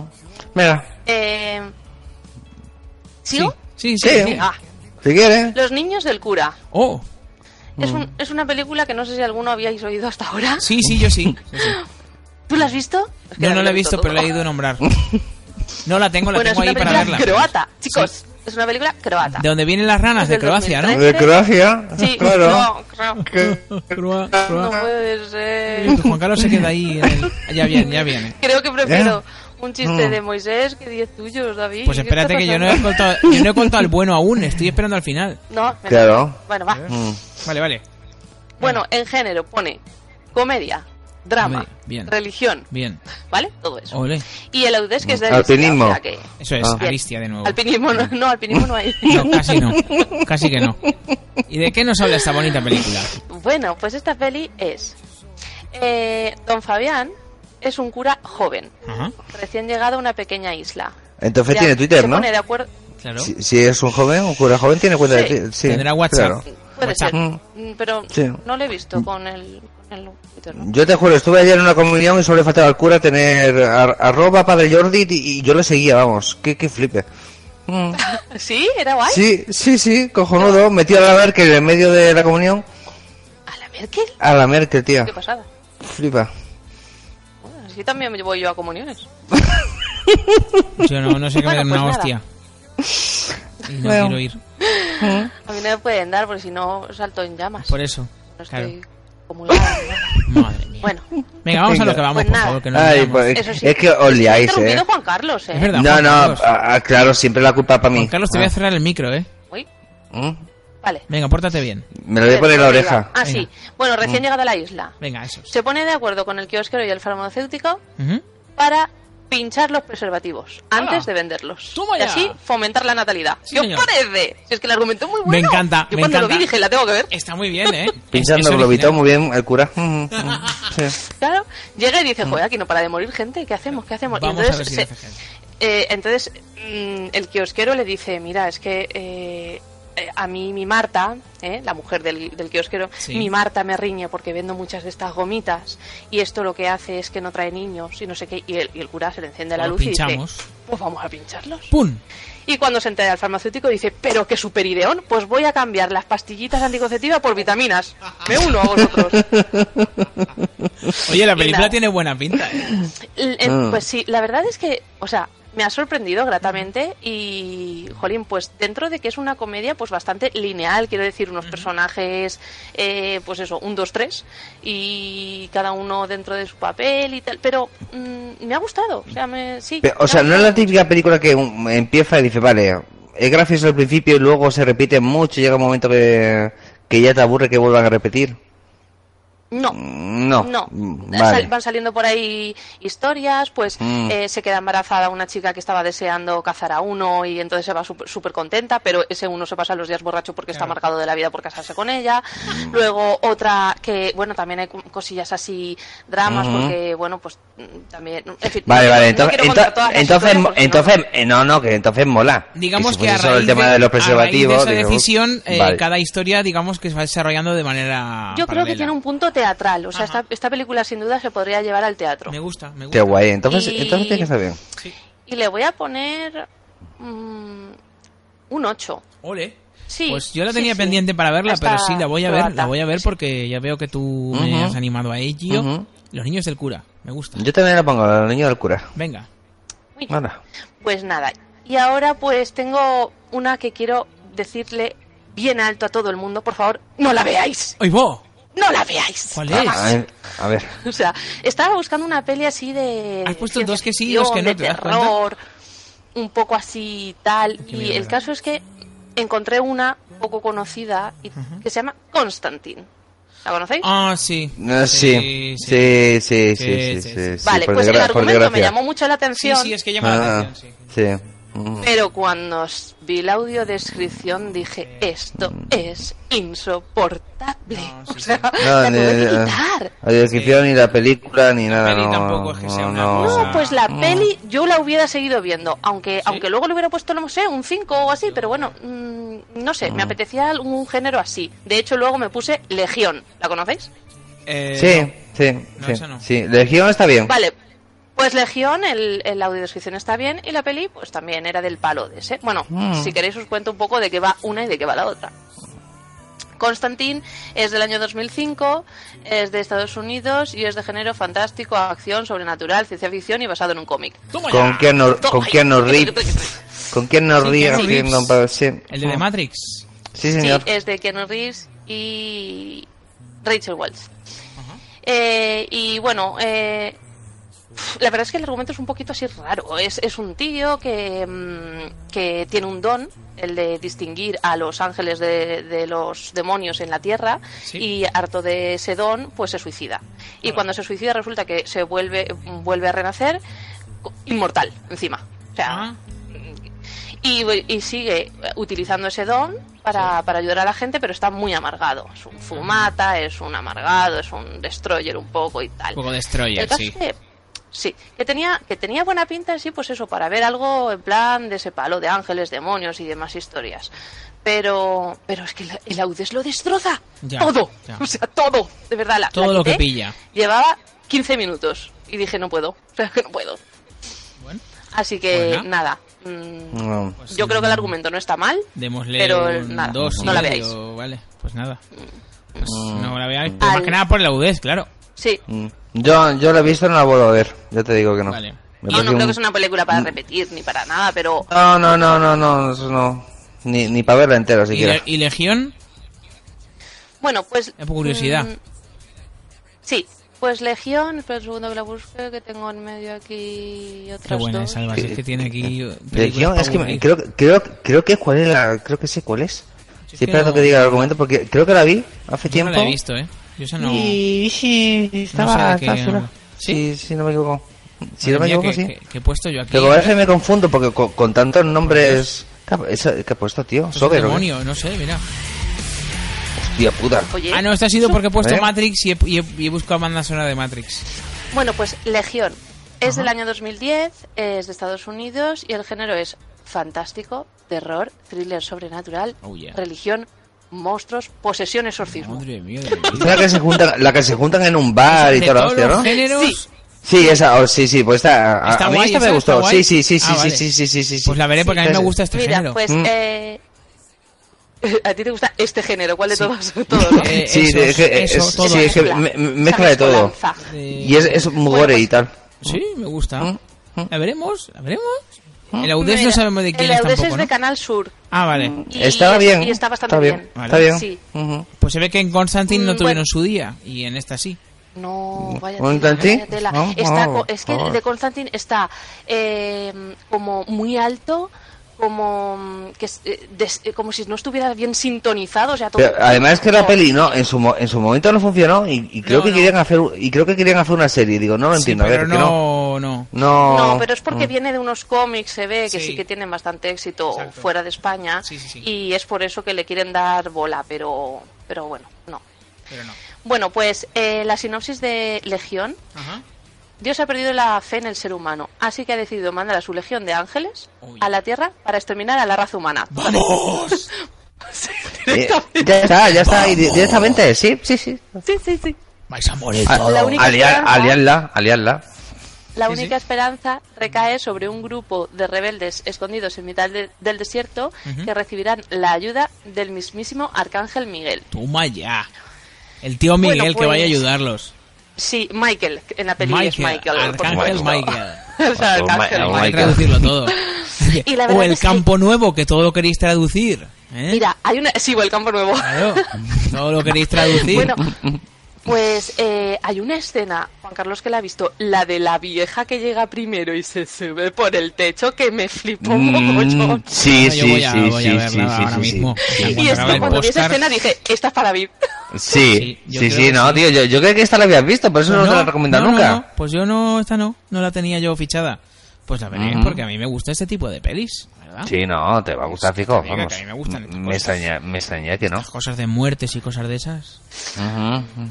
[SPEAKER 5] Venga.
[SPEAKER 4] Eh, ¿Sigo?
[SPEAKER 3] Sí,
[SPEAKER 5] sí, Sí. sí.
[SPEAKER 4] Ah,
[SPEAKER 5] Si quieres. Mm.
[SPEAKER 4] Los niños del cura.
[SPEAKER 3] Oh.
[SPEAKER 4] Es, un- es una película que no sé si alguno habíais oído hasta ahora.
[SPEAKER 3] Sí, sí, yo sí.
[SPEAKER 4] ¿Tú la has visto? Es que
[SPEAKER 3] No, no la he
[SPEAKER 4] he
[SPEAKER 3] visto, pero la he ido a nombrar. No la tengo, la
[SPEAKER 4] bueno, es
[SPEAKER 3] tengo
[SPEAKER 4] una
[SPEAKER 3] ahí para
[SPEAKER 4] película
[SPEAKER 3] verla.
[SPEAKER 4] croata, chicos. Es una película croata.
[SPEAKER 3] De donde vienen las ranas,
[SPEAKER 4] Es
[SPEAKER 3] de
[SPEAKER 4] del
[SPEAKER 3] Croacia, ¿no?
[SPEAKER 4] 2013. De
[SPEAKER 5] Croacia,
[SPEAKER 4] Sí,
[SPEAKER 5] claro.
[SPEAKER 4] no, creo.
[SPEAKER 5] ¿Qué?
[SPEAKER 3] Croa-
[SPEAKER 4] No
[SPEAKER 3] croa-
[SPEAKER 4] puede ser.
[SPEAKER 3] Juan Carlos se queda ahí. en el- Ya viene, ya viene.
[SPEAKER 4] Creo que prefiero
[SPEAKER 5] ¿Eh?
[SPEAKER 4] un chiste
[SPEAKER 3] Mm.
[SPEAKER 4] de Moisés que 10 tuyos, David.
[SPEAKER 3] Pues
[SPEAKER 4] ¿Qué
[SPEAKER 3] espérate
[SPEAKER 4] está
[SPEAKER 3] que yo no, he
[SPEAKER 4] pasando?
[SPEAKER 3] contado, yo no he contado el bueno aún, estoy esperando al final.
[SPEAKER 4] No, me-
[SPEAKER 3] Claro.
[SPEAKER 4] Bueno, va.
[SPEAKER 3] ¿Eh?
[SPEAKER 5] Mm.
[SPEAKER 3] Vale, vale.
[SPEAKER 4] Bueno, en género pone comedia, drama,
[SPEAKER 3] Comedia, bien.
[SPEAKER 4] religión,
[SPEAKER 3] Bien.
[SPEAKER 4] ¿vale? Todo eso.
[SPEAKER 3] Ole.
[SPEAKER 4] Y el Audes que es de
[SPEAKER 5] Alpinismo.
[SPEAKER 4] Alicia, o sea que-
[SPEAKER 3] Eso es,
[SPEAKER 5] Ah.
[SPEAKER 3] Alicia de nuevo.
[SPEAKER 4] Alpinismo no, no, alpinismo no hay.
[SPEAKER 3] No, casi no. Casi que no. ¿Y de qué nos habla esta bonita película?
[SPEAKER 4] Bueno, pues esta peli es. eh, don Fabián es un cura joven,
[SPEAKER 3] Ajá.
[SPEAKER 4] recién llegado a una pequeña isla.
[SPEAKER 5] Entonces
[SPEAKER 4] Ya
[SPEAKER 5] tiene Twitter,
[SPEAKER 4] se
[SPEAKER 5] ¿no?
[SPEAKER 4] pone de acuerdo.
[SPEAKER 3] Claro.
[SPEAKER 5] Si, si es un joven, un cura joven, tiene cuenta de
[SPEAKER 4] Sí.
[SPEAKER 5] Twitter. Sí,
[SPEAKER 3] Tendrá WhatsApp.
[SPEAKER 5] claro.
[SPEAKER 4] Puede ser.
[SPEAKER 5] Mm.
[SPEAKER 4] Mm, Pero
[SPEAKER 5] Sí.
[SPEAKER 4] no lo he visto con el, con búsquenlo.
[SPEAKER 5] Yo te juro, estuve ayer en una comunión y solo le faltaba al cura tener ar- arroba padre Jordi y, y yo le seguía, vamos, que, que flipe.
[SPEAKER 4] ¿Sí? ¿Era guay?
[SPEAKER 5] Mm. Sí, sí, sí, cojonudo, metió a la Merkel en medio de la comunión.
[SPEAKER 4] ¿La Merkel?
[SPEAKER 5] A la Merkel, tía.
[SPEAKER 4] Qué pasada.
[SPEAKER 5] Flipa.
[SPEAKER 4] Así también me voy yo a comuniones.
[SPEAKER 3] Pues Yo no, no sé qué me
[SPEAKER 4] Bueno,
[SPEAKER 3] den una
[SPEAKER 4] pues
[SPEAKER 3] hostia. Y no
[SPEAKER 4] Bueno.
[SPEAKER 3] quiero ir.
[SPEAKER 4] A mí no me pueden dar porque si no salto en llamas.
[SPEAKER 3] Por eso.
[SPEAKER 4] No
[SPEAKER 3] Claro.
[SPEAKER 4] estoy comulgada.
[SPEAKER 3] Madre mía.
[SPEAKER 4] Bueno.
[SPEAKER 3] Venga, vamos a lo que vamos,
[SPEAKER 4] Pues
[SPEAKER 3] por
[SPEAKER 4] nada.
[SPEAKER 3] favor, que no
[SPEAKER 5] Ay,
[SPEAKER 3] digamos.
[SPEAKER 5] pues,
[SPEAKER 4] Eso sí.
[SPEAKER 5] Es que os liáis,
[SPEAKER 4] Te ha interrumpido
[SPEAKER 5] eh.
[SPEAKER 4] Juan Carlos, ¿eh?
[SPEAKER 5] no, no, ah, ah, claro, siempre la culpa para mí.
[SPEAKER 3] Carlos, te voy a cerrar el micro, eh.
[SPEAKER 4] Uy.
[SPEAKER 5] Ah. Mm.
[SPEAKER 4] Vale.
[SPEAKER 3] Venga, pórtate bien.
[SPEAKER 5] Me lo voy a poner en la oreja.
[SPEAKER 4] Ah, sí. Bueno, recién
[SPEAKER 5] Mm.
[SPEAKER 4] llegada a la isla.
[SPEAKER 3] Venga, eso.
[SPEAKER 4] Se pone de acuerdo con el kiosquero y el farmacéutico
[SPEAKER 3] Ujú.
[SPEAKER 4] para pinchar los preservativos antes de venderlos. Y
[SPEAKER 3] Ah. ya.
[SPEAKER 4] así fomentar la natalidad.
[SPEAKER 3] Sí,
[SPEAKER 4] ¿Qué os
[SPEAKER 3] señor.
[SPEAKER 4] parece? Si es que el argumento es muy bueno.
[SPEAKER 3] Me encanta,
[SPEAKER 4] Yo
[SPEAKER 3] me
[SPEAKER 4] cuando lo
[SPEAKER 3] encanta.
[SPEAKER 4] vi dije, la tengo que ver.
[SPEAKER 3] Está muy bien, ¿eh?
[SPEAKER 5] Pinchando el globito, muy bien, el cura. Mm, mm, sí.
[SPEAKER 4] Claro, llega y dice, joder, aquí no para de morir gente, ¿qué hacemos? ¿Qué hacemos? Y
[SPEAKER 3] Vamos a ver
[SPEAKER 4] entonces,
[SPEAKER 3] si
[SPEAKER 4] se-
[SPEAKER 3] lo hace gente.
[SPEAKER 4] eh, entonces mm, el kiosquero le dice, mira, es que eh, eh, a mí mi Marta, eh, la mujer del, del kiosquero,
[SPEAKER 25] Sí.
[SPEAKER 4] mi Marta me riñe porque vendo muchas de estas gomitas y esto lo que hace es que no trae niños y no sé qué. Y el, y el cura se le enciende la
[SPEAKER 3] Lo
[SPEAKER 4] luz y
[SPEAKER 3] pinchamos.
[SPEAKER 4] dice, pues vamos a pincharlos.
[SPEAKER 3] ¡Pum!
[SPEAKER 4] Y cuando se entera el farmacéutico dice, pero qué superideón, pues voy a cambiar las pastillitas anticonceptivas por vitaminas. Me uno a vosotros.
[SPEAKER 3] Oye, la
[SPEAKER 4] Y
[SPEAKER 3] película
[SPEAKER 4] nada.
[SPEAKER 3] tiene buena pinta, eh.
[SPEAKER 4] L- eh,
[SPEAKER 5] Ah.
[SPEAKER 3] Mm.
[SPEAKER 4] Pues sí, la verdad es que, o sea, me ha sorprendido gratamente y, jolín, pues dentro de que es una comedia pues bastante lineal, quiero decir, unos personajes, eh, pues eso, un, dos, tres, y cada uno dentro de su papel y tal, pero mm, me ha gustado, o sea, me, sí.
[SPEAKER 5] Pe- O sea, no es la típica película que um, empieza y dice, vale, es gracioso al principio y luego se repite mucho, llega un momento que, que ya te aburre que vuelvan a repetir.
[SPEAKER 4] No,
[SPEAKER 5] No.
[SPEAKER 4] No.
[SPEAKER 5] Mm,
[SPEAKER 4] Sal-
[SPEAKER 5] Vale.
[SPEAKER 4] van saliendo por ahí historias, pues
[SPEAKER 5] Mm.
[SPEAKER 4] eh, se queda embarazada una chica que estaba deseando cazar a uno y entonces se va súper súper contenta, pero ese uno se pasa los días borracho porque está marcado de la vida por casarse con ella.
[SPEAKER 5] Mm.
[SPEAKER 4] Luego otra que, bueno, también hay cu- cosillas así, dramas,
[SPEAKER 5] Ujú.
[SPEAKER 4] porque, bueno, pues mm, también... en fin,
[SPEAKER 5] Vale,
[SPEAKER 4] no-
[SPEAKER 5] vale,
[SPEAKER 4] no
[SPEAKER 5] entonces,
[SPEAKER 4] quiero
[SPEAKER 5] ento-
[SPEAKER 4] contar todas las
[SPEAKER 5] entonces,
[SPEAKER 4] historias porque
[SPEAKER 5] entonces, eh, no, no, que entonces mola.
[SPEAKER 3] Digamos
[SPEAKER 5] si
[SPEAKER 3] que a
[SPEAKER 5] fuese solo
[SPEAKER 3] raíz,
[SPEAKER 5] el tema de, los
[SPEAKER 3] a raíz
[SPEAKER 5] preservativos.
[SPEAKER 3] esa
[SPEAKER 5] digo,
[SPEAKER 3] decisión, eh,
[SPEAKER 5] vale.
[SPEAKER 3] cada historia, digamos que se va desarrollando de
[SPEAKER 4] no-
[SPEAKER 3] manera.
[SPEAKER 4] Yo creo que
[SPEAKER 3] paralela.
[SPEAKER 4] tiene un punto teatral, o sea, esta, esta película sin duda se podría llevar al teatro.
[SPEAKER 3] Me gusta, me gusta.
[SPEAKER 5] Qué guay, entonces,
[SPEAKER 4] Y-
[SPEAKER 5] entonces tiene que estar bien.
[SPEAKER 4] Y le voy a poner mm, un 8.
[SPEAKER 3] Ole.
[SPEAKER 4] Sí.
[SPEAKER 3] Pues yo la
[SPEAKER 4] sí,
[SPEAKER 3] tenía
[SPEAKER 4] sí.
[SPEAKER 3] pendiente para verla,
[SPEAKER 4] Está
[SPEAKER 3] pero sí, la voy a ver,
[SPEAKER 4] probada.
[SPEAKER 3] la voy a ver porque ya veo que tú
[SPEAKER 5] Ujú.
[SPEAKER 3] me has animado a ello.
[SPEAKER 5] Ujú.
[SPEAKER 3] Los niños del cura, me gusta.
[SPEAKER 5] Yo también la pongo, los niños del cura.
[SPEAKER 3] Venga.
[SPEAKER 4] Muy bien.
[SPEAKER 5] Anda.
[SPEAKER 4] Pues nada. Y ahora pues tengo una que quiero decirle bien alto a todo el mundo, por favor, no la veáis.
[SPEAKER 3] ¡Oy, vos!
[SPEAKER 4] No la veáis.
[SPEAKER 3] ¿Cuál es?
[SPEAKER 4] Jamás.
[SPEAKER 5] Ah, eh, A ver.
[SPEAKER 4] O sea, estaba buscando una peli así de
[SPEAKER 3] Has puesto dos que sí y
[SPEAKER 4] ciencia
[SPEAKER 3] dos que no,
[SPEAKER 4] ficción,
[SPEAKER 3] ¿te das
[SPEAKER 4] de
[SPEAKER 3] cuenta?
[SPEAKER 4] terror, un poco así tal
[SPEAKER 3] Qué
[SPEAKER 4] y
[SPEAKER 3] mierda.
[SPEAKER 4] el caso es que encontré una poco conocida y que se llama Constantine. ¿La conocéis?
[SPEAKER 3] Ah, sí.
[SPEAKER 5] No, sí, sí, sí, sí, sí, sí, sí,
[SPEAKER 4] Vale,
[SPEAKER 5] por
[SPEAKER 4] pues el
[SPEAKER 5] desgra- por
[SPEAKER 4] argumento me
[SPEAKER 5] desgracia.
[SPEAKER 4] llamó mucho la Eh, atención.
[SPEAKER 3] Sí, sí, es que llama la
[SPEAKER 5] Ah,
[SPEAKER 3] atención.
[SPEAKER 5] sí. Mm.
[SPEAKER 4] Pero cuando os vi la audiodescripción dije, esto es insoportable. o sea,
[SPEAKER 5] No,
[SPEAKER 4] la
[SPEAKER 5] ni, eh,
[SPEAKER 4] tuve que
[SPEAKER 5] ni-
[SPEAKER 4] quitar.
[SPEAKER 5] la descripción, ni la película, ni nada. no, no, no.
[SPEAKER 4] No, pues la
[SPEAKER 5] Mm.
[SPEAKER 4] peli yo la hubiera seguido viendo, aunque aunque luego le hubiera puesto, no sé, un 5 o así, pero bueno, mm, no sé, me apetecía un género así. De hecho, luego me puse Legión, ¿la conocéis?
[SPEAKER 3] Eh,
[SPEAKER 5] Sí, sí,
[SPEAKER 3] No,
[SPEAKER 5] sí,
[SPEAKER 3] esa no.
[SPEAKER 5] sí. Legión está bien.
[SPEAKER 4] Vale, pues Legión, el, el audiodescripción está bien y la peli pues también era del palo de ese. Bueno,
[SPEAKER 5] Mm.
[SPEAKER 4] si queréis os cuento un poco de qué va una y de qué va la otra. Constantine es del año 2005, es de Estados Unidos y es de género fantástico, acción, sobrenatural, ciencia ficción y basado en un cómic.
[SPEAKER 5] Con Keanu, con Keanu Reeves. Con Keanu
[SPEAKER 4] Sí,
[SPEAKER 5] Reeves
[SPEAKER 4] Keanu Reeves.
[SPEAKER 5] haciendo un papel, sí.
[SPEAKER 3] El
[SPEAKER 4] Ah.
[SPEAKER 3] de The Matrix.
[SPEAKER 5] Sí, señor.
[SPEAKER 4] Sí, es de Keanu Reeves y Rachel Wells. Eh, y bueno, eh, la verdad es que el argumento es un poquito así raro. Es, es un tío que, mm, que tiene un don, el de distinguir a los ángeles de, de los demonios en la tierra,
[SPEAKER 8] Sí.
[SPEAKER 4] y harto de ese don, pues se suicida. Y cuando se suicida resulta que se vuelve, vuelve a renacer co- inmortal encima. O sea,
[SPEAKER 3] Ah.
[SPEAKER 4] y, y sigue utilizando ese don para, para ayudar a la gente, pero está muy amargado. Es un fumata, es un amargado, es un destroyer un poco y tal.
[SPEAKER 3] Poco Destroyer,
[SPEAKER 4] El caso
[SPEAKER 3] sí.
[SPEAKER 4] es que Sí, que tenía, que tenía buena pinta en sí, pues eso, para ver algo en plan de ese palo, de ángeles, demonios y demás historias. Pero, pero es que la- el Audes lo destroza.
[SPEAKER 3] Ya,
[SPEAKER 4] todo.
[SPEAKER 3] ya.
[SPEAKER 4] O sea, todo. De verdad, la,
[SPEAKER 3] Todo
[SPEAKER 4] la
[SPEAKER 3] lo que
[SPEAKER 4] quité,
[SPEAKER 3] pilla.
[SPEAKER 4] Llevaba 15 minutos y dije, no puedo. O sea, que no puedo. Así que
[SPEAKER 3] Bueno.
[SPEAKER 4] nada. mm,
[SPEAKER 5] No.
[SPEAKER 4] yo creo que el argumento no está mal.
[SPEAKER 3] Pues Démosle
[SPEAKER 4] pero
[SPEAKER 3] Pues un
[SPEAKER 4] nada,
[SPEAKER 3] dos y
[SPEAKER 4] no la
[SPEAKER 3] medio,
[SPEAKER 4] veáis.
[SPEAKER 3] Vale, pues nada. Pues
[SPEAKER 5] Mm.
[SPEAKER 3] no la veáis. Pues más que nada por la UDES, claro.
[SPEAKER 4] Sí.
[SPEAKER 5] Mm. Yo, yo lo he visto y no la vuelvo a ver. Yo te digo que no.
[SPEAKER 3] Vale.
[SPEAKER 4] Yo
[SPEAKER 5] Me parece
[SPEAKER 4] no creo
[SPEAKER 5] un-
[SPEAKER 4] que es una película para repetir ni para nada, pero
[SPEAKER 5] No, no, no, no, no, eso no. Ni, ni para verla entera
[SPEAKER 3] ¿Y,
[SPEAKER 5] siquiera.
[SPEAKER 3] Le- y Legión?
[SPEAKER 4] bueno, pues
[SPEAKER 3] Es por curiosidad.
[SPEAKER 4] mm, sí, pues Legión, espera un segundo que la busque, que tengo en medio aquí
[SPEAKER 3] Qué
[SPEAKER 4] otras
[SPEAKER 3] buena
[SPEAKER 4] dos.
[SPEAKER 3] es, Alba. si es que tiene aquí.
[SPEAKER 5] Legión,
[SPEAKER 3] películas
[SPEAKER 5] es que
[SPEAKER 3] pa'
[SPEAKER 5] me-
[SPEAKER 3] aburrir.
[SPEAKER 5] creo, creo, creo que cuál es la- creo que sé cuál es. Estoy esperando
[SPEAKER 3] no-
[SPEAKER 5] que diga el argumento porque creo que la vi hace
[SPEAKER 3] Yo
[SPEAKER 5] tiempo.
[SPEAKER 3] no la he visto, ¿eh? Yo esa no.
[SPEAKER 5] Y sí, estaba
[SPEAKER 3] sé de
[SPEAKER 5] a
[SPEAKER 3] qué
[SPEAKER 5] esta altura.
[SPEAKER 3] habla.
[SPEAKER 5] Sí, sí, no me equivoco. Si
[SPEAKER 3] Madre
[SPEAKER 5] no me
[SPEAKER 3] mía,
[SPEAKER 5] equivoco,
[SPEAKER 3] que-
[SPEAKER 5] sí.
[SPEAKER 3] que- que he puesto yo aquí.
[SPEAKER 5] Pero a veces me confundo porque co- con, tantos nombres. ¿Qué ha, esa- qué ha puesto, tío?
[SPEAKER 3] Pues Es un
[SPEAKER 5] Sober, ¿o qué?
[SPEAKER 3] demonio, no sé, mira.
[SPEAKER 5] Hostia puta.
[SPEAKER 4] Oye,
[SPEAKER 3] Ah, no, esto ha sido porque he puesto
[SPEAKER 5] ¿Eh?
[SPEAKER 3] Matrix y he, y he- y he buscado banda sonora de Matrix.
[SPEAKER 4] Bueno, pues Legión es del año 2010, es de Estados Unidos y el género es fantástico, terror, thriller sobrenatural,
[SPEAKER 3] Oh, yeah.
[SPEAKER 4] religión, monstruos, posesión, exorcismo.
[SPEAKER 5] Es la que se juntan, la que se juntan en un
[SPEAKER 3] Ah,
[SPEAKER 5] bar y
[SPEAKER 4] De
[SPEAKER 5] todo
[SPEAKER 4] todos
[SPEAKER 5] hostia,
[SPEAKER 4] los
[SPEAKER 5] ¿no?
[SPEAKER 4] géneros. Sí.
[SPEAKER 5] Sí, esa, oh, sí, sí, pues esta, a,
[SPEAKER 3] Está
[SPEAKER 5] a mí
[SPEAKER 3] guay
[SPEAKER 5] esta
[SPEAKER 3] esa,
[SPEAKER 5] me
[SPEAKER 3] está
[SPEAKER 5] gustó.
[SPEAKER 3] guay.
[SPEAKER 5] Sí, sí, sí, sí,
[SPEAKER 3] Ah, vale.
[SPEAKER 5] sí, sí, sí, sí, sí,
[SPEAKER 3] Pues la veré porque a mí me
[SPEAKER 5] Esa-
[SPEAKER 3] gusta este
[SPEAKER 4] Mira,
[SPEAKER 3] género.
[SPEAKER 4] pues
[SPEAKER 5] Mm.
[SPEAKER 4] eh, a ti te gusta este género, ¿cuál de todos? todos ¿no?
[SPEAKER 3] Eh,
[SPEAKER 5] Sí,
[SPEAKER 3] esos-
[SPEAKER 5] es que,
[SPEAKER 3] eso,
[SPEAKER 5] es-
[SPEAKER 3] todo.
[SPEAKER 5] sí, es que
[SPEAKER 4] Mezcla.
[SPEAKER 5] me- me- mezcla de todo.
[SPEAKER 4] Mezcolanza.
[SPEAKER 5] Y es, es muy gore y tal.
[SPEAKER 3] Sí, me
[SPEAKER 5] Mm,
[SPEAKER 3] gusta. La veremos, la veremos. El Audes
[SPEAKER 4] Mira,
[SPEAKER 3] no sabemos de quién
[SPEAKER 4] el
[SPEAKER 3] es
[SPEAKER 4] Audes
[SPEAKER 3] tampoco,
[SPEAKER 4] es de
[SPEAKER 3] ¿no?
[SPEAKER 4] Canal Sur.
[SPEAKER 3] Ah, vale.
[SPEAKER 4] Y Estaba es- bien, y está bastante está bien, bien.
[SPEAKER 3] Vale.
[SPEAKER 4] está bien. Sí.
[SPEAKER 3] Pues se ve que en Constantine no
[SPEAKER 4] Mm,
[SPEAKER 3] tuvieron
[SPEAKER 4] bueno.
[SPEAKER 3] su día y en esta sí.
[SPEAKER 4] No, vaya
[SPEAKER 3] ¿Un
[SPEAKER 4] tela, ¿eh?
[SPEAKER 3] tantí?
[SPEAKER 4] vaya tela.
[SPEAKER 3] No,
[SPEAKER 4] Está
[SPEAKER 3] no,
[SPEAKER 4] co- es que
[SPEAKER 3] por favor.
[SPEAKER 4] de Constantine está eh, como muy alto, como mm, que es- eh, des- eh, como si no estuviera bien sintonizado, o sea, todo-
[SPEAKER 5] Pero ah, además que la
[SPEAKER 4] no.
[SPEAKER 5] peli no en su mo- en su momento no funcionó y, y creo
[SPEAKER 4] No,
[SPEAKER 5] que
[SPEAKER 4] no.
[SPEAKER 5] querían hacer y creo que querían hacer una serie, digo, no lo
[SPEAKER 3] Sí,
[SPEAKER 5] entiendo, a
[SPEAKER 3] pero
[SPEAKER 5] ver, que no.
[SPEAKER 3] no, no.
[SPEAKER 5] No.
[SPEAKER 4] No, pero es porque
[SPEAKER 5] Mm.
[SPEAKER 4] viene de unos cómics, se ve que
[SPEAKER 3] Sí.
[SPEAKER 4] sí, que tienen bastante éxito fuera de España y es por eso que le quieren dar bola, pero pero bueno, no.
[SPEAKER 3] Pero no.
[SPEAKER 4] Bueno, pues eh, la sinopsis de Legión. Dios ha perdido la fe en el ser humano, así que ha decidido mandar a su legión de ángeles a la Tierra para exterminar a la raza humana.
[SPEAKER 3] ¡Vamos!
[SPEAKER 5] Eh, ya está, ya está y di- directamente, sí, sí, sí.
[SPEAKER 4] sí, sí, sí.
[SPEAKER 3] Vais a morir
[SPEAKER 5] A-
[SPEAKER 4] La única
[SPEAKER 5] aliar-
[SPEAKER 4] esperanza-
[SPEAKER 5] aliarla, aliarla.
[SPEAKER 4] La única esperanza recae sobre un grupo de rebeldes escondidos en mitad de- del desierto
[SPEAKER 3] Ujú.
[SPEAKER 4] que recibirán la ayuda del mismísimo Arcángel Miguel.
[SPEAKER 3] Toma ya. El tío Miguel
[SPEAKER 4] Bueno,
[SPEAKER 3] que
[SPEAKER 4] pues,
[SPEAKER 3] vaya a ayudarlos.
[SPEAKER 4] Sí, Michael, en la película es Michael. por
[SPEAKER 3] Arcángel
[SPEAKER 4] supuesto.
[SPEAKER 3] Michael.
[SPEAKER 4] O sea, Arcángel
[SPEAKER 3] Hay que
[SPEAKER 4] Michael.
[SPEAKER 3] traducirlo todo.
[SPEAKER 4] Y la
[SPEAKER 3] o
[SPEAKER 4] verdad
[SPEAKER 3] el
[SPEAKER 4] es que-
[SPEAKER 3] campo nuevo, que todo lo queréis traducir. ¿eh?
[SPEAKER 4] Mira, hay una... Sí, el campo nuevo.
[SPEAKER 3] Claro, todo lo queréis traducir.
[SPEAKER 4] Bueno, Pues eh, hay una escena, Juan Carlos que la ha visto, la de la vieja que llega primero y se sube por el techo, que me flipó un mogollón.
[SPEAKER 5] Mm, Sí,
[SPEAKER 3] Bueno, yo Ah,
[SPEAKER 5] sí,
[SPEAKER 3] voy a-
[SPEAKER 5] sí,
[SPEAKER 3] voy a
[SPEAKER 5] sí,
[SPEAKER 3] verla
[SPEAKER 5] sí,
[SPEAKER 3] ahora
[SPEAKER 5] sí,
[SPEAKER 3] mismo.
[SPEAKER 5] sí, sí. pues,
[SPEAKER 4] Y esto, cuando vi esa escena dije, esta es para VIP.
[SPEAKER 5] Sí,
[SPEAKER 3] yo
[SPEAKER 5] sí,
[SPEAKER 3] creo
[SPEAKER 5] sí,
[SPEAKER 3] que
[SPEAKER 5] no,
[SPEAKER 3] sí.
[SPEAKER 5] tío, yo, yo creo que esta la habías visto, por eso no, te la he recomendado
[SPEAKER 3] no, no,
[SPEAKER 5] nunca.
[SPEAKER 3] no. Pues yo no, esta no, no la tenía yo fichada. Pues la veré,
[SPEAKER 5] Ujú.
[SPEAKER 3] porque a mí me gusta este tipo de pelis, ¿verdad?
[SPEAKER 5] Sí, no, te va a gustar,
[SPEAKER 3] Pues,
[SPEAKER 5] fijo.
[SPEAKER 3] venga,
[SPEAKER 5] vamos.
[SPEAKER 3] que a mí me gustan estas
[SPEAKER 5] me
[SPEAKER 3] cosas.
[SPEAKER 5] extraña, me extraña que no.
[SPEAKER 3] Cosas de muertes y cosas de esas.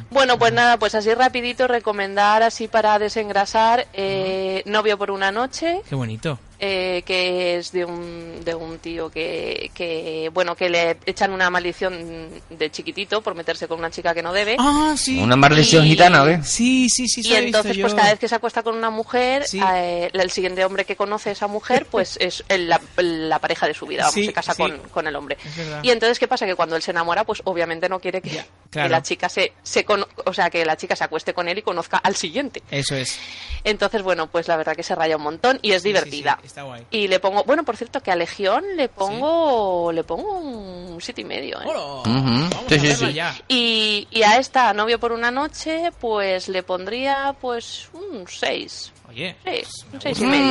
[SPEAKER 4] Bueno, pues nada, pues así rapidito recomendar, así para desengrasar, eh, Novio por una noche,
[SPEAKER 3] Qué bonito.
[SPEAKER 4] eh, que es de un, de un tío que, que, bueno, que le echan una maldición de chiquitito por meterse con una chica que no debe.
[SPEAKER 3] Ah, sí.
[SPEAKER 5] ¿Una maldición gitana o qué?
[SPEAKER 3] Sí, sí, sí,
[SPEAKER 4] Y entonces, pues cada vez que se acuesta con una mujer, eh, el siguiente hombre que conoce a esa mujer, pues es el- la, la pareja de su vida, vamos,
[SPEAKER 3] Sí,
[SPEAKER 4] se casa
[SPEAKER 3] sí.
[SPEAKER 4] con, con el hombre.
[SPEAKER 3] Es verdad.
[SPEAKER 4] Y entonces, ¿qué pasa? Que cuando él se enamora, pues obviamente no quiere que,
[SPEAKER 3] claro.
[SPEAKER 4] que la chica se, se cono- o sea, que la chica se acueste con él y conozca al siguiente.
[SPEAKER 3] Eso es.
[SPEAKER 4] Entonces, bueno, pues la verdad que se raya un montón y es divertida.
[SPEAKER 3] Está guay.
[SPEAKER 4] Y le pongo, bueno, por cierto, que a Legión le pongo, le pongo un siete y medio, ¿eh?
[SPEAKER 5] Sí, sí,
[SPEAKER 3] verla
[SPEAKER 5] sí.
[SPEAKER 3] ya.
[SPEAKER 4] Y, y a esta, a novio por una noche, pues le pondría pues un 6.
[SPEAKER 3] Oye.
[SPEAKER 4] Sí, un 6 y medio.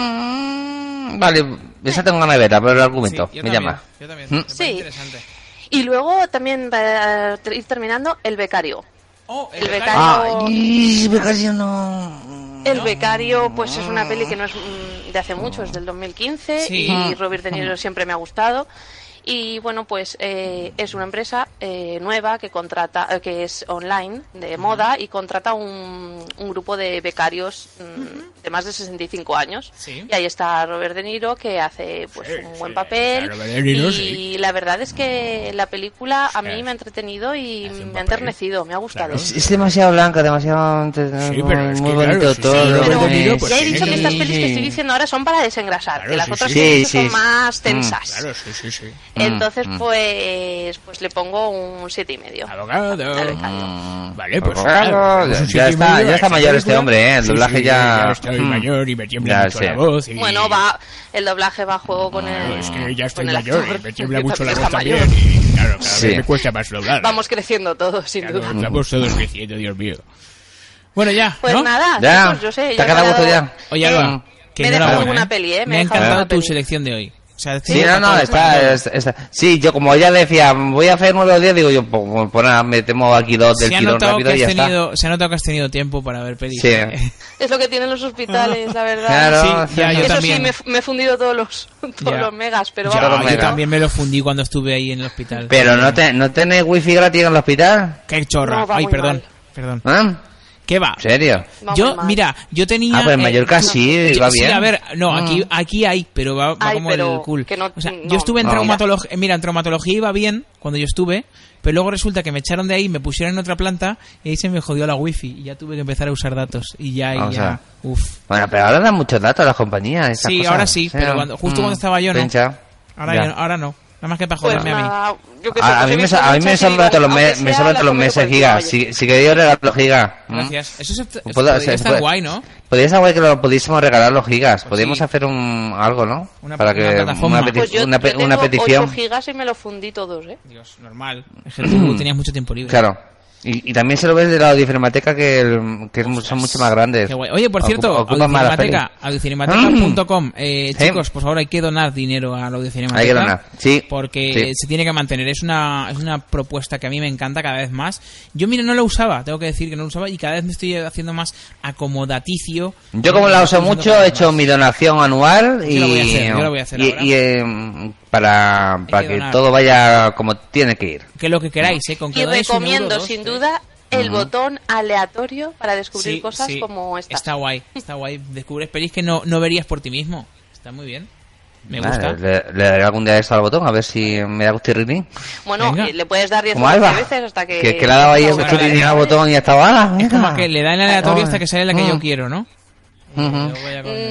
[SPEAKER 5] Mm, Vale, esa tengo ganas de verla, pero el argumento
[SPEAKER 3] Sí, yo
[SPEAKER 5] me
[SPEAKER 3] también,
[SPEAKER 5] llama.
[SPEAKER 3] yo también.
[SPEAKER 5] Mm.
[SPEAKER 3] Me parece
[SPEAKER 4] Sí.
[SPEAKER 3] interesante.
[SPEAKER 4] Y luego también para ir terminando, el becario.
[SPEAKER 3] Oh,
[SPEAKER 4] el
[SPEAKER 5] Ah,
[SPEAKER 4] becario.
[SPEAKER 5] Ay, becario no.
[SPEAKER 4] El becario, pues es
[SPEAKER 25] Ah.
[SPEAKER 4] una peli que no es mm, de hace mucho, es del 2015
[SPEAKER 5] Sí.
[SPEAKER 25] Ah.
[SPEAKER 4] y Robert De Niro siempre me ha gustado. Y bueno, pues eh, es una empresa eh, nueva que contrata, eh, que es online de moda y contrata un, un grupo de becarios mm, de más de 65 años.
[SPEAKER 25] Sí.
[SPEAKER 4] Y ahí está Robert De Niro que hace pues
[SPEAKER 25] Sí,
[SPEAKER 4] un buen
[SPEAKER 25] sí,
[SPEAKER 4] papel.
[SPEAKER 25] está Robert De Niro,
[SPEAKER 4] y
[SPEAKER 25] sí.
[SPEAKER 4] la verdad es que la película a mí
[SPEAKER 5] Sí.
[SPEAKER 4] me ha entretenido y me ha enternecido, me ha gustado.
[SPEAKER 5] Es, es demasiado blanca, demasiado.
[SPEAKER 4] pero es
[SPEAKER 5] muy
[SPEAKER 4] que,
[SPEAKER 5] bonito
[SPEAKER 4] claro, sí,
[SPEAKER 5] todo.
[SPEAKER 4] sí, Robert
[SPEAKER 5] muy-
[SPEAKER 4] De Niro, pues, Ya he
[SPEAKER 5] sí,
[SPEAKER 4] dicho que estas pelis que
[SPEAKER 5] sí.
[SPEAKER 4] estoy diciendo ahora son para desengrasar, que las otras que he dicho son más tensas.
[SPEAKER 25] Mm. Claro, sí, sí, sí.
[SPEAKER 4] Entonces,
[SPEAKER 25] Mm.
[SPEAKER 4] pues, pues le pongo un siete y medio.
[SPEAKER 25] Abogado. Vale, pues.
[SPEAKER 5] Abogado.
[SPEAKER 25] nada,
[SPEAKER 5] Ya
[SPEAKER 25] pues un siete y
[SPEAKER 5] está- ya
[SPEAKER 25] medio a
[SPEAKER 5] está
[SPEAKER 25] esta
[SPEAKER 5] mayor este
[SPEAKER 25] película.
[SPEAKER 5] hombre, ¿eh? El doblaje ya-
[SPEAKER 25] Ya estoy
[SPEAKER 5] Mm.
[SPEAKER 25] mayor y me tiembla
[SPEAKER 5] Ya
[SPEAKER 25] mucho
[SPEAKER 5] sé.
[SPEAKER 25] la voz. Y...
[SPEAKER 4] Bueno, va, el doblaje va a juego con el.
[SPEAKER 25] Es que ya estoy
[SPEAKER 4] con el
[SPEAKER 3] eh,
[SPEAKER 25] mayor
[SPEAKER 4] actor,
[SPEAKER 25] y me tiembla
[SPEAKER 4] que
[SPEAKER 25] mucho la
[SPEAKER 4] también
[SPEAKER 25] voz
[SPEAKER 4] está
[SPEAKER 25] también.
[SPEAKER 4] mayor.
[SPEAKER 25] Y claro, cada
[SPEAKER 5] Sí.
[SPEAKER 25] vez me cuesta más doblar.
[SPEAKER 4] Vamos creciendo todos, sin
[SPEAKER 25] Ya
[SPEAKER 4] duda.
[SPEAKER 25] no- Estamos todos creciendo, Dios mío. Bueno, ya.
[SPEAKER 4] Pues
[SPEAKER 25] ¿no?
[SPEAKER 4] nada, Ya. chicos, yo sé, yo he hablado-
[SPEAKER 3] Oye,
[SPEAKER 4] Eh,
[SPEAKER 5] Mm.
[SPEAKER 3] Alba, que
[SPEAKER 4] me he
[SPEAKER 3] no
[SPEAKER 4] dejado alguna peli, ¿eh? Me
[SPEAKER 3] Me
[SPEAKER 4] he
[SPEAKER 3] ha
[SPEAKER 4] dejado
[SPEAKER 3] encantado
[SPEAKER 4] alguna
[SPEAKER 3] tu
[SPEAKER 4] peli.
[SPEAKER 3] selección de hoy. O sea,
[SPEAKER 5] Sí, no, no, está, está- está- Sí, yo como ella decía, voy a hacer nueve o diez, digo yo, pues, pues, pues nada, metemos aquí dos del
[SPEAKER 3] se ha,
[SPEAKER 5] tirón
[SPEAKER 3] notado
[SPEAKER 5] rápido
[SPEAKER 3] que
[SPEAKER 5] y
[SPEAKER 3] has
[SPEAKER 5] ya está.
[SPEAKER 3] tenido, se ha notado que has tenido tiempo para ver pelis. ¿eh?
[SPEAKER 5] Sí.
[SPEAKER 4] Es lo que tienen los hospitales, la verdad.
[SPEAKER 3] Claro, Sí, ya, yo
[SPEAKER 4] Eso
[SPEAKER 3] también.
[SPEAKER 4] sí, me, he fu- me he fundido todos los, todos
[SPEAKER 3] Ya.
[SPEAKER 4] los megas, pero
[SPEAKER 3] Ya,
[SPEAKER 4] vamos.
[SPEAKER 3] yo también me lo fundí cuando estuve ahí en el hospital.
[SPEAKER 5] Pero no, te, no tenés wifi gratis en el hospital.
[SPEAKER 3] Qué chorra.
[SPEAKER 5] No, va
[SPEAKER 3] Ay,
[SPEAKER 5] muy
[SPEAKER 3] perdón. Perdón. ¿Qué va?
[SPEAKER 5] ¿En serio?
[SPEAKER 3] Yo, mira, yo tenía.
[SPEAKER 5] Ah, pero en
[SPEAKER 3] eh,
[SPEAKER 5] Mallorca
[SPEAKER 3] tú-
[SPEAKER 5] sí,
[SPEAKER 3] yo-
[SPEAKER 5] va
[SPEAKER 3] sí,
[SPEAKER 5] bien.
[SPEAKER 3] a ver, no,
[SPEAKER 5] Mm.
[SPEAKER 3] aquí, aquí hay, pero va, va
[SPEAKER 4] Hay,
[SPEAKER 3] como
[SPEAKER 4] pero
[SPEAKER 3] el cool.
[SPEAKER 4] que no-
[SPEAKER 3] O sea,
[SPEAKER 4] no,
[SPEAKER 3] yo estuve en
[SPEAKER 5] Ah,
[SPEAKER 4] no.
[SPEAKER 3] traumatología. Mira, en traumatología iba bien cuando yo estuve, pero luego resulta que me echaron de ahí, me pusieron en otra planta y ahí se me jodió la wifi y ya tuve que empezar a usar datos. Y ya, y
[SPEAKER 5] Vamos a ver.
[SPEAKER 3] ya. Uf.
[SPEAKER 5] Bueno, pero ahora dan muchos datos a las compañías. Ah, esas
[SPEAKER 3] Sí,
[SPEAKER 5] cosas.
[SPEAKER 3] ahora sí,
[SPEAKER 5] O sea,
[SPEAKER 3] pero cuando, justo
[SPEAKER 5] mm,
[SPEAKER 3] cuando estaba yo no.
[SPEAKER 5] pincha.
[SPEAKER 3] Ahora,
[SPEAKER 5] Ya.
[SPEAKER 3] yo no- ahora no. Nada más que para
[SPEAKER 4] Pues
[SPEAKER 3] joderme a mí.
[SPEAKER 4] nada, yo qué sé,
[SPEAKER 5] A, a
[SPEAKER 4] pues he
[SPEAKER 5] mí me,
[SPEAKER 4] visto
[SPEAKER 5] sa- a mí
[SPEAKER 4] muchas
[SPEAKER 5] me
[SPEAKER 4] y
[SPEAKER 5] sobran
[SPEAKER 4] digo,
[SPEAKER 5] todos
[SPEAKER 3] "Ah,
[SPEAKER 5] los,
[SPEAKER 4] aunque
[SPEAKER 5] me- me
[SPEAKER 4] sea
[SPEAKER 5] sobran
[SPEAKER 4] la
[SPEAKER 5] todos los
[SPEAKER 4] comer
[SPEAKER 5] meses
[SPEAKER 4] cualquiera,
[SPEAKER 5] gigas.
[SPEAKER 4] oye.
[SPEAKER 5] Si, si queréis, yo regalo los gigas. ¿Mm?
[SPEAKER 3] Gracias. Eso, es- eso
[SPEAKER 5] Puedo-
[SPEAKER 3] podría
[SPEAKER 5] se-
[SPEAKER 3] estar
[SPEAKER 5] puede-
[SPEAKER 3] guay, ¿no? Pues
[SPEAKER 5] Podrías saber que lo pudiésemos regalar los gigas. Podríamos
[SPEAKER 3] sí.
[SPEAKER 5] hacer un algo, ¿no?
[SPEAKER 3] Una-
[SPEAKER 5] Para
[SPEAKER 3] una
[SPEAKER 5] que
[SPEAKER 3] plataforma.
[SPEAKER 5] peti-
[SPEAKER 3] Pues
[SPEAKER 4] Yo,
[SPEAKER 5] una
[SPEAKER 4] yo
[SPEAKER 5] pe-
[SPEAKER 4] tengo
[SPEAKER 5] una
[SPEAKER 4] 8
[SPEAKER 5] petición.
[SPEAKER 4] gigas y me lo fundí todos, ¿eh?
[SPEAKER 3] Dios, normal. Es que tú tenías mucho tiempo libre.
[SPEAKER 5] Claro. Y, y también se lo ves de la audiofilmateca que, el- que son mucho más grandes.
[SPEAKER 3] Qué guay. Oye, por cierto,
[SPEAKER 5] Ocupa- ocupan más la
[SPEAKER 3] audiocinémateca,
[SPEAKER 5] peli.
[SPEAKER 3] audiocinémateca.com. Eh,
[SPEAKER 5] Sí.
[SPEAKER 3] Chicos, por favor, hay que donar dinero a la audiocinémateca.
[SPEAKER 5] Hay que donar, sí.
[SPEAKER 3] Porque
[SPEAKER 5] Sí.
[SPEAKER 3] eh, se tiene que mantener. Es una, es una propuesta que a mí me encanta cada vez más. Yo, mira, no lo usaba, tengo que decir que no lo usaba y cada vez me estoy haciendo más acomodaticio.
[SPEAKER 5] Yo como la uso
[SPEAKER 3] Usando
[SPEAKER 5] mucho,
[SPEAKER 3] cada vez
[SPEAKER 5] he hecho mi donación anual y
[SPEAKER 3] Yo la voy a hacer, yo la voy a hacer
[SPEAKER 5] y-
[SPEAKER 3] ahora.
[SPEAKER 5] y, eh, para, para que,
[SPEAKER 3] donar.
[SPEAKER 5] todo vaya como tiene que ir.
[SPEAKER 3] más. Que lo que queráis, ¿eh? Con que
[SPEAKER 4] Y
[SPEAKER 3] donéis un
[SPEAKER 4] recomiendo,
[SPEAKER 3] euro, dos,
[SPEAKER 4] sin
[SPEAKER 3] tres.
[SPEAKER 4] duda, el
[SPEAKER 3] Ujú.
[SPEAKER 4] botón aleatorio para descubrir
[SPEAKER 3] Sí,
[SPEAKER 4] cosas
[SPEAKER 3] sí.
[SPEAKER 4] como esta.
[SPEAKER 3] Está guay, está guay. Descubres pelis que no, no verías por ti mismo. Está muy bien. Me
[SPEAKER 5] Vale,
[SPEAKER 3] gusta.
[SPEAKER 5] Le, le daré algún día esto al botón a ver si me da un tirrinín.
[SPEAKER 4] Bueno,
[SPEAKER 5] Venga.
[SPEAKER 4] eh, le puedes dar 10
[SPEAKER 5] Como
[SPEAKER 4] o 15
[SPEAKER 5] Alba,
[SPEAKER 4] veces hasta que...
[SPEAKER 5] que, que le ha dado ahí ese tirrinín al botón y hasta ahora.
[SPEAKER 3] Es como que le da en aleatorio hasta que sale la que yo
[SPEAKER 5] Mm.
[SPEAKER 3] quiero, ¿no?
[SPEAKER 4] Mm,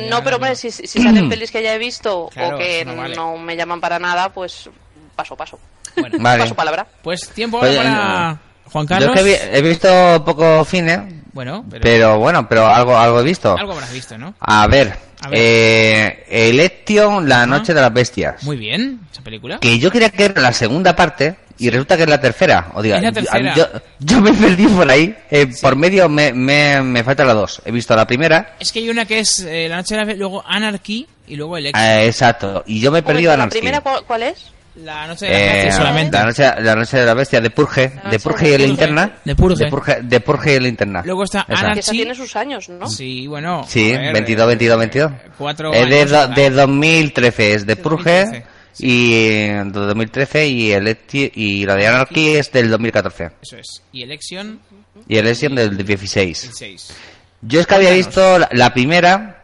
[SPEAKER 4] No, pero hombre, si, si
[SPEAKER 5] Mm.
[SPEAKER 4] salen pelis que ya he visto
[SPEAKER 3] Claro,
[SPEAKER 4] o que
[SPEAKER 3] eso
[SPEAKER 4] no,
[SPEAKER 3] no vale.
[SPEAKER 4] me llaman para nada, pues paso, paso.
[SPEAKER 5] Vale.
[SPEAKER 4] Paso palabra.
[SPEAKER 3] Pues tiempo ahora
[SPEAKER 5] Oye,
[SPEAKER 3] para Juan
[SPEAKER 5] Yo
[SPEAKER 3] Carlos.
[SPEAKER 5] es que vi- he visto poco cine,
[SPEAKER 3] Bueno, pero,
[SPEAKER 5] pero, bueno, pero algo, algo he visto.
[SPEAKER 3] algo habrás visto, ¿no?
[SPEAKER 5] A ver,
[SPEAKER 3] A ver.
[SPEAKER 5] eh, Election, la noche de las bestias.
[SPEAKER 3] Muy bien, esa película.
[SPEAKER 5] Que yo quería que era la segunda parte y resulta que es la tercera. O diga,
[SPEAKER 3] Es la
[SPEAKER 5] yo- a
[SPEAKER 3] tercera.
[SPEAKER 5] mí- Yo, yo me perdí por ahí. eh, Por medio me, me, me falta la dos. He visto la primera.
[SPEAKER 3] Es que hay una que es eh, La Noche de la luego Anarchy y luego el
[SPEAKER 5] eh, exacto. Y yo me he perdido Eh,
[SPEAKER 4] Momento,
[SPEAKER 5] la
[SPEAKER 4] ¿La primera cuál, cuál es?
[SPEAKER 3] La Noche de la Gracia solamente.
[SPEAKER 5] la, noche, la noche de la bestia de Purge, de Purge y el linterna. De Purge. De Purge, y el linterna.
[SPEAKER 3] Luego está
[SPEAKER 5] Esa.
[SPEAKER 4] Que esa tiene sus años, ¿no?
[SPEAKER 3] Sí, bueno.
[SPEAKER 5] Sí,
[SPEAKER 3] a ver, eh,
[SPEAKER 5] 22, 22, 22.
[SPEAKER 3] cuatro
[SPEAKER 5] es de,
[SPEAKER 3] años,
[SPEAKER 5] do-
[SPEAKER 3] ¿verdad?
[SPEAKER 5] de 2013, es de Purge
[SPEAKER 3] 2013,
[SPEAKER 5] y eh, de 2013 y el y la de Anarchy es del 2014
[SPEAKER 3] Eso es. Y Election
[SPEAKER 5] y el Election del 16.
[SPEAKER 3] 16.
[SPEAKER 5] Yo es que había visto la, la primera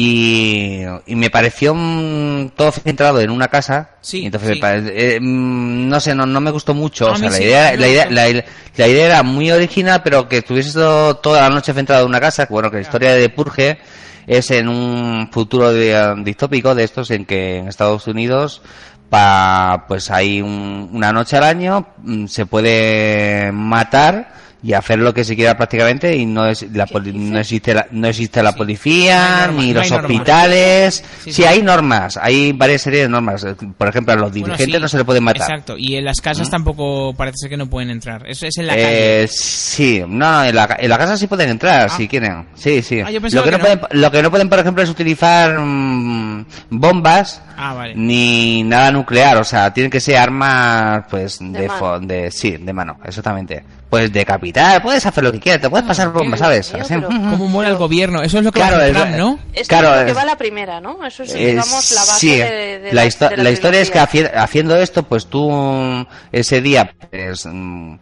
[SPEAKER 5] y, y me pareció mm, todo centrado en una casa.
[SPEAKER 3] Sí,
[SPEAKER 5] Y entonces
[SPEAKER 3] sí.
[SPEAKER 5] me pare- eh, mm, no sé, no, no me gustó mucho.
[SPEAKER 3] A
[SPEAKER 5] o sea,
[SPEAKER 3] mí
[SPEAKER 5] la,
[SPEAKER 3] sí,
[SPEAKER 5] idea,
[SPEAKER 3] no
[SPEAKER 5] la,
[SPEAKER 3] me
[SPEAKER 5] idea,
[SPEAKER 3] gustó.
[SPEAKER 5] la- la idea era muy original, pero que estuviese todo- toda la noche centrado en una casa. que Bueno, que la historia de Purge es en un futuro de- eh, distópico de estos en que en Estados Unidos pa, pues hay un- una noche al año, mm, se puede matar y hacer lo que se quiera prácticamente y no es la poli- no existe la, no existe la
[SPEAKER 3] No hay
[SPEAKER 5] policía
[SPEAKER 3] normas,
[SPEAKER 5] ni
[SPEAKER 3] no
[SPEAKER 5] los
[SPEAKER 3] hay normas.
[SPEAKER 5] hospitales
[SPEAKER 3] Sí,
[SPEAKER 5] sí,
[SPEAKER 3] sí.
[SPEAKER 5] hay normas hay varias series de normas por ejemplo a los
[SPEAKER 3] Bueno,
[SPEAKER 5] dirigentes
[SPEAKER 3] sí,
[SPEAKER 5] no se le puede matar
[SPEAKER 3] Exacto. Y en las casas tampoco parece ser que no pueden entrar. Eso es en la
[SPEAKER 5] Eh,
[SPEAKER 3] calle.
[SPEAKER 5] sí no no, en la, ca- en la casa sí pueden entrar si quieren sí sí
[SPEAKER 3] Ah, yo
[SPEAKER 5] lo
[SPEAKER 3] pensaba
[SPEAKER 5] que no,
[SPEAKER 3] que no.
[SPEAKER 5] pueden lo que no pueden por ejemplo es utilizar mm, bombas
[SPEAKER 3] Ah, vale.
[SPEAKER 5] Mm, ni nada nuclear, o sea, tienen que ser armas, pues, de,
[SPEAKER 3] mano.
[SPEAKER 5] fo- de- sí, de mano, exactamente. Pues militar, puedes hacer lo que quieras, te
[SPEAKER 4] Ah,
[SPEAKER 5] puedes pasar bomba, ¿sabes? Así.
[SPEAKER 3] ¿Cómo mola el gobierno? Eso es lo que
[SPEAKER 5] Claro,
[SPEAKER 3] hace
[SPEAKER 5] el-
[SPEAKER 3] Trump, ¿no?
[SPEAKER 4] Esto
[SPEAKER 5] Claro,
[SPEAKER 4] es lo que
[SPEAKER 5] es-
[SPEAKER 4] va a la primera, ¿no? Eso es,
[SPEAKER 5] Eh,
[SPEAKER 4] digamos, la base
[SPEAKER 5] sí, eh.
[SPEAKER 4] de, de
[SPEAKER 5] la,
[SPEAKER 4] la-
[SPEAKER 5] histo-
[SPEAKER 4] de la
[SPEAKER 5] la historia es que
[SPEAKER 4] trilogía.
[SPEAKER 5] haci- haciendo esto, pues tú mm, ese día pues, mm,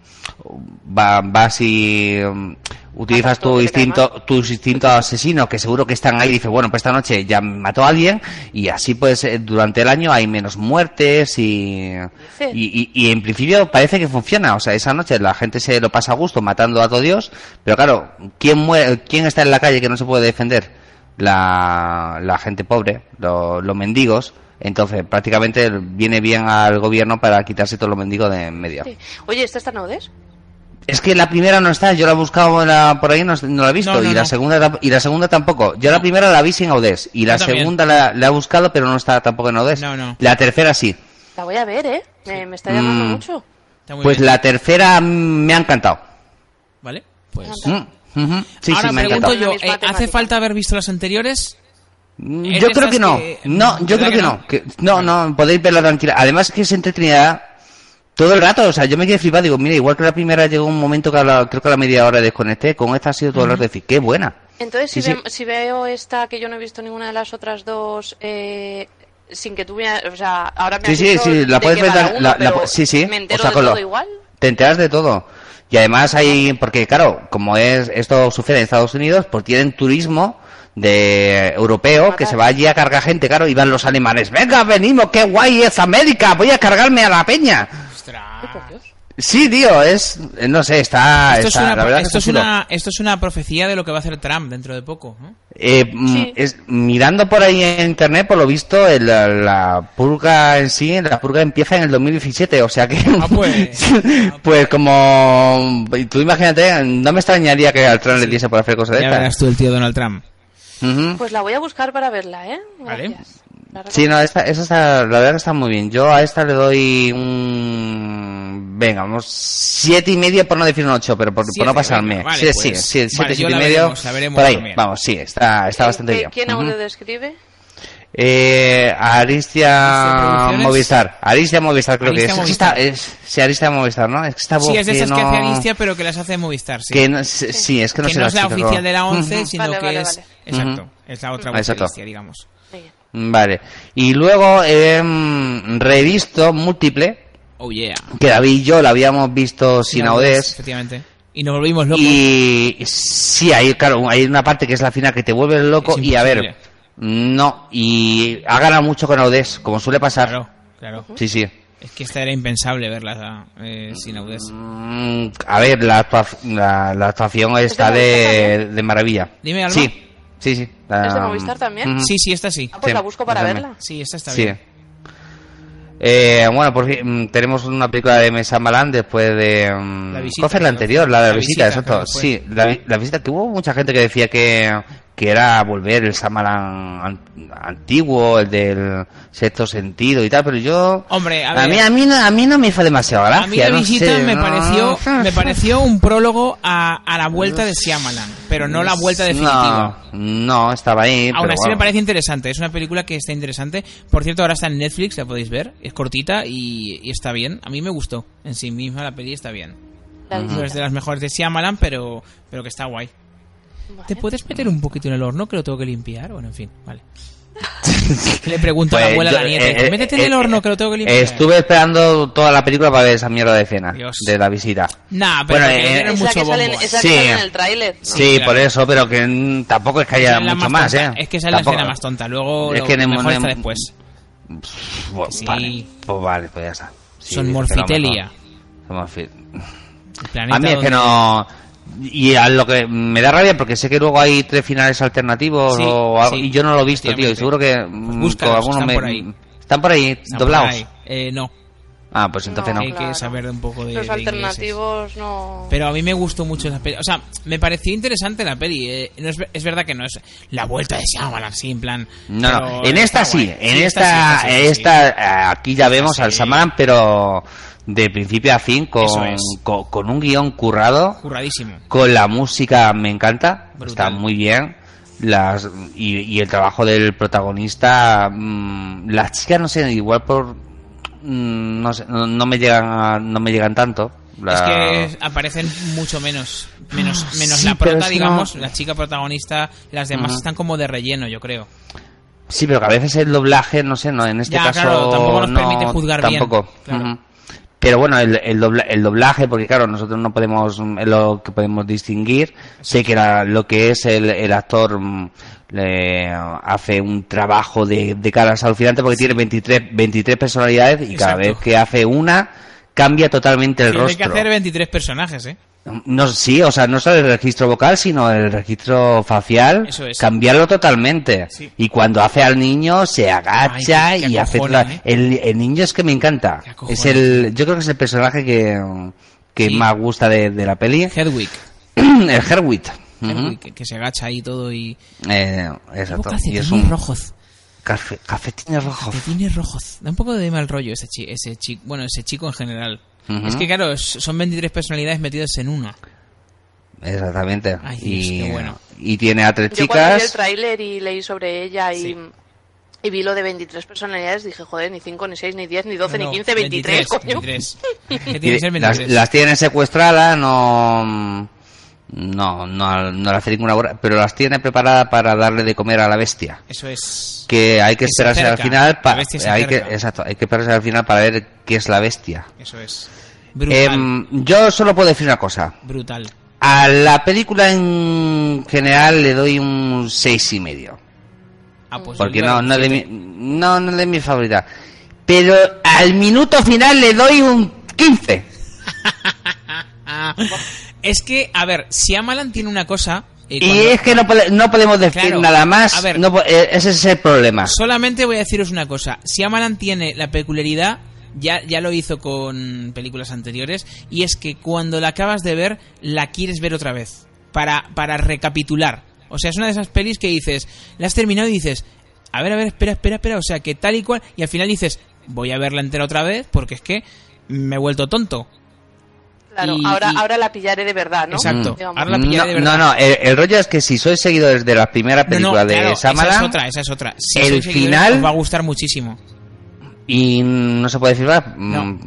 [SPEAKER 5] va- vas y mm, utilizas tu instinto, tus instintos asesinos que seguro que están ahí y dices, bueno, pues esta noche ya mató a alguien y así pues eh, durante el año hay menos muertes y,
[SPEAKER 4] Sí.
[SPEAKER 5] y, y- y en principio parece que funciona. O sea, esa noche la gente se lo pasa a gusto matando a todo Dios, pero claro, ¿quién, muere, quién está en la calle que no se puede defender? la, la gente pobre, lo- los mendigos. Entonces, prácticamente viene bien al gobierno para quitarse todos los mendigos de en medio.
[SPEAKER 4] Sí. Oye, ¿esta está en Audes?
[SPEAKER 5] Es que la primera no está, yo la he buscado en la- por ahí, no, no la he visto.
[SPEAKER 4] No, no,
[SPEAKER 5] y, la
[SPEAKER 4] no.
[SPEAKER 5] Segunda, tam- y la segunda tampoco. Yo la primera la vi sin Audés. Y la
[SPEAKER 3] Yo también.
[SPEAKER 5] segunda la, la he buscado, pero no está tampoco en Audés. La tercera sí.
[SPEAKER 4] La voy a ver, ¿eh? Me, me está llamando
[SPEAKER 5] Mm.
[SPEAKER 4] mucho.
[SPEAKER 5] Pues la tercera mm, me ha encantado.
[SPEAKER 3] ¿Vale? Pues.
[SPEAKER 5] Mm, mhm. Sí,
[SPEAKER 3] Ahora
[SPEAKER 5] sí, me ha
[SPEAKER 3] pregunto
[SPEAKER 5] encantado.
[SPEAKER 3] yo, eh, ¿hace falta haber visto las anteriores?
[SPEAKER 5] Mm, Yo creo que no. No, yo creo que no. Que- no, no, podéis verla tranquila. Además que es entretenida todo el rato. O sea, yo me quedé flipado. Digo, mira, igual que la primera llegó un momento que a la- creo que a la media hora desconecté. Con esta ha sido todo el rato decir, qué buena.
[SPEAKER 4] Entonces, si,
[SPEAKER 5] Sí, sí.
[SPEAKER 4] ve- si veo esta que yo no he visto ninguna de las otras dos, eh, sin que tú me. ha- O sea, ahora me
[SPEAKER 5] Sí,
[SPEAKER 4] has
[SPEAKER 5] sí,
[SPEAKER 4] dicho
[SPEAKER 5] sí, la
[SPEAKER 4] de
[SPEAKER 5] puedes
[SPEAKER 4] qué
[SPEAKER 5] ver.
[SPEAKER 4] va la
[SPEAKER 5] la-
[SPEAKER 4] uno,
[SPEAKER 5] la- la-
[SPEAKER 4] pero
[SPEAKER 5] sí, sí.
[SPEAKER 4] Me
[SPEAKER 5] O
[SPEAKER 4] entero
[SPEAKER 5] sea,
[SPEAKER 4] de
[SPEAKER 5] con lo-
[SPEAKER 4] todo igual.
[SPEAKER 5] Te enteras de todo. Y además hay, porque claro, como es esto sucede en Estados Unidos, pues tienen turismo de europeo que se va allí a cargar gente, claro, y van los alemanes, venga, venimos, qué guay es América, voy a cargarme a la peña. Sí, tío, es, no sé, está,
[SPEAKER 3] Esto, es
[SPEAKER 5] está-
[SPEAKER 3] una,
[SPEAKER 5] Ah, la verdad que
[SPEAKER 3] esto, es
[SPEAKER 5] está chulo.
[SPEAKER 3] una, esto es una profecía de lo que va a hacer Trump dentro de poco. ¿no?
[SPEAKER 5] Eh, mm, es- mirando por ahí en internet, por lo visto, el- la, la purga en sí, la purga empieza en el 2017, o sea que...
[SPEAKER 3] Ah,
[SPEAKER 5] pues. como... Tú imagínate, no me extrañaría que al Trump le diese por hacer cosas de
[SPEAKER 3] Ya
[SPEAKER 5] estas.
[SPEAKER 3] verás tú el tío Donald Trump.
[SPEAKER 5] Ujú.
[SPEAKER 4] Pues la voy a buscar para verla, ¿eh? Gracias.
[SPEAKER 5] Sí, no, esta, esa está- la verdad que está muy bien. Yo a esta le doy un... Venga, vamos, siete y medio por no decir un ocho, pero por, por
[SPEAKER 3] Siete,
[SPEAKER 5] no pasarme.
[SPEAKER 3] venga, vale,
[SPEAKER 5] sí,
[SPEAKER 3] pues.
[SPEAKER 5] sí, sí,
[SPEAKER 3] Vale,
[SPEAKER 5] siete,
[SPEAKER 3] yo
[SPEAKER 5] siete y
[SPEAKER 3] la
[SPEAKER 5] medio.
[SPEAKER 3] veremos, la veremos
[SPEAKER 5] por ahí,
[SPEAKER 3] también.
[SPEAKER 5] vamos, sí, está, está bastante
[SPEAKER 4] ¿Qué-
[SPEAKER 5] bien.
[SPEAKER 4] Eh, ¿Quién
[SPEAKER 5] Ujú.
[SPEAKER 4] audio describe?
[SPEAKER 5] Eh, Aristia
[SPEAKER 3] Producciones.
[SPEAKER 5] Movistar. Aristia Movistar creo
[SPEAKER 3] Aristia
[SPEAKER 5] que es. Es que está- es- sí, Aristia Movistar, ¿no? Es que esta voz
[SPEAKER 3] Sí, es de
[SPEAKER 5] que
[SPEAKER 3] esas
[SPEAKER 5] no...
[SPEAKER 3] que hace Aristia, pero que las hace en Movistar. Sí,
[SPEAKER 5] que no- sí, sí, es que no
[SPEAKER 3] Que
[SPEAKER 5] sé
[SPEAKER 3] no es la
[SPEAKER 5] chica,
[SPEAKER 3] oficial
[SPEAKER 5] no.
[SPEAKER 3] de la 11, sino
[SPEAKER 4] Vale,
[SPEAKER 3] que
[SPEAKER 4] vale,
[SPEAKER 3] es.
[SPEAKER 4] vale.
[SPEAKER 3] Exacto,
[SPEAKER 5] Ujú.
[SPEAKER 3] es la otra
[SPEAKER 5] Ah,
[SPEAKER 3] voz de
[SPEAKER 5] exacto.
[SPEAKER 3] Aristia, digamos.
[SPEAKER 5] Vale. Y luego he mm, revisto Múltiple,
[SPEAKER 3] Oh, yeah.
[SPEAKER 5] que David y yo la habíamos visto sin
[SPEAKER 3] Audes,
[SPEAKER 5] Audes.
[SPEAKER 3] Efectivamente. Y nos volvimos locos.
[SPEAKER 5] Y sí, hay, claro, hay una parte que es la final que te vuelve loco y a ver.
[SPEAKER 3] imposible.
[SPEAKER 5] No, y ha ganado mucho con Audes, como suele pasar.
[SPEAKER 3] Claro.
[SPEAKER 5] Sí, sí.
[SPEAKER 3] Es que esta era impensable verla eh, sin Audes.
[SPEAKER 5] Mm, A ver, la, actua- la, la actuación está de, de maravilla.
[SPEAKER 3] Dime, Alba.
[SPEAKER 5] Sí, sí, sí. La-
[SPEAKER 4] ¿Es de Movistar también?
[SPEAKER 5] Ah, Ujú.
[SPEAKER 3] Sí, sí, esta sí.
[SPEAKER 4] Ah, pues la busco para
[SPEAKER 5] también.
[SPEAKER 4] verla.
[SPEAKER 3] Sí, esta está
[SPEAKER 5] Sí.
[SPEAKER 3] bien.
[SPEAKER 5] Eh, bueno, por fin, mm, tenemos una película de Mesa Malán después de... mm,
[SPEAKER 3] La Visita,
[SPEAKER 5] ¿cuál fue
[SPEAKER 3] creo.
[SPEAKER 5] la anterior? La de la,
[SPEAKER 3] La
[SPEAKER 5] visita,
[SPEAKER 3] Visita, creo que
[SPEAKER 5] exacto.
[SPEAKER 3] fue.
[SPEAKER 5] Sí, la, vi- la visita, que hubo mucha gente que decía que, que era volver el Samalan an- antiguo, el del sexto sentido y tal, pero yo...
[SPEAKER 3] Hombre, a
[SPEAKER 5] a,
[SPEAKER 3] ver.
[SPEAKER 5] mí, a, mí no, a mí no me hizo demasiado gracia.
[SPEAKER 3] A mí la
[SPEAKER 5] no
[SPEAKER 3] visita
[SPEAKER 5] sé,
[SPEAKER 3] me
[SPEAKER 5] no.
[SPEAKER 3] pareció me pareció un prólogo a, a la vuelta de Shyamalan, pero no la vuelta definitiva.
[SPEAKER 5] No, no estaba ahí.
[SPEAKER 3] Aún
[SPEAKER 5] pero
[SPEAKER 3] así me
[SPEAKER 5] bueno.
[SPEAKER 3] parece interesante, es una película que está interesante. Por cierto, ahora está en Netflix, la podéis ver, es cortita y, y está bien. A mí me gustó, en sí misma la peli está bien.
[SPEAKER 4] La
[SPEAKER 3] No
[SPEAKER 4] visita.
[SPEAKER 3] es de las mejores de Shyamalan, pero, pero que está guay.
[SPEAKER 5] Pues
[SPEAKER 3] ¿Te puedes meter un poquito en el horno que lo tengo que limpiar? Bueno, en fin, vale. Le pregunto a la
[SPEAKER 5] Pues
[SPEAKER 3] abuela a la
[SPEAKER 5] yo,
[SPEAKER 3] nieta,
[SPEAKER 5] eh,
[SPEAKER 3] dice,
[SPEAKER 5] eh,
[SPEAKER 3] métete en
[SPEAKER 5] eh,
[SPEAKER 3] el horno que lo tengo que limpiar.
[SPEAKER 5] Estuve esperando toda la película para ver esa mierda de escena
[SPEAKER 3] Dios.
[SPEAKER 5] de la visita.
[SPEAKER 3] Nah, pero
[SPEAKER 5] Bueno,
[SPEAKER 3] que
[SPEAKER 5] eh,
[SPEAKER 3] tienen
[SPEAKER 5] Es
[SPEAKER 4] Es la
[SPEAKER 3] mucho
[SPEAKER 4] que sale en,
[SPEAKER 3] bombo,
[SPEAKER 4] es la que
[SPEAKER 5] Sí.
[SPEAKER 4] sale en el tráiler. ¿no?
[SPEAKER 5] Sí, por eso, pero que mm, tampoco es que haya
[SPEAKER 3] Esa es la
[SPEAKER 5] mucho
[SPEAKER 3] más
[SPEAKER 5] más,
[SPEAKER 3] tonta.
[SPEAKER 5] ¿eh?
[SPEAKER 3] Es que esa es la
[SPEAKER 5] Tampoco-
[SPEAKER 3] escena más tonta. Luego
[SPEAKER 5] Es
[SPEAKER 3] lo
[SPEAKER 5] que en el
[SPEAKER 3] mejor está
[SPEAKER 5] momento-
[SPEAKER 3] después.
[SPEAKER 5] Bueno,
[SPEAKER 3] Sí.
[SPEAKER 5] vale, pues vale, pues ya está. Sí,
[SPEAKER 3] Son
[SPEAKER 5] dice que no,
[SPEAKER 3] Morfitelia.
[SPEAKER 5] mejor. Son morfi-
[SPEAKER 3] El planeta
[SPEAKER 5] A mí es
[SPEAKER 3] donde-
[SPEAKER 5] que no... Y a lo que me da rabia porque sé que luego hay tres finales alternativos
[SPEAKER 3] Sí,
[SPEAKER 5] o algo,
[SPEAKER 3] sí, Pues
[SPEAKER 5] y yo no lo he visto, tío. Y seguro que mm,
[SPEAKER 3] búscalos,
[SPEAKER 5] con algunos
[SPEAKER 3] están
[SPEAKER 5] me-
[SPEAKER 3] por ahí.
[SPEAKER 5] Están por ahí,
[SPEAKER 3] Están por
[SPEAKER 5] doblados.
[SPEAKER 3] ahí. Eh, no.
[SPEAKER 5] Ah, pues entonces no.
[SPEAKER 3] Hay que saber de un poco de,
[SPEAKER 4] Los
[SPEAKER 3] de ingleses.
[SPEAKER 4] alternativos no.
[SPEAKER 3] Pero a mí me gustó mucho la peli. O sea, me pareció interesante la peli. eh, no es, ver- es verdad que no es la vuelta de Shyamalan, sí, en plan.
[SPEAKER 5] No, no,
[SPEAKER 3] pero
[SPEAKER 5] en esta
[SPEAKER 3] está
[SPEAKER 5] sí,
[SPEAKER 3] guay.
[SPEAKER 5] en
[SPEAKER 3] Sí,
[SPEAKER 5] esta,
[SPEAKER 3] sí,
[SPEAKER 5] esta,
[SPEAKER 3] sí, sí.
[SPEAKER 5] eh, aquí ya vemos al Samaran, pero de principio a fin con,
[SPEAKER 3] Eso es.
[SPEAKER 5] con, con un guión currado,
[SPEAKER 3] Curradísimo.
[SPEAKER 5] con la música me encanta,
[SPEAKER 3] Brutal.
[SPEAKER 5] está muy bien, las y, y el trabajo del protagonista, mm, las chicas no sé, igual por mm, no, sé, no, no me llegan, a- no me llegan tanto, La-
[SPEAKER 3] Es que aparecen mucho menos. Menos, menos
[SPEAKER 5] Ah, Sí,
[SPEAKER 3] la
[SPEAKER 5] pero
[SPEAKER 3] prota,
[SPEAKER 5] es
[SPEAKER 3] digamos,
[SPEAKER 5] una-
[SPEAKER 3] la chica protagonista. Las demás
[SPEAKER 5] Ajá.
[SPEAKER 3] están como de relleno, yo creo.
[SPEAKER 5] Sí, pero que a veces el doblaje, no sé, no, en este
[SPEAKER 3] Ya,
[SPEAKER 5] caso
[SPEAKER 3] claro, tampoco nos
[SPEAKER 5] no,
[SPEAKER 3] permite juzgar bien.
[SPEAKER 5] tampoco.
[SPEAKER 3] Claro.
[SPEAKER 5] Ujú. Pero bueno, el, el, dobla- el doblaje, porque claro, nosotros no podemos, mm, es lo que podemos distinguir, sé que la- lo que es el, el actor mm, le hace un trabajo de, de cara al alucinante porque tiene 23, 23 personalidades y cada
[SPEAKER 3] Exacto.
[SPEAKER 5] vez que hace una cambia totalmente el
[SPEAKER 3] Tiene que
[SPEAKER 5] rostro.
[SPEAKER 3] hacer 23 personajes, ¿eh?
[SPEAKER 5] No, sí, o sea, no solo el registro vocal, sino el registro facial,
[SPEAKER 3] Eso es.
[SPEAKER 5] cambiarlo totalmente. Y cuando hace al niño, se agacha
[SPEAKER 3] Ay, qué- qué
[SPEAKER 5] y hace...
[SPEAKER 3] acojona,
[SPEAKER 5] toda-
[SPEAKER 3] ¿eh?
[SPEAKER 5] el, el niño es que me encanta. Es el, yo creo que es el personaje que, que más gusta de, de la peli.
[SPEAKER 3] Hedwig.
[SPEAKER 5] el Herwig. Ujú.
[SPEAKER 3] Que, que se agacha ahí todo y.
[SPEAKER 5] Eh,
[SPEAKER 3] Llevo
[SPEAKER 5] exacto. Y es
[SPEAKER 3] calcetines
[SPEAKER 5] un-
[SPEAKER 3] rojos.
[SPEAKER 5] Cafe- cafetines rojos.
[SPEAKER 3] Calcetines rojos. Da un poco de mal rollo ese chico. Ese chico bueno, ese chico en general.
[SPEAKER 5] Ujú.
[SPEAKER 3] Es que, claro, s- son 23 personalidades metidas en una.
[SPEAKER 5] Exactamente.
[SPEAKER 3] Ay, Dios,
[SPEAKER 5] y,
[SPEAKER 3] qué bueno.
[SPEAKER 5] y tiene a tres
[SPEAKER 4] Yo cuando vi el
[SPEAKER 5] chicas.
[SPEAKER 4] tráiler y leí sobre ella y, y vi lo de 23 personalidades, dije, joder, ni 5, ni 6, ni 10, ni 12,
[SPEAKER 3] No,
[SPEAKER 4] ni 15, 23, coño.
[SPEAKER 3] 23.
[SPEAKER 5] y
[SPEAKER 3] Que tiene que ser
[SPEAKER 5] las,
[SPEAKER 3] 23.
[SPEAKER 5] las tiene secuestradas, no. No, no, no le hace ninguna hora, pero las tiene preparadas para darle de comer a la bestia.
[SPEAKER 3] Eso es.
[SPEAKER 5] que hay que
[SPEAKER 3] Que se
[SPEAKER 5] esperarse
[SPEAKER 3] acerca,
[SPEAKER 5] al final
[SPEAKER 3] la
[SPEAKER 5] para
[SPEAKER 3] bestia se
[SPEAKER 5] hay que
[SPEAKER 3] acerca.
[SPEAKER 5] exacto hay que esperarse al final para ver qué es la bestia
[SPEAKER 3] Eso es.
[SPEAKER 5] Em, yo solo puedo decir una cosa
[SPEAKER 3] Brutal.
[SPEAKER 5] a la película en general le doy un seis y medio
[SPEAKER 3] Ah, pues
[SPEAKER 5] porque
[SPEAKER 3] yo le
[SPEAKER 5] no
[SPEAKER 3] doy
[SPEAKER 5] no es de mi, no no es de mi favorita pero al minuto final le doy un 15
[SPEAKER 3] Ah, es que, a ver, si Amalan tiene una cosa. eh,
[SPEAKER 5] y
[SPEAKER 3] cuando-
[SPEAKER 5] es que no, pode- no podemos decir
[SPEAKER 3] Claro,
[SPEAKER 5] nada más
[SPEAKER 3] a ver.
[SPEAKER 5] no po- eh, ese es el problema
[SPEAKER 3] Solamente voy a deciros una cosa. Si Amalan tiene la peculiaridad, ya, ya lo hizo con películas anteriores, y es que cuando la acabas de ver, la quieres ver otra vez. Para, para recapitular. O sea, es una de esas pelis que dices, la has terminado y dices, a ver, a ver, espera, espera, espera. O sea, que tal y cual. Y al final dices, voy a verla entera otra vez porque es que me he vuelto tonto.
[SPEAKER 4] Claro,
[SPEAKER 3] Y-
[SPEAKER 4] ahora,
[SPEAKER 3] y-
[SPEAKER 4] ahora la pillaré de verdad, ¿no?
[SPEAKER 3] Exacto.
[SPEAKER 4] Digamos.
[SPEAKER 3] Ahora la pillaré de
[SPEAKER 5] Mm. no,
[SPEAKER 3] verdad.
[SPEAKER 5] no, no, el, el rollo es que si sois seguidores de la primera
[SPEAKER 3] No, no,
[SPEAKER 5] película de
[SPEAKER 3] claro,
[SPEAKER 5] Shyamalan,
[SPEAKER 3] esa es otra, esa es otra. Si
[SPEAKER 5] el
[SPEAKER 3] sois seguidores,
[SPEAKER 5] final-
[SPEAKER 3] os va a gustar muchísimo.
[SPEAKER 5] Y no se puede decir más.
[SPEAKER 3] No.
[SPEAKER 5] Mm,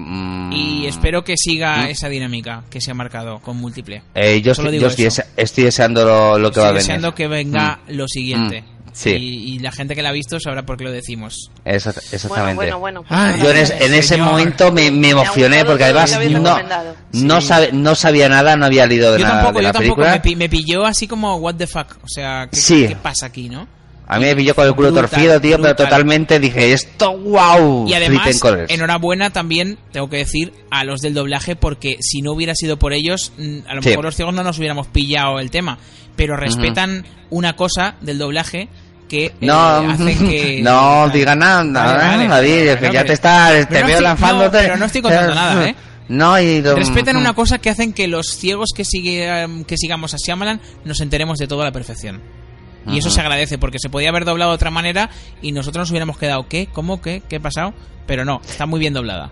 [SPEAKER 5] mm,
[SPEAKER 3] Y espero que siga
[SPEAKER 5] Mm.
[SPEAKER 3] esa dinámica que se ha marcado con múltiple.
[SPEAKER 5] eh, yo
[SPEAKER 3] Solo
[SPEAKER 5] estoy,
[SPEAKER 3] digo
[SPEAKER 5] yo estoy
[SPEAKER 3] eso.
[SPEAKER 5] dese- estoy deseando lo, lo que
[SPEAKER 3] Estoy
[SPEAKER 5] va a venir.
[SPEAKER 3] deseando que venga
[SPEAKER 5] Mm.
[SPEAKER 3] lo siguiente.
[SPEAKER 5] Mm. Sí.
[SPEAKER 3] Y, y la gente que la ha visto sabrá por qué lo decimos.
[SPEAKER 5] Esa- exactamente.
[SPEAKER 4] Bueno, bueno, bueno, pues
[SPEAKER 3] Ay,
[SPEAKER 5] yo en, es- en ese
[SPEAKER 3] señor.
[SPEAKER 5] momento me, me emocioné
[SPEAKER 4] gustado
[SPEAKER 5] porque
[SPEAKER 4] todo lo que
[SPEAKER 5] además
[SPEAKER 4] habéis
[SPEAKER 5] no,
[SPEAKER 4] recomendado.
[SPEAKER 5] no,
[SPEAKER 3] Sí.
[SPEAKER 5] sabe- no sabía nada, no había leído de
[SPEAKER 3] Yo
[SPEAKER 5] nada
[SPEAKER 3] tampoco,
[SPEAKER 5] de
[SPEAKER 3] yo
[SPEAKER 5] la
[SPEAKER 3] tampoco. Me,
[SPEAKER 5] película.
[SPEAKER 3] pi- me pilló así como, what the fuck. O sea, ¿qué,
[SPEAKER 5] Sí.
[SPEAKER 3] qué pasa aquí, no?
[SPEAKER 5] A mí me pilló con el culo
[SPEAKER 3] Brutal,
[SPEAKER 5] torcido, tío,
[SPEAKER 3] brutal.
[SPEAKER 5] pero totalmente dije, esto, wow.
[SPEAKER 3] Y además, enhorabuena también, tengo que decir, a los del doblaje, porque si no hubiera sido por ellos, mm, a lo
[SPEAKER 5] Sí.
[SPEAKER 3] mejor los ciegos no nos hubiéramos pillado el tema. Pero respetan una cosa del doblaje que eh,
[SPEAKER 5] No,
[SPEAKER 3] hace que...
[SPEAKER 5] no diga nada,
[SPEAKER 3] Vale, vale,
[SPEAKER 5] David, que
[SPEAKER 3] pero
[SPEAKER 5] ya
[SPEAKER 3] hombre,
[SPEAKER 5] te está, te
[SPEAKER 3] pero no
[SPEAKER 5] veo
[SPEAKER 3] estoy-
[SPEAKER 5] lanzándote.
[SPEAKER 3] no, pero no estoy contando nada, ¿eh?
[SPEAKER 5] No, y lo-
[SPEAKER 3] Respetan una cosa que hacen que los ciegos que, sigue, em, que sigamos a Shyamalan nos enteremos de todo a la perfección. Y eso
[SPEAKER 5] Ujú.
[SPEAKER 3] se agradece porque se podía haber doblado de otra manera y nosotros nos hubiéramos quedado, ¿qué? ¿Cómo? ¿Qué? ¿Qué ha pasado? Pero no, está muy bien doblada.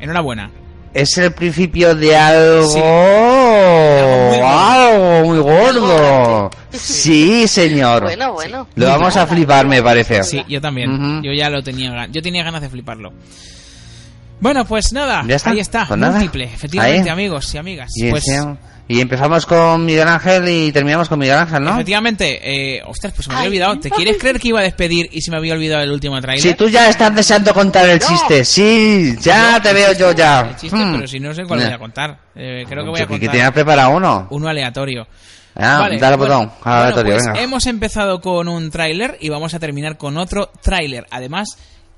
[SPEAKER 3] Enhorabuena.
[SPEAKER 5] Es el principio de algo. Algo muy gordo. Sí, señor.
[SPEAKER 4] Bueno, bueno.
[SPEAKER 5] Lo vamos a flipar, me parece.
[SPEAKER 3] Sí, yo también. Yo ya lo tenía gan- Yo tenía ganas de fliparlo. Bueno, pues nada,
[SPEAKER 5] Ya está,
[SPEAKER 3] ahí está,
[SPEAKER 5] pues nada.
[SPEAKER 3] múltiple, efectivamente,
[SPEAKER 5] Ahí.
[SPEAKER 3] amigos y amigas.
[SPEAKER 5] Y,
[SPEAKER 3] pues
[SPEAKER 5] ese- y empezamos con Miguel Ángel y terminamos con Miguel Ángel, ¿no?
[SPEAKER 3] efectivamente, eh, ostras, pues se me había olvidado. ¿Te quieres creer que iba a despedir y se me había olvidado el último trailer?
[SPEAKER 5] Si tú ya estás deseando contar el chiste, sí, ya te veo yo ya.
[SPEAKER 3] El chiste,
[SPEAKER 5] Mm.
[SPEAKER 3] pero si no sé cuál voy a
[SPEAKER 5] Ya.
[SPEAKER 3] contar. Eh, creo que voy
[SPEAKER 5] Yo
[SPEAKER 3] a
[SPEAKER 5] creí que
[SPEAKER 3] contar
[SPEAKER 5] tenías preparado uno.
[SPEAKER 3] uno aleatorio.
[SPEAKER 5] Ah,
[SPEAKER 3] ¿eh?
[SPEAKER 5] dale botón, aleatorio,
[SPEAKER 3] pues
[SPEAKER 5] venga.
[SPEAKER 3] Hemos empezado con un tráiler y vamos a terminar con otro tráiler. Además,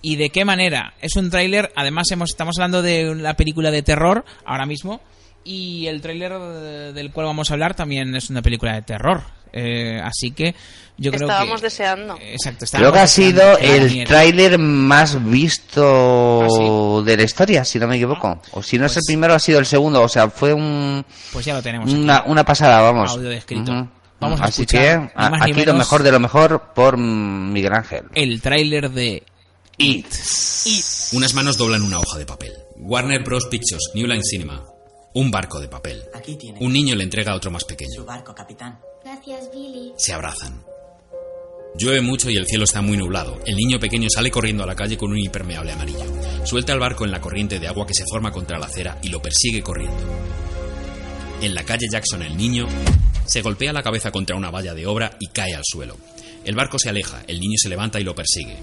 [SPEAKER 3] ¿y de qué manera? Es un tráiler, además hemos, estamos hablando de la película de terror ahora mismo y el tráiler eh, del cual vamos a hablar también es una película de terror. Eh, así que yo creo
[SPEAKER 4] Estábamos
[SPEAKER 3] que...
[SPEAKER 4] deseando.
[SPEAKER 3] Exacto, estábamos
[SPEAKER 5] Creo que ha sido
[SPEAKER 3] deseando que la
[SPEAKER 5] el
[SPEAKER 3] viniera.
[SPEAKER 5] tráiler más
[SPEAKER 3] ¿Ah,
[SPEAKER 5] visto de la historia, si no me equivoco. O si no es el primero, ha sido el segundo. O sea, fue un,
[SPEAKER 3] Pues ya lo tenemos. aquí.
[SPEAKER 5] una, una pasada, vamos.
[SPEAKER 3] Audio descrito.
[SPEAKER 5] Ujú.
[SPEAKER 3] Vamos a
[SPEAKER 5] Así
[SPEAKER 3] escuchar,
[SPEAKER 5] que
[SPEAKER 3] ni
[SPEAKER 5] a-
[SPEAKER 3] más ni
[SPEAKER 5] aquí lo
[SPEAKER 3] menos.
[SPEAKER 5] mejor de lo mejor por mm, Miguel Ángel.
[SPEAKER 3] El tráiler de
[SPEAKER 8] It. Unas manos doblan una hoja de papel. Warner Bros. Pictures, New Line Cinema. Un barco de papel.
[SPEAKER 13] Aquí tiene.
[SPEAKER 8] Un niño le entrega a otro más pequeño.
[SPEAKER 13] Su barco, capitán.
[SPEAKER 15] Gracias, Billy.
[SPEAKER 8] Se abrazan. Llueve mucho y el cielo está muy nublado. El niño pequeño sale corriendo a la calle con un impermeable amarillo. Suelta el barco en la corriente de agua que se forma contra la acera y lo persigue corriendo. En la calle Jackson el niño se golpea la cabeza contra una valla de obra y cae al suelo. El barco se aleja, el niño se levanta y lo persigue.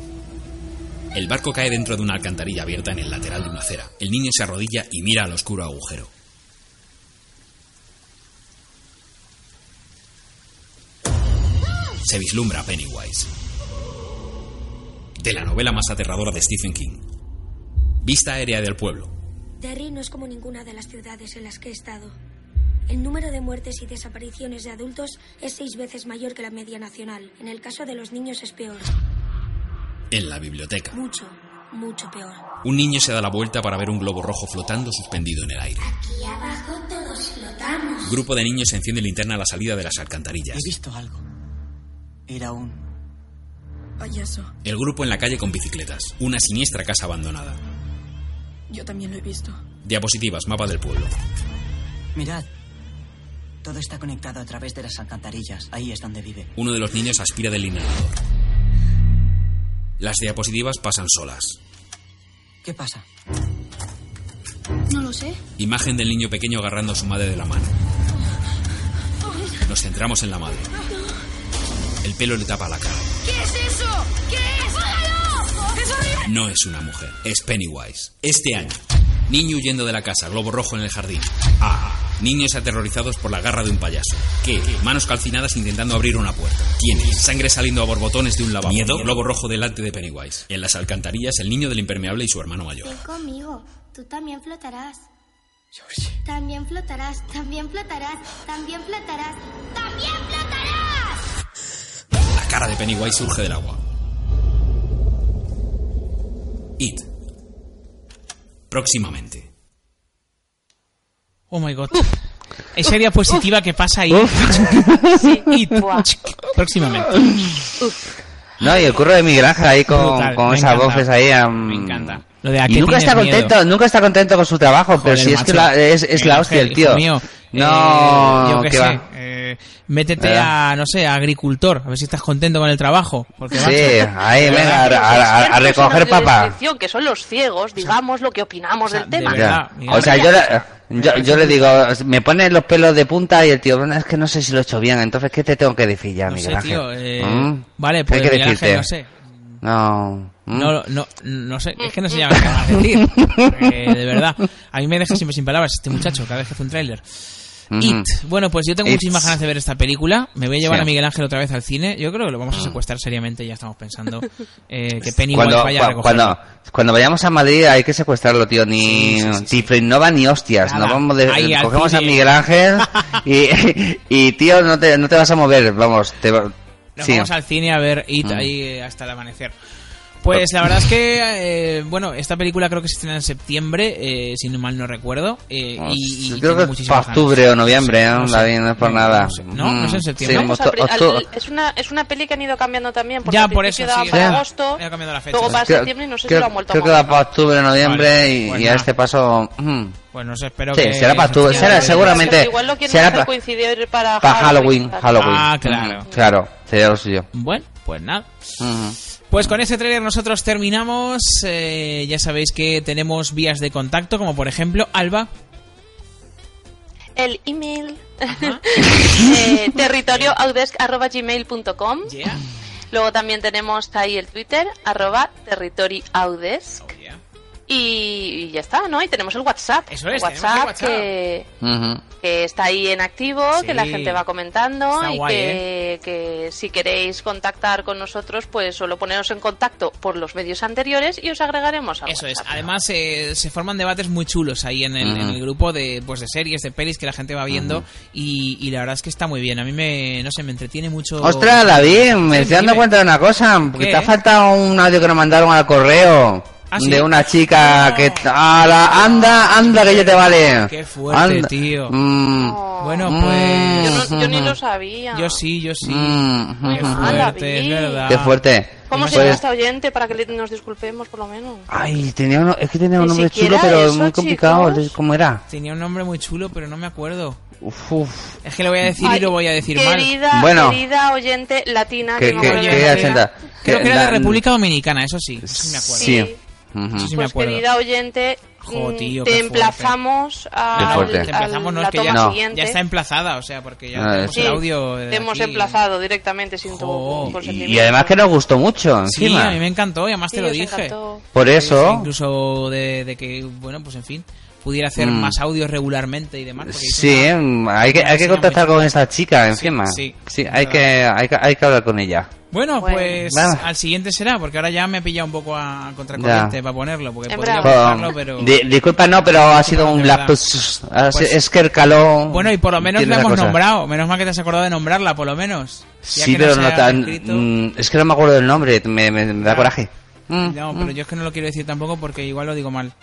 [SPEAKER 8] El barco cae dentro de una alcantarilla abierta en el lateral de una acera. El niño se arrodilla y mira al oscuro agujero. Se vislumbra a Pennywise. De la novela más aterradora de Stephen King. Vista aérea del pueblo.
[SPEAKER 13] Derry no es como ninguna de las ciudades en las que he estado. El número de muertes y desapariciones de adultos es seis veces mayor que la media nacional. En el caso de los niños es peor.
[SPEAKER 8] En la biblioteca.
[SPEAKER 13] Mucho, mucho peor.
[SPEAKER 8] Un niño se da la vuelta para ver un globo rojo flotando suspendido en el aire.
[SPEAKER 13] Y abajo todos flotamos.
[SPEAKER 8] Grupo de niños enciende linterna a la salida de las alcantarillas.
[SPEAKER 18] He visto algo. Era un...
[SPEAKER 15] Payaso.
[SPEAKER 8] El grupo en la calle con bicicletas. Una siniestra casa abandonada.
[SPEAKER 15] Yo también lo he visto.
[SPEAKER 8] Diapositivas, mapa del pueblo.
[SPEAKER 18] Mirad. Todo está conectado a través de las alcantarillas. Ahí es donde vive.
[SPEAKER 8] Uno de los niños aspira del inhalador. Las diapositivas pasan solas.
[SPEAKER 18] ¿Qué pasa?
[SPEAKER 13] No lo sé.
[SPEAKER 8] Imagen del niño pequeño agarrando a su madre de la mano. Nos centramos en la madre. El pelo le tapa la cara.
[SPEAKER 13] ¿Qué es eso? ¿Qué es? ¡Es horrible!
[SPEAKER 8] No es una mujer, es Pennywise. Este año. Niño huyendo de la casa, globo rojo en el jardín. Ah, niños aterrorizados por la garra de un payaso. ¿Qué? Manos calcinadas intentando abrir una puerta. ¿Quién es? Sangre saliendo a borbotones de un lavabo. Miedo, globo rojo delante de Pennywise. En las alcantarillas, el niño del impermeable y su hermano mayor.
[SPEAKER 13] Ven conmigo, tú también flotarás. También flotarás, también flotarás, también flotarás, también flotarás.
[SPEAKER 8] La cara de Pennywise surge del agua. It. Próximamente.
[SPEAKER 3] Oh my god. Esa diapositiva que pasa ahí. Y- Próximamente.
[SPEAKER 5] No, y el curro de Miguel Ángel ahí con,
[SPEAKER 3] Brutal,
[SPEAKER 5] con
[SPEAKER 3] me
[SPEAKER 5] esas
[SPEAKER 3] encanta.
[SPEAKER 5] voces ahí. am-
[SPEAKER 3] Lo de a
[SPEAKER 5] Em, y
[SPEAKER 3] qué
[SPEAKER 5] nunca está
[SPEAKER 3] tienes miedo.
[SPEAKER 5] contento, nunca está contento con su trabajo, pero
[SPEAKER 3] Joder,
[SPEAKER 5] si es
[SPEAKER 3] macho.
[SPEAKER 5] que la, es, es la
[SPEAKER 3] Ángel,
[SPEAKER 5] hostia el
[SPEAKER 3] hijo
[SPEAKER 5] tío.
[SPEAKER 3] mío. Eh,
[SPEAKER 5] no,
[SPEAKER 3] yo qué
[SPEAKER 5] que
[SPEAKER 3] sé.
[SPEAKER 5] va.
[SPEAKER 3] eh, métete
[SPEAKER 5] Eh.
[SPEAKER 3] a, no sé, a agricultor, a ver si estás contento con el trabajo. Porque,
[SPEAKER 5] Sí,
[SPEAKER 3] macho,
[SPEAKER 5] ahí,
[SPEAKER 3] de
[SPEAKER 5] venga,
[SPEAKER 3] verdad.
[SPEAKER 5] a- a- a recoger
[SPEAKER 4] de
[SPEAKER 5] papá.
[SPEAKER 4] descripción, que son los ciegos, digamos lo que opinamos del tema.
[SPEAKER 5] Ya. O sea, yo, la- yo, yo le digo, me pones los pelos de punta y el tío, "Bueno, es que no sé si lo he hecho bien, entonces, ¿qué te tengo que decir ya,
[SPEAKER 3] No
[SPEAKER 5] Miguel
[SPEAKER 3] sé,
[SPEAKER 5] Ángel?
[SPEAKER 3] tío. eh,
[SPEAKER 5] ¿Mm?
[SPEAKER 3] Vale,
[SPEAKER 5] ¿Qué
[SPEAKER 3] pues
[SPEAKER 5] hay que
[SPEAKER 3] Miguel Ángel,
[SPEAKER 5] decirte?
[SPEAKER 3] no sé.
[SPEAKER 5] No. ¿Mm?
[SPEAKER 3] No, no, no sé, es que no sé ya qué más decir. Porque, de verdad, a mí me deja siempre sin palabras este muchacho cada vez que hace un tráiler.
[SPEAKER 5] Ujú.
[SPEAKER 3] It. Bueno, pues yo tengo
[SPEAKER 5] It's-
[SPEAKER 3] muchísimas ganas de ver esta película. Me voy a llevar
[SPEAKER 5] Mm-hmm. Sí. Mm.
[SPEAKER 3] a Miguel Ángel otra vez al cine. Yo creo que lo vamos a secuestrar seriamente. Ya estamos pensando eh, que Pennywise
[SPEAKER 5] Cuando,
[SPEAKER 3] vaya a
[SPEAKER 5] cua-
[SPEAKER 3] recogerlo.
[SPEAKER 5] cuando, cuando vayamos a Madrid hay que secuestrarlo, tío. Ni Tiflin no va ni hostias.
[SPEAKER 3] Nada.
[SPEAKER 5] No vamos de-
[SPEAKER 3] Ahí al
[SPEAKER 5] cogemos a
[SPEAKER 3] cine.
[SPEAKER 5] Miguel Ángel y, y, tío, no te, no te vas a mover. Vamos, te va-
[SPEAKER 3] Nos
[SPEAKER 5] sí.
[SPEAKER 3] vamos al cine a ver It
[SPEAKER 5] Mm.
[SPEAKER 3] ahí eh, hasta el amanecer. Pues la verdad es que, eh, bueno, esta película creo que se estrena en septiembre, eh, si no mal no recuerdo. eh, y, y
[SPEAKER 5] Pues creo
[SPEAKER 3] tengo
[SPEAKER 5] que es
[SPEAKER 3] muchísimas
[SPEAKER 5] para octubre
[SPEAKER 3] ganas.
[SPEAKER 5] o noviembre, ¿eh?
[SPEAKER 3] no sé.
[SPEAKER 5] David, no es por nada.
[SPEAKER 3] No, no es en
[SPEAKER 5] Mm,
[SPEAKER 3] septiembre.
[SPEAKER 5] sí,
[SPEAKER 3] Vamos
[SPEAKER 4] Pues al pri-
[SPEAKER 5] octu-
[SPEAKER 4] al-
[SPEAKER 5] octu-
[SPEAKER 4] es, una, es una peli que han ido cambiando también. Porque
[SPEAKER 3] Ya,
[SPEAKER 4] al
[SPEAKER 3] por
[SPEAKER 4] principio
[SPEAKER 3] eso,
[SPEAKER 4] daba
[SPEAKER 3] sí,
[SPEAKER 4] para
[SPEAKER 3] ya.
[SPEAKER 4] agosto,
[SPEAKER 3] Ya ha cambiado la fecha.
[SPEAKER 4] luego para
[SPEAKER 3] Creo-
[SPEAKER 4] septiembre y no sé si
[SPEAKER 5] creo,
[SPEAKER 4] lo han vuelto
[SPEAKER 5] creo
[SPEAKER 4] a
[SPEAKER 5] que
[SPEAKER 4] mover.
[SPEAKER 5] va para octubre, noviembre
[SPEAKER 3] Vale,
[SPEAKER 5] y,
[SPEAKER 3] pues
[SPEAKER 5] y a
[SPEAKER 3] nada.
[SPEAKER 5] este paso. mm,
[SPEAKER 3] Pues no sé, espero
[SPEAKER 5] Sí,
[SPEAKER 3] que...
[SPEAKER 5] será para octubre,
[SPEAKER 3] Sí,
[SPEAKER 5] será
[SPEAKER 3] sí,
[SPEAKER 5] seguramente.
[SPEAKER 4] Igual lo quieren
[SPEAKER 5] será
[SPEAKER 4] hacer
[SPEAKER 5] pa-
[SPEAKER 4] coincidir para,
[SPEAKER 5] para Halloween, Halloween.
[SPEAKER 3] Ah, claro.
[SPEAKER 5] Mm, Claro, sería lo suyo.
[SPEAKER 3] Bueno, pues nada.
[SPEAKER 5] Mm.
[SPEAKER 3] Pues con ese tráiler nosotros terminamos. Eh, ya sabéis que tenemos vías de contacto, como por ejemplo Alba.
[SPEAKER 4] El email. eh, territorioaudesc.gmail.com Luego también tenemos ahí el Twitter, arroba territorioaudesc.
[SPEAKER 3] Oh,
[SPEAKER 4] Y, y ya está, ¿no? Y tenemos el WhatsApp.
[SPEAKER 3] Eso es, tenemos el
[SPEAKER 4] WhatsApp,
[SPEAKER 3] WhatsApp.
[SPEAKER 4] que,
[SPEAKER 5] Ujú.
[SPEAKER 4] que está ahí en activo,
[SPEAKER 3] Sí.
[SPEAKER 4] que la gente va comentando
[SPEAKER 3] Está
[SPEAKER 4] y
[SPEAKER 3] guay, ¿eh?
[SPEAKER 4] que, que si queréis contactar con nosotros, pues solo poneros en contacto por los medios anteriores y os agregaremos al
[SPEAKER 3] Eso es.
[SPEAKER 4] WhatsApp.
[SPEAKER 3] Además, eh, se forman debates muy chulos ahí en el,
[SPEAKER 5] Ujú.
[SPEAKER 3] en el grupo de, pues, de series, de pelis que la gente va viendo. y, y la verdad es que está muy bien. A mí me, no sé, me entretiene mucho.
[SPEAKER 5] Ostras, David, me
[SPEAKER 3] Sí,
[SPEAKER 5] estoy dando
[SPEAKER 3] dime.
[SPEAKER 5] cuenta de una cosa. Porque
[SPEAKER 3] ¿Qué?
[SPEAKER 5] te ha faltado un audio que nos mandaron al correo.
[SPEAKER 3] Ah, sí. Ah,
[SPEAKER 5] de una chica que a la anda anda que ya te vale
[SPEAKER 3] Qué fuerte,
[SPEAKER 5] Anda.
[SPEAKER 3] tío.
[SPEAKER 5] Mm.
[SPEAKER 3] Bueno, pues.
[SPEAKER 4] Yo, no- yo ni lo sabía.
[SPEAKER 3] Yo sí, yo sí.
[SPEAKER 5] Mm,
[SPEAKER 3] Qué
[SPEAKER 5] mm,
[SPEAKER 3] fuerte,
[SPEAKER 4] mm.
[SPEAKER 3] es verdad.
[SPEAKER 5] qué fuerte
[SPEAKER 3] Eh,
[SPEAKER 4] ¿Cómo se llama
[SPEAKER 5] Pues-
[SPEAKER 4] esta oyente para que le- nos disculpemos por lo menos?
[SPEAKER 5] ay tenía uno- es que tenía
[SPEAKER 4] Ni
[SPEAKER 5] un nombre chulo
[SPEAKER 4] siquiera
[SPEAKER 5] pero
[SPEAKER 4] eso,
[SPEAKER 5] muy complicado
[SPEAKER 4] chicos.
[SPEAKER 5] cómo era
[SPEAKER 3] Tenía un nombre muy chulo, pero no me acuerdo.
[SPEAKER 5] Uf, uf.
[SPEAKER 3] Es que lo voy a decir y
[SPEAKER 4] Ay,
[SPEAKER 3] lo voy a decir
[SPEAKER 4] querida,
[SPEAKER 3] mal.
[SPEAKER 4] querida oyente latina.
[SPEAKER 5] Que-
[SPEAKER 4] que Ah, no
[SPEAKER 5] que-
[SPEAKER 4] me
[SPEAKER 5] que
[SPEAKER 4] acuerdo de
[SPEAKER 5] achenta.
[SPEAKER 4] nada.
[SPEAKER 3] Creo
[SPEAKER 5] Que
[SPEAKER 3] que era de
[SPEAKER 5] la-
[SPEAKER 3] República Dominicana, eso sí. Eso sí me acuerdo.
[SPEAKER 5] sí Ujú.
[SPEAKER 3] Eso sí me
[SPEAKER 4] Pues
[SPEAKER 3] acuerdo.
[SPEAKER 4] querida oyente,
[SPEAKER 3] Jo,
[SPEAKER 4] mm,
[SPEAKER 3] tío, qué
[SPEAKER 4] te
[SPEAKER 3] fuerte.
[SPEAKER 4] emplazamos
[SPEAKER 5] Qué
[SPEAKER 4] a
[SPEAKER 5] fuerte.
[SPEAKER 3] Te emplazamos, no, es
[SPEAKER 4] la
[SPEAKER 3] que ya,
[SPEAKER 4] toma
[SPEAKER 5] No.
[SPEAKER 4] siguiente.
[SPEAKER 3] ya está emplazada, o sea, porque ya
[SPEAKER 5] Ah,
[SPEAKER 3] tenemos
[SPEAKER 5] sí.
[SPEAKER 3] el audio.
[SPEAKER 4] Te
[SPEAKER 3] de
[SPEAKER 4] hemos
[SPEAKER 3] aquí.
[SPEAKER 4] emplazado directamente sin tu consentimiento.
[SPEAKER 5] Ah, y además que nos gustó mucho
[SPEAKER 3] Sí,
[SPEAKER 5] encima
[SPEAKER 3] a mí me encantó y además
[SPEAKER 4] Sí,
[SPEAKER 3] te lo
[SPEAKER 4] os
[SPEAKER 3] dije.
[SPEAKER 4] encantó.
[SPEAKER 5] Por eso-
[SPEAKER 3] incluso de, de que, bueno, pues en fin, pudiera hacer
[SPEAKER 5] Mm.
[SPEAKER 3] más audios regularmente y demás. porque hizo
[SPEAKER 5] Sí,
[SPEAKER 3] una-
[SPEAKER 5] em, hay que,
[SPEAKER 3] una
[SPEAKER 5] hay que
[SPEAKER 3] reseña
[SPEAKER 5] contactar
[SPEAKER 3] muy
[SPEAKER 5] con esta chica
[SPEAKER 3] Sí,
[SPEAKER 5] encima.
[SPEAKER 3] sí,
[SPEAKER 5] Sí,
[SPEAKER 3] es
[SPEAKER 5] hay, que, hay, que, hay que hablar con ella.
[SPEAKER 3] Bueno, pues
[SPEAKER 5] Nada.
[SPEAKER 3] al siguiente será, porque ahora ya me he pillado un poco a contracorriente
[SPEAKER 5] Ya.
[SPEAKER 3] para ponerlo, porque
[SPEAKER 4] En
[SPEAKER 3] podría
[SPEAKER 4] bravo.
[SPEAKER 3] buscarlo, pero...
[SPEAKER 5] Di- disculpa, no, pero ha sido
[SPEAKER 3] de
[SPEAKER 5] un
[SPEAKER 3] verdad.
[SPEAKER 5] lapsus. Ha si-
[SPEAKER 3] Pues-
[SPEAKER 5] es que el calor.
[SPEAKER 3] Bueno, y por lo menos
[SPEAKER 5] tiene
[SPEAKER 3] la
[SPEAKER 5] esa
[SPEAKER 3] hemos
[SPEAKER 5] cosa.
[SPEAKER 3] nombrado. Menos mal que te has acordado de nombrarla, por lo menos. Ya
[SPEAKER 5] Sí,
[SPEAKER 3] que
[SPEAKER 5] pero
[SPEAKER 3] se
[SPEAKER 5] no
[SPEAKER 3] ha
[SPEAKER 5] tan.
[SPEAKER 3] escrito-
[SPEAKER 5] mm, Es que no me acuerdo del nombre, me, me- me da
[SPEAKER 3] Ya.
[SPEAKER 5] coraje. Mm,
[SPEAKER 3] No, pero yo es que no lo quiero decir tampoco porque igual lo digo mal.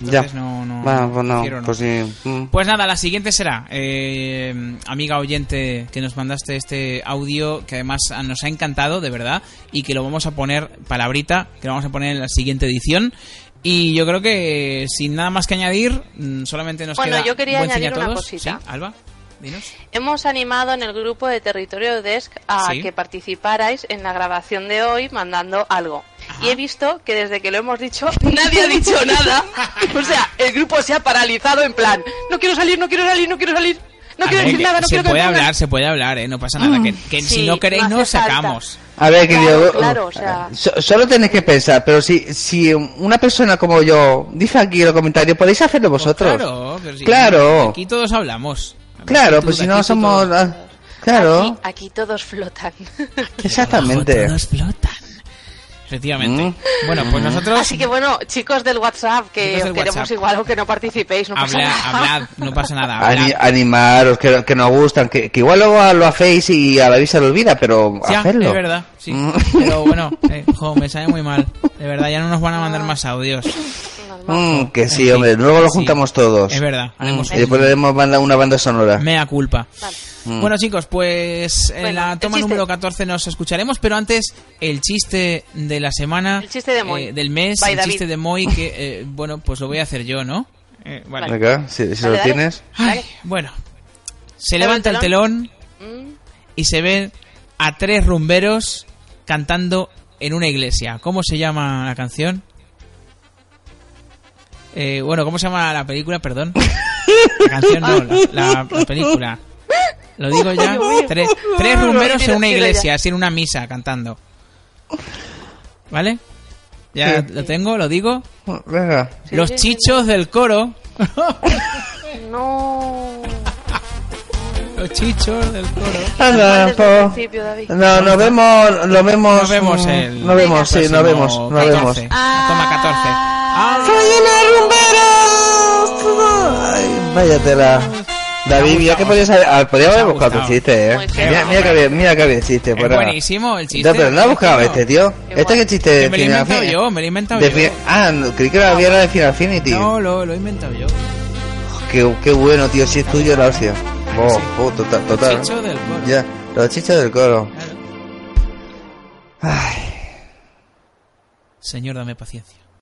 [SPEAKER 5] Ya.
[SPEAKER 3] Entonces no, no,
[SPEAKER 5] Bueno, pues no,
[SPEAKER 3] prefiero no.
[SPEAKER 5] pues sí, mm.
[SPEAKER 3] Pues nada, la siguiente será, eh, amiga oyente que nos mandaste este audio que además ah, nos ha encantado, de verdad, y que lo vamos a poner, palabrita, que lo vamos a poner en la siguiente edición. Y yo creo que eh, sin nada más que añadir, mm, solamente nos
[SPEAKER 4] Bueno,
[SPEAKER 3] queda
[SPEAKER 4] yo quería
[SPEAKER 3] buen cine
[SPEAKER 4] añadir
[SPEAKER 3] a
[SPEAKER 4] una
[SPEAKER 3] todos.
[SPEAKER 4] cosita.
[SPEAKER 3] Sí, Alba, dinos.
[SPEAKER 4] Hemos animado en el grupo de Territorio Desk a
[SPEAKER 3] Sí.
[SPEAKER 4] que participarais en la grabación de hoy mandando algo. Y he visto que desde que lo hemos dicho nadie ha dicho nada. O sea, el grupo se ha paralizado en plan, no quiero salir, no quiero salir, no quiero salir, no quiero
[SPEAKER 3] A ver,
[SPEAKER 4] decir
[SPEAKER 3] que
[SPEAKER 4] nada, no
[SPEAKER 3] se
[SPEAKER 4] quiero que
[SPEAKER 3] puede
[SPEAKER 4] me pongan".
[SPEAKER 3] hablar, se puede hablar, ¿eh? no pasa nada. Que, que
[SPEAKER 4] Sí,
[SPEAKER 3] si no queréis,
[SPEAKER 4] no
[SPEAKER 3] no
[SPEAKER 4] hace falta.
[SPEAKER 3] sacamos.
[SPEAKER 5] A ver, que
[SPEAKER 4] Claro,
[SPEAKER 5] oh, yo.
[SPEAKER 4] claro, o sea,
[SPEAKER 5] So- solo tenéis que pensar, pero si, si una persona como yo dice aquí en los comentarios, podéis hacerlo vosotros.
[SPEAKER 3] Pues Claro, pero si-
[SPEAKER 5] Claro.
[SPEAKER 3] Aquí todos hablamos. Aquí
[SPEAKER 5] Claro,
[SPEAKER 3] tú,
[SPEAKER 5] pues si
[SPEAKER 3] aquí
[SPEAKER 5] no
[SPEAKER 3] tú,
[SPEAKER 5] somos.
[SPEAKER 3] todos.
[SPEAKER 5] ah, Claro,
[SPEAKER 4] aquí, aquí todos flotan.
[SPEAKER 5] exactamente. Mm.
[SPEAKER 3] Efectivamente. Bueno, pues nosotros
[SPEAKER 4] Así que bueno, chicos del WhatsApp, que
[SPEAKER 3] Chicos del
[SPEAKER 4] os queremos
[SPEAKER 3] WhatsApp.
[SPEAKER 4] igual aunque no participéis, no pasa
[SPEAKER 3] habla-
[SPEAKER 4] nada.
[SPEAKER 3] hablad, no pasa nada.
[SPEAKER 5] Ani-
[SPEAKER 3] hablad.
[SPEAKER 5] animaros, que, que nos gustan, que, que igual luego lo hacéis y a la vista lo olvida, pero
[SPEAKER 3] Ya,
[SPEAKER 5] hacerlo. Mm.
[SPEAKER 3] es verdad, sí. Pero bueno, eh, jo, me sale muy mal. De verdad, ya no nos van a mandar más audios.
[SPEAKER 5] Mm, que sí, hombre, luego lo juntamos todos.
[SPEAKER 3] Es verdad, haremos
[SPEAKER 5] Mm, y después le demos banda, una banda sonora.
[SPEAKER 3] Mea culpa.
[SPEAKER 5] Mm.
[SPEAKER 3] Bueno, chicos, pues en
[SPEAKER 4] Bueno,
[SPEAKER 3] la
[SPEAKER 4] el
[SPEAKER 3] toma
[SPEAKER 4] chiste.
[SPEAKER 3] número 14 nos escucharemos, pero antes el chiste de la semana,
[SPEAKER 4] El chiste de Moy.
[SPEAKER 3] eh, del mes,
[SPEAKER 4] By
[SPEAKER 3] el
[SPEAKER 4] David.
[SPEAKER 3] chiste de Moy, que eh, bueno, pues lo voy a hacer yo, ¿no? Eh, vale.
[SPEAKER 5] Venga, si,
[SPEAKER 4] Dale,
[SPEAKER 5] si lo
[SPEAKER 4] dale.
[SPEAKER 5] tienes.
[SPEAKER 3] Ay, bueno,
[SPEAKER 4] Abre
[SPEAKER 3] se
[SPEAKER 4] el
[SPEAKER 3] levanta el telón
[SPEAKER 4] Mm.
[SPEAKER 3] y se ven a tres rumberos cantando en una iglesia. ¿Cómo se llama la canción? Eh, bueno, ¿cómo se llama la película? Perdón. La canción no, la, la- la película. Lo digo ya.
[SPEAKER 4] Dios mío.
[SPEAKER 3] Tres, tres
[SPEAKER 4] Lo
[SPEAKER 3] rumberos en
[SPEAKER 4] quiero,
[SPEAKER 3] una
[SPEAKER 4] quiero
[SPEAKER 3] iglesia,
[SPEAKER 4] ya.
[SPEAKER 3] así en una misa, cantando. ¿Vale? Ya
[SPEAKER 5] Sí.
[SPEAKER 3] lo tengo, lo digo.
[SPEAKER 5] Venga.
[SPEAKER 3] Los
[SPEAKER 4] sí, sí,
[SPEAKER 3] chichos del coro.
[SPEAKER 4] No.
[SPEAKER 3] Los chichos del coro.
[SPEAKER 5] Anda,
[SPEAKER 4] Desde el principio, David.
[SPEAKER 5] No, nos vemos, lo vemos.
[SPEAKER 3] Nos vemos
[SPEAKER 5] mm,
[SPEAKER 3] el.
[SPEAKER 5] Nos vemos, sí,
[SPEAKER 3] próximo
[SPEAKER 5] nos vemos, nos
[SPEAKER 3] 14.
[SPEAKER 5] vemos.
[SPEAKER 3] Toma 14.
[SPEAKER 25] Ah.
[SPEAKER 5] Ay, váyatela. David, mira que podías haber, ah, podías haber buscado tu chiste, eh. Mira, mira que había, mira que había chiste,
[SPEAKER 3] Es
[SPEAKER 5] por ahora.
[SPEAKER 3] buenísimo el chiste.
[SPEAKER 5] No, pero no ha buscado este, tío. ¿Este qué chiste
[SPEAKER 3] Que me lo he
[SPEAKER 5] tiene
[SPEAKER 3] inventado
[SPEAKER 5] al fin?
[SPEAKER 3] yo, me lo he inventado
[SPEAKER 5] De
[SPEAKER 3] yo.
[SPEAKER 5] fin- Ah, no, creí que lo había era de Final Affinity.
[SPEAKER 3] No, lo, lo he inventado yo.
[SPEAKER 5] Qué, qué bueno, tío, si es tuyo la hostia. Oh, oh, total, total.
[SPEAKER 3] Chicho del coro.
[SPEAKER 5] Ya, los chichos del coro. Ay.
[SPEAKER 3] Señor, dame paciencia.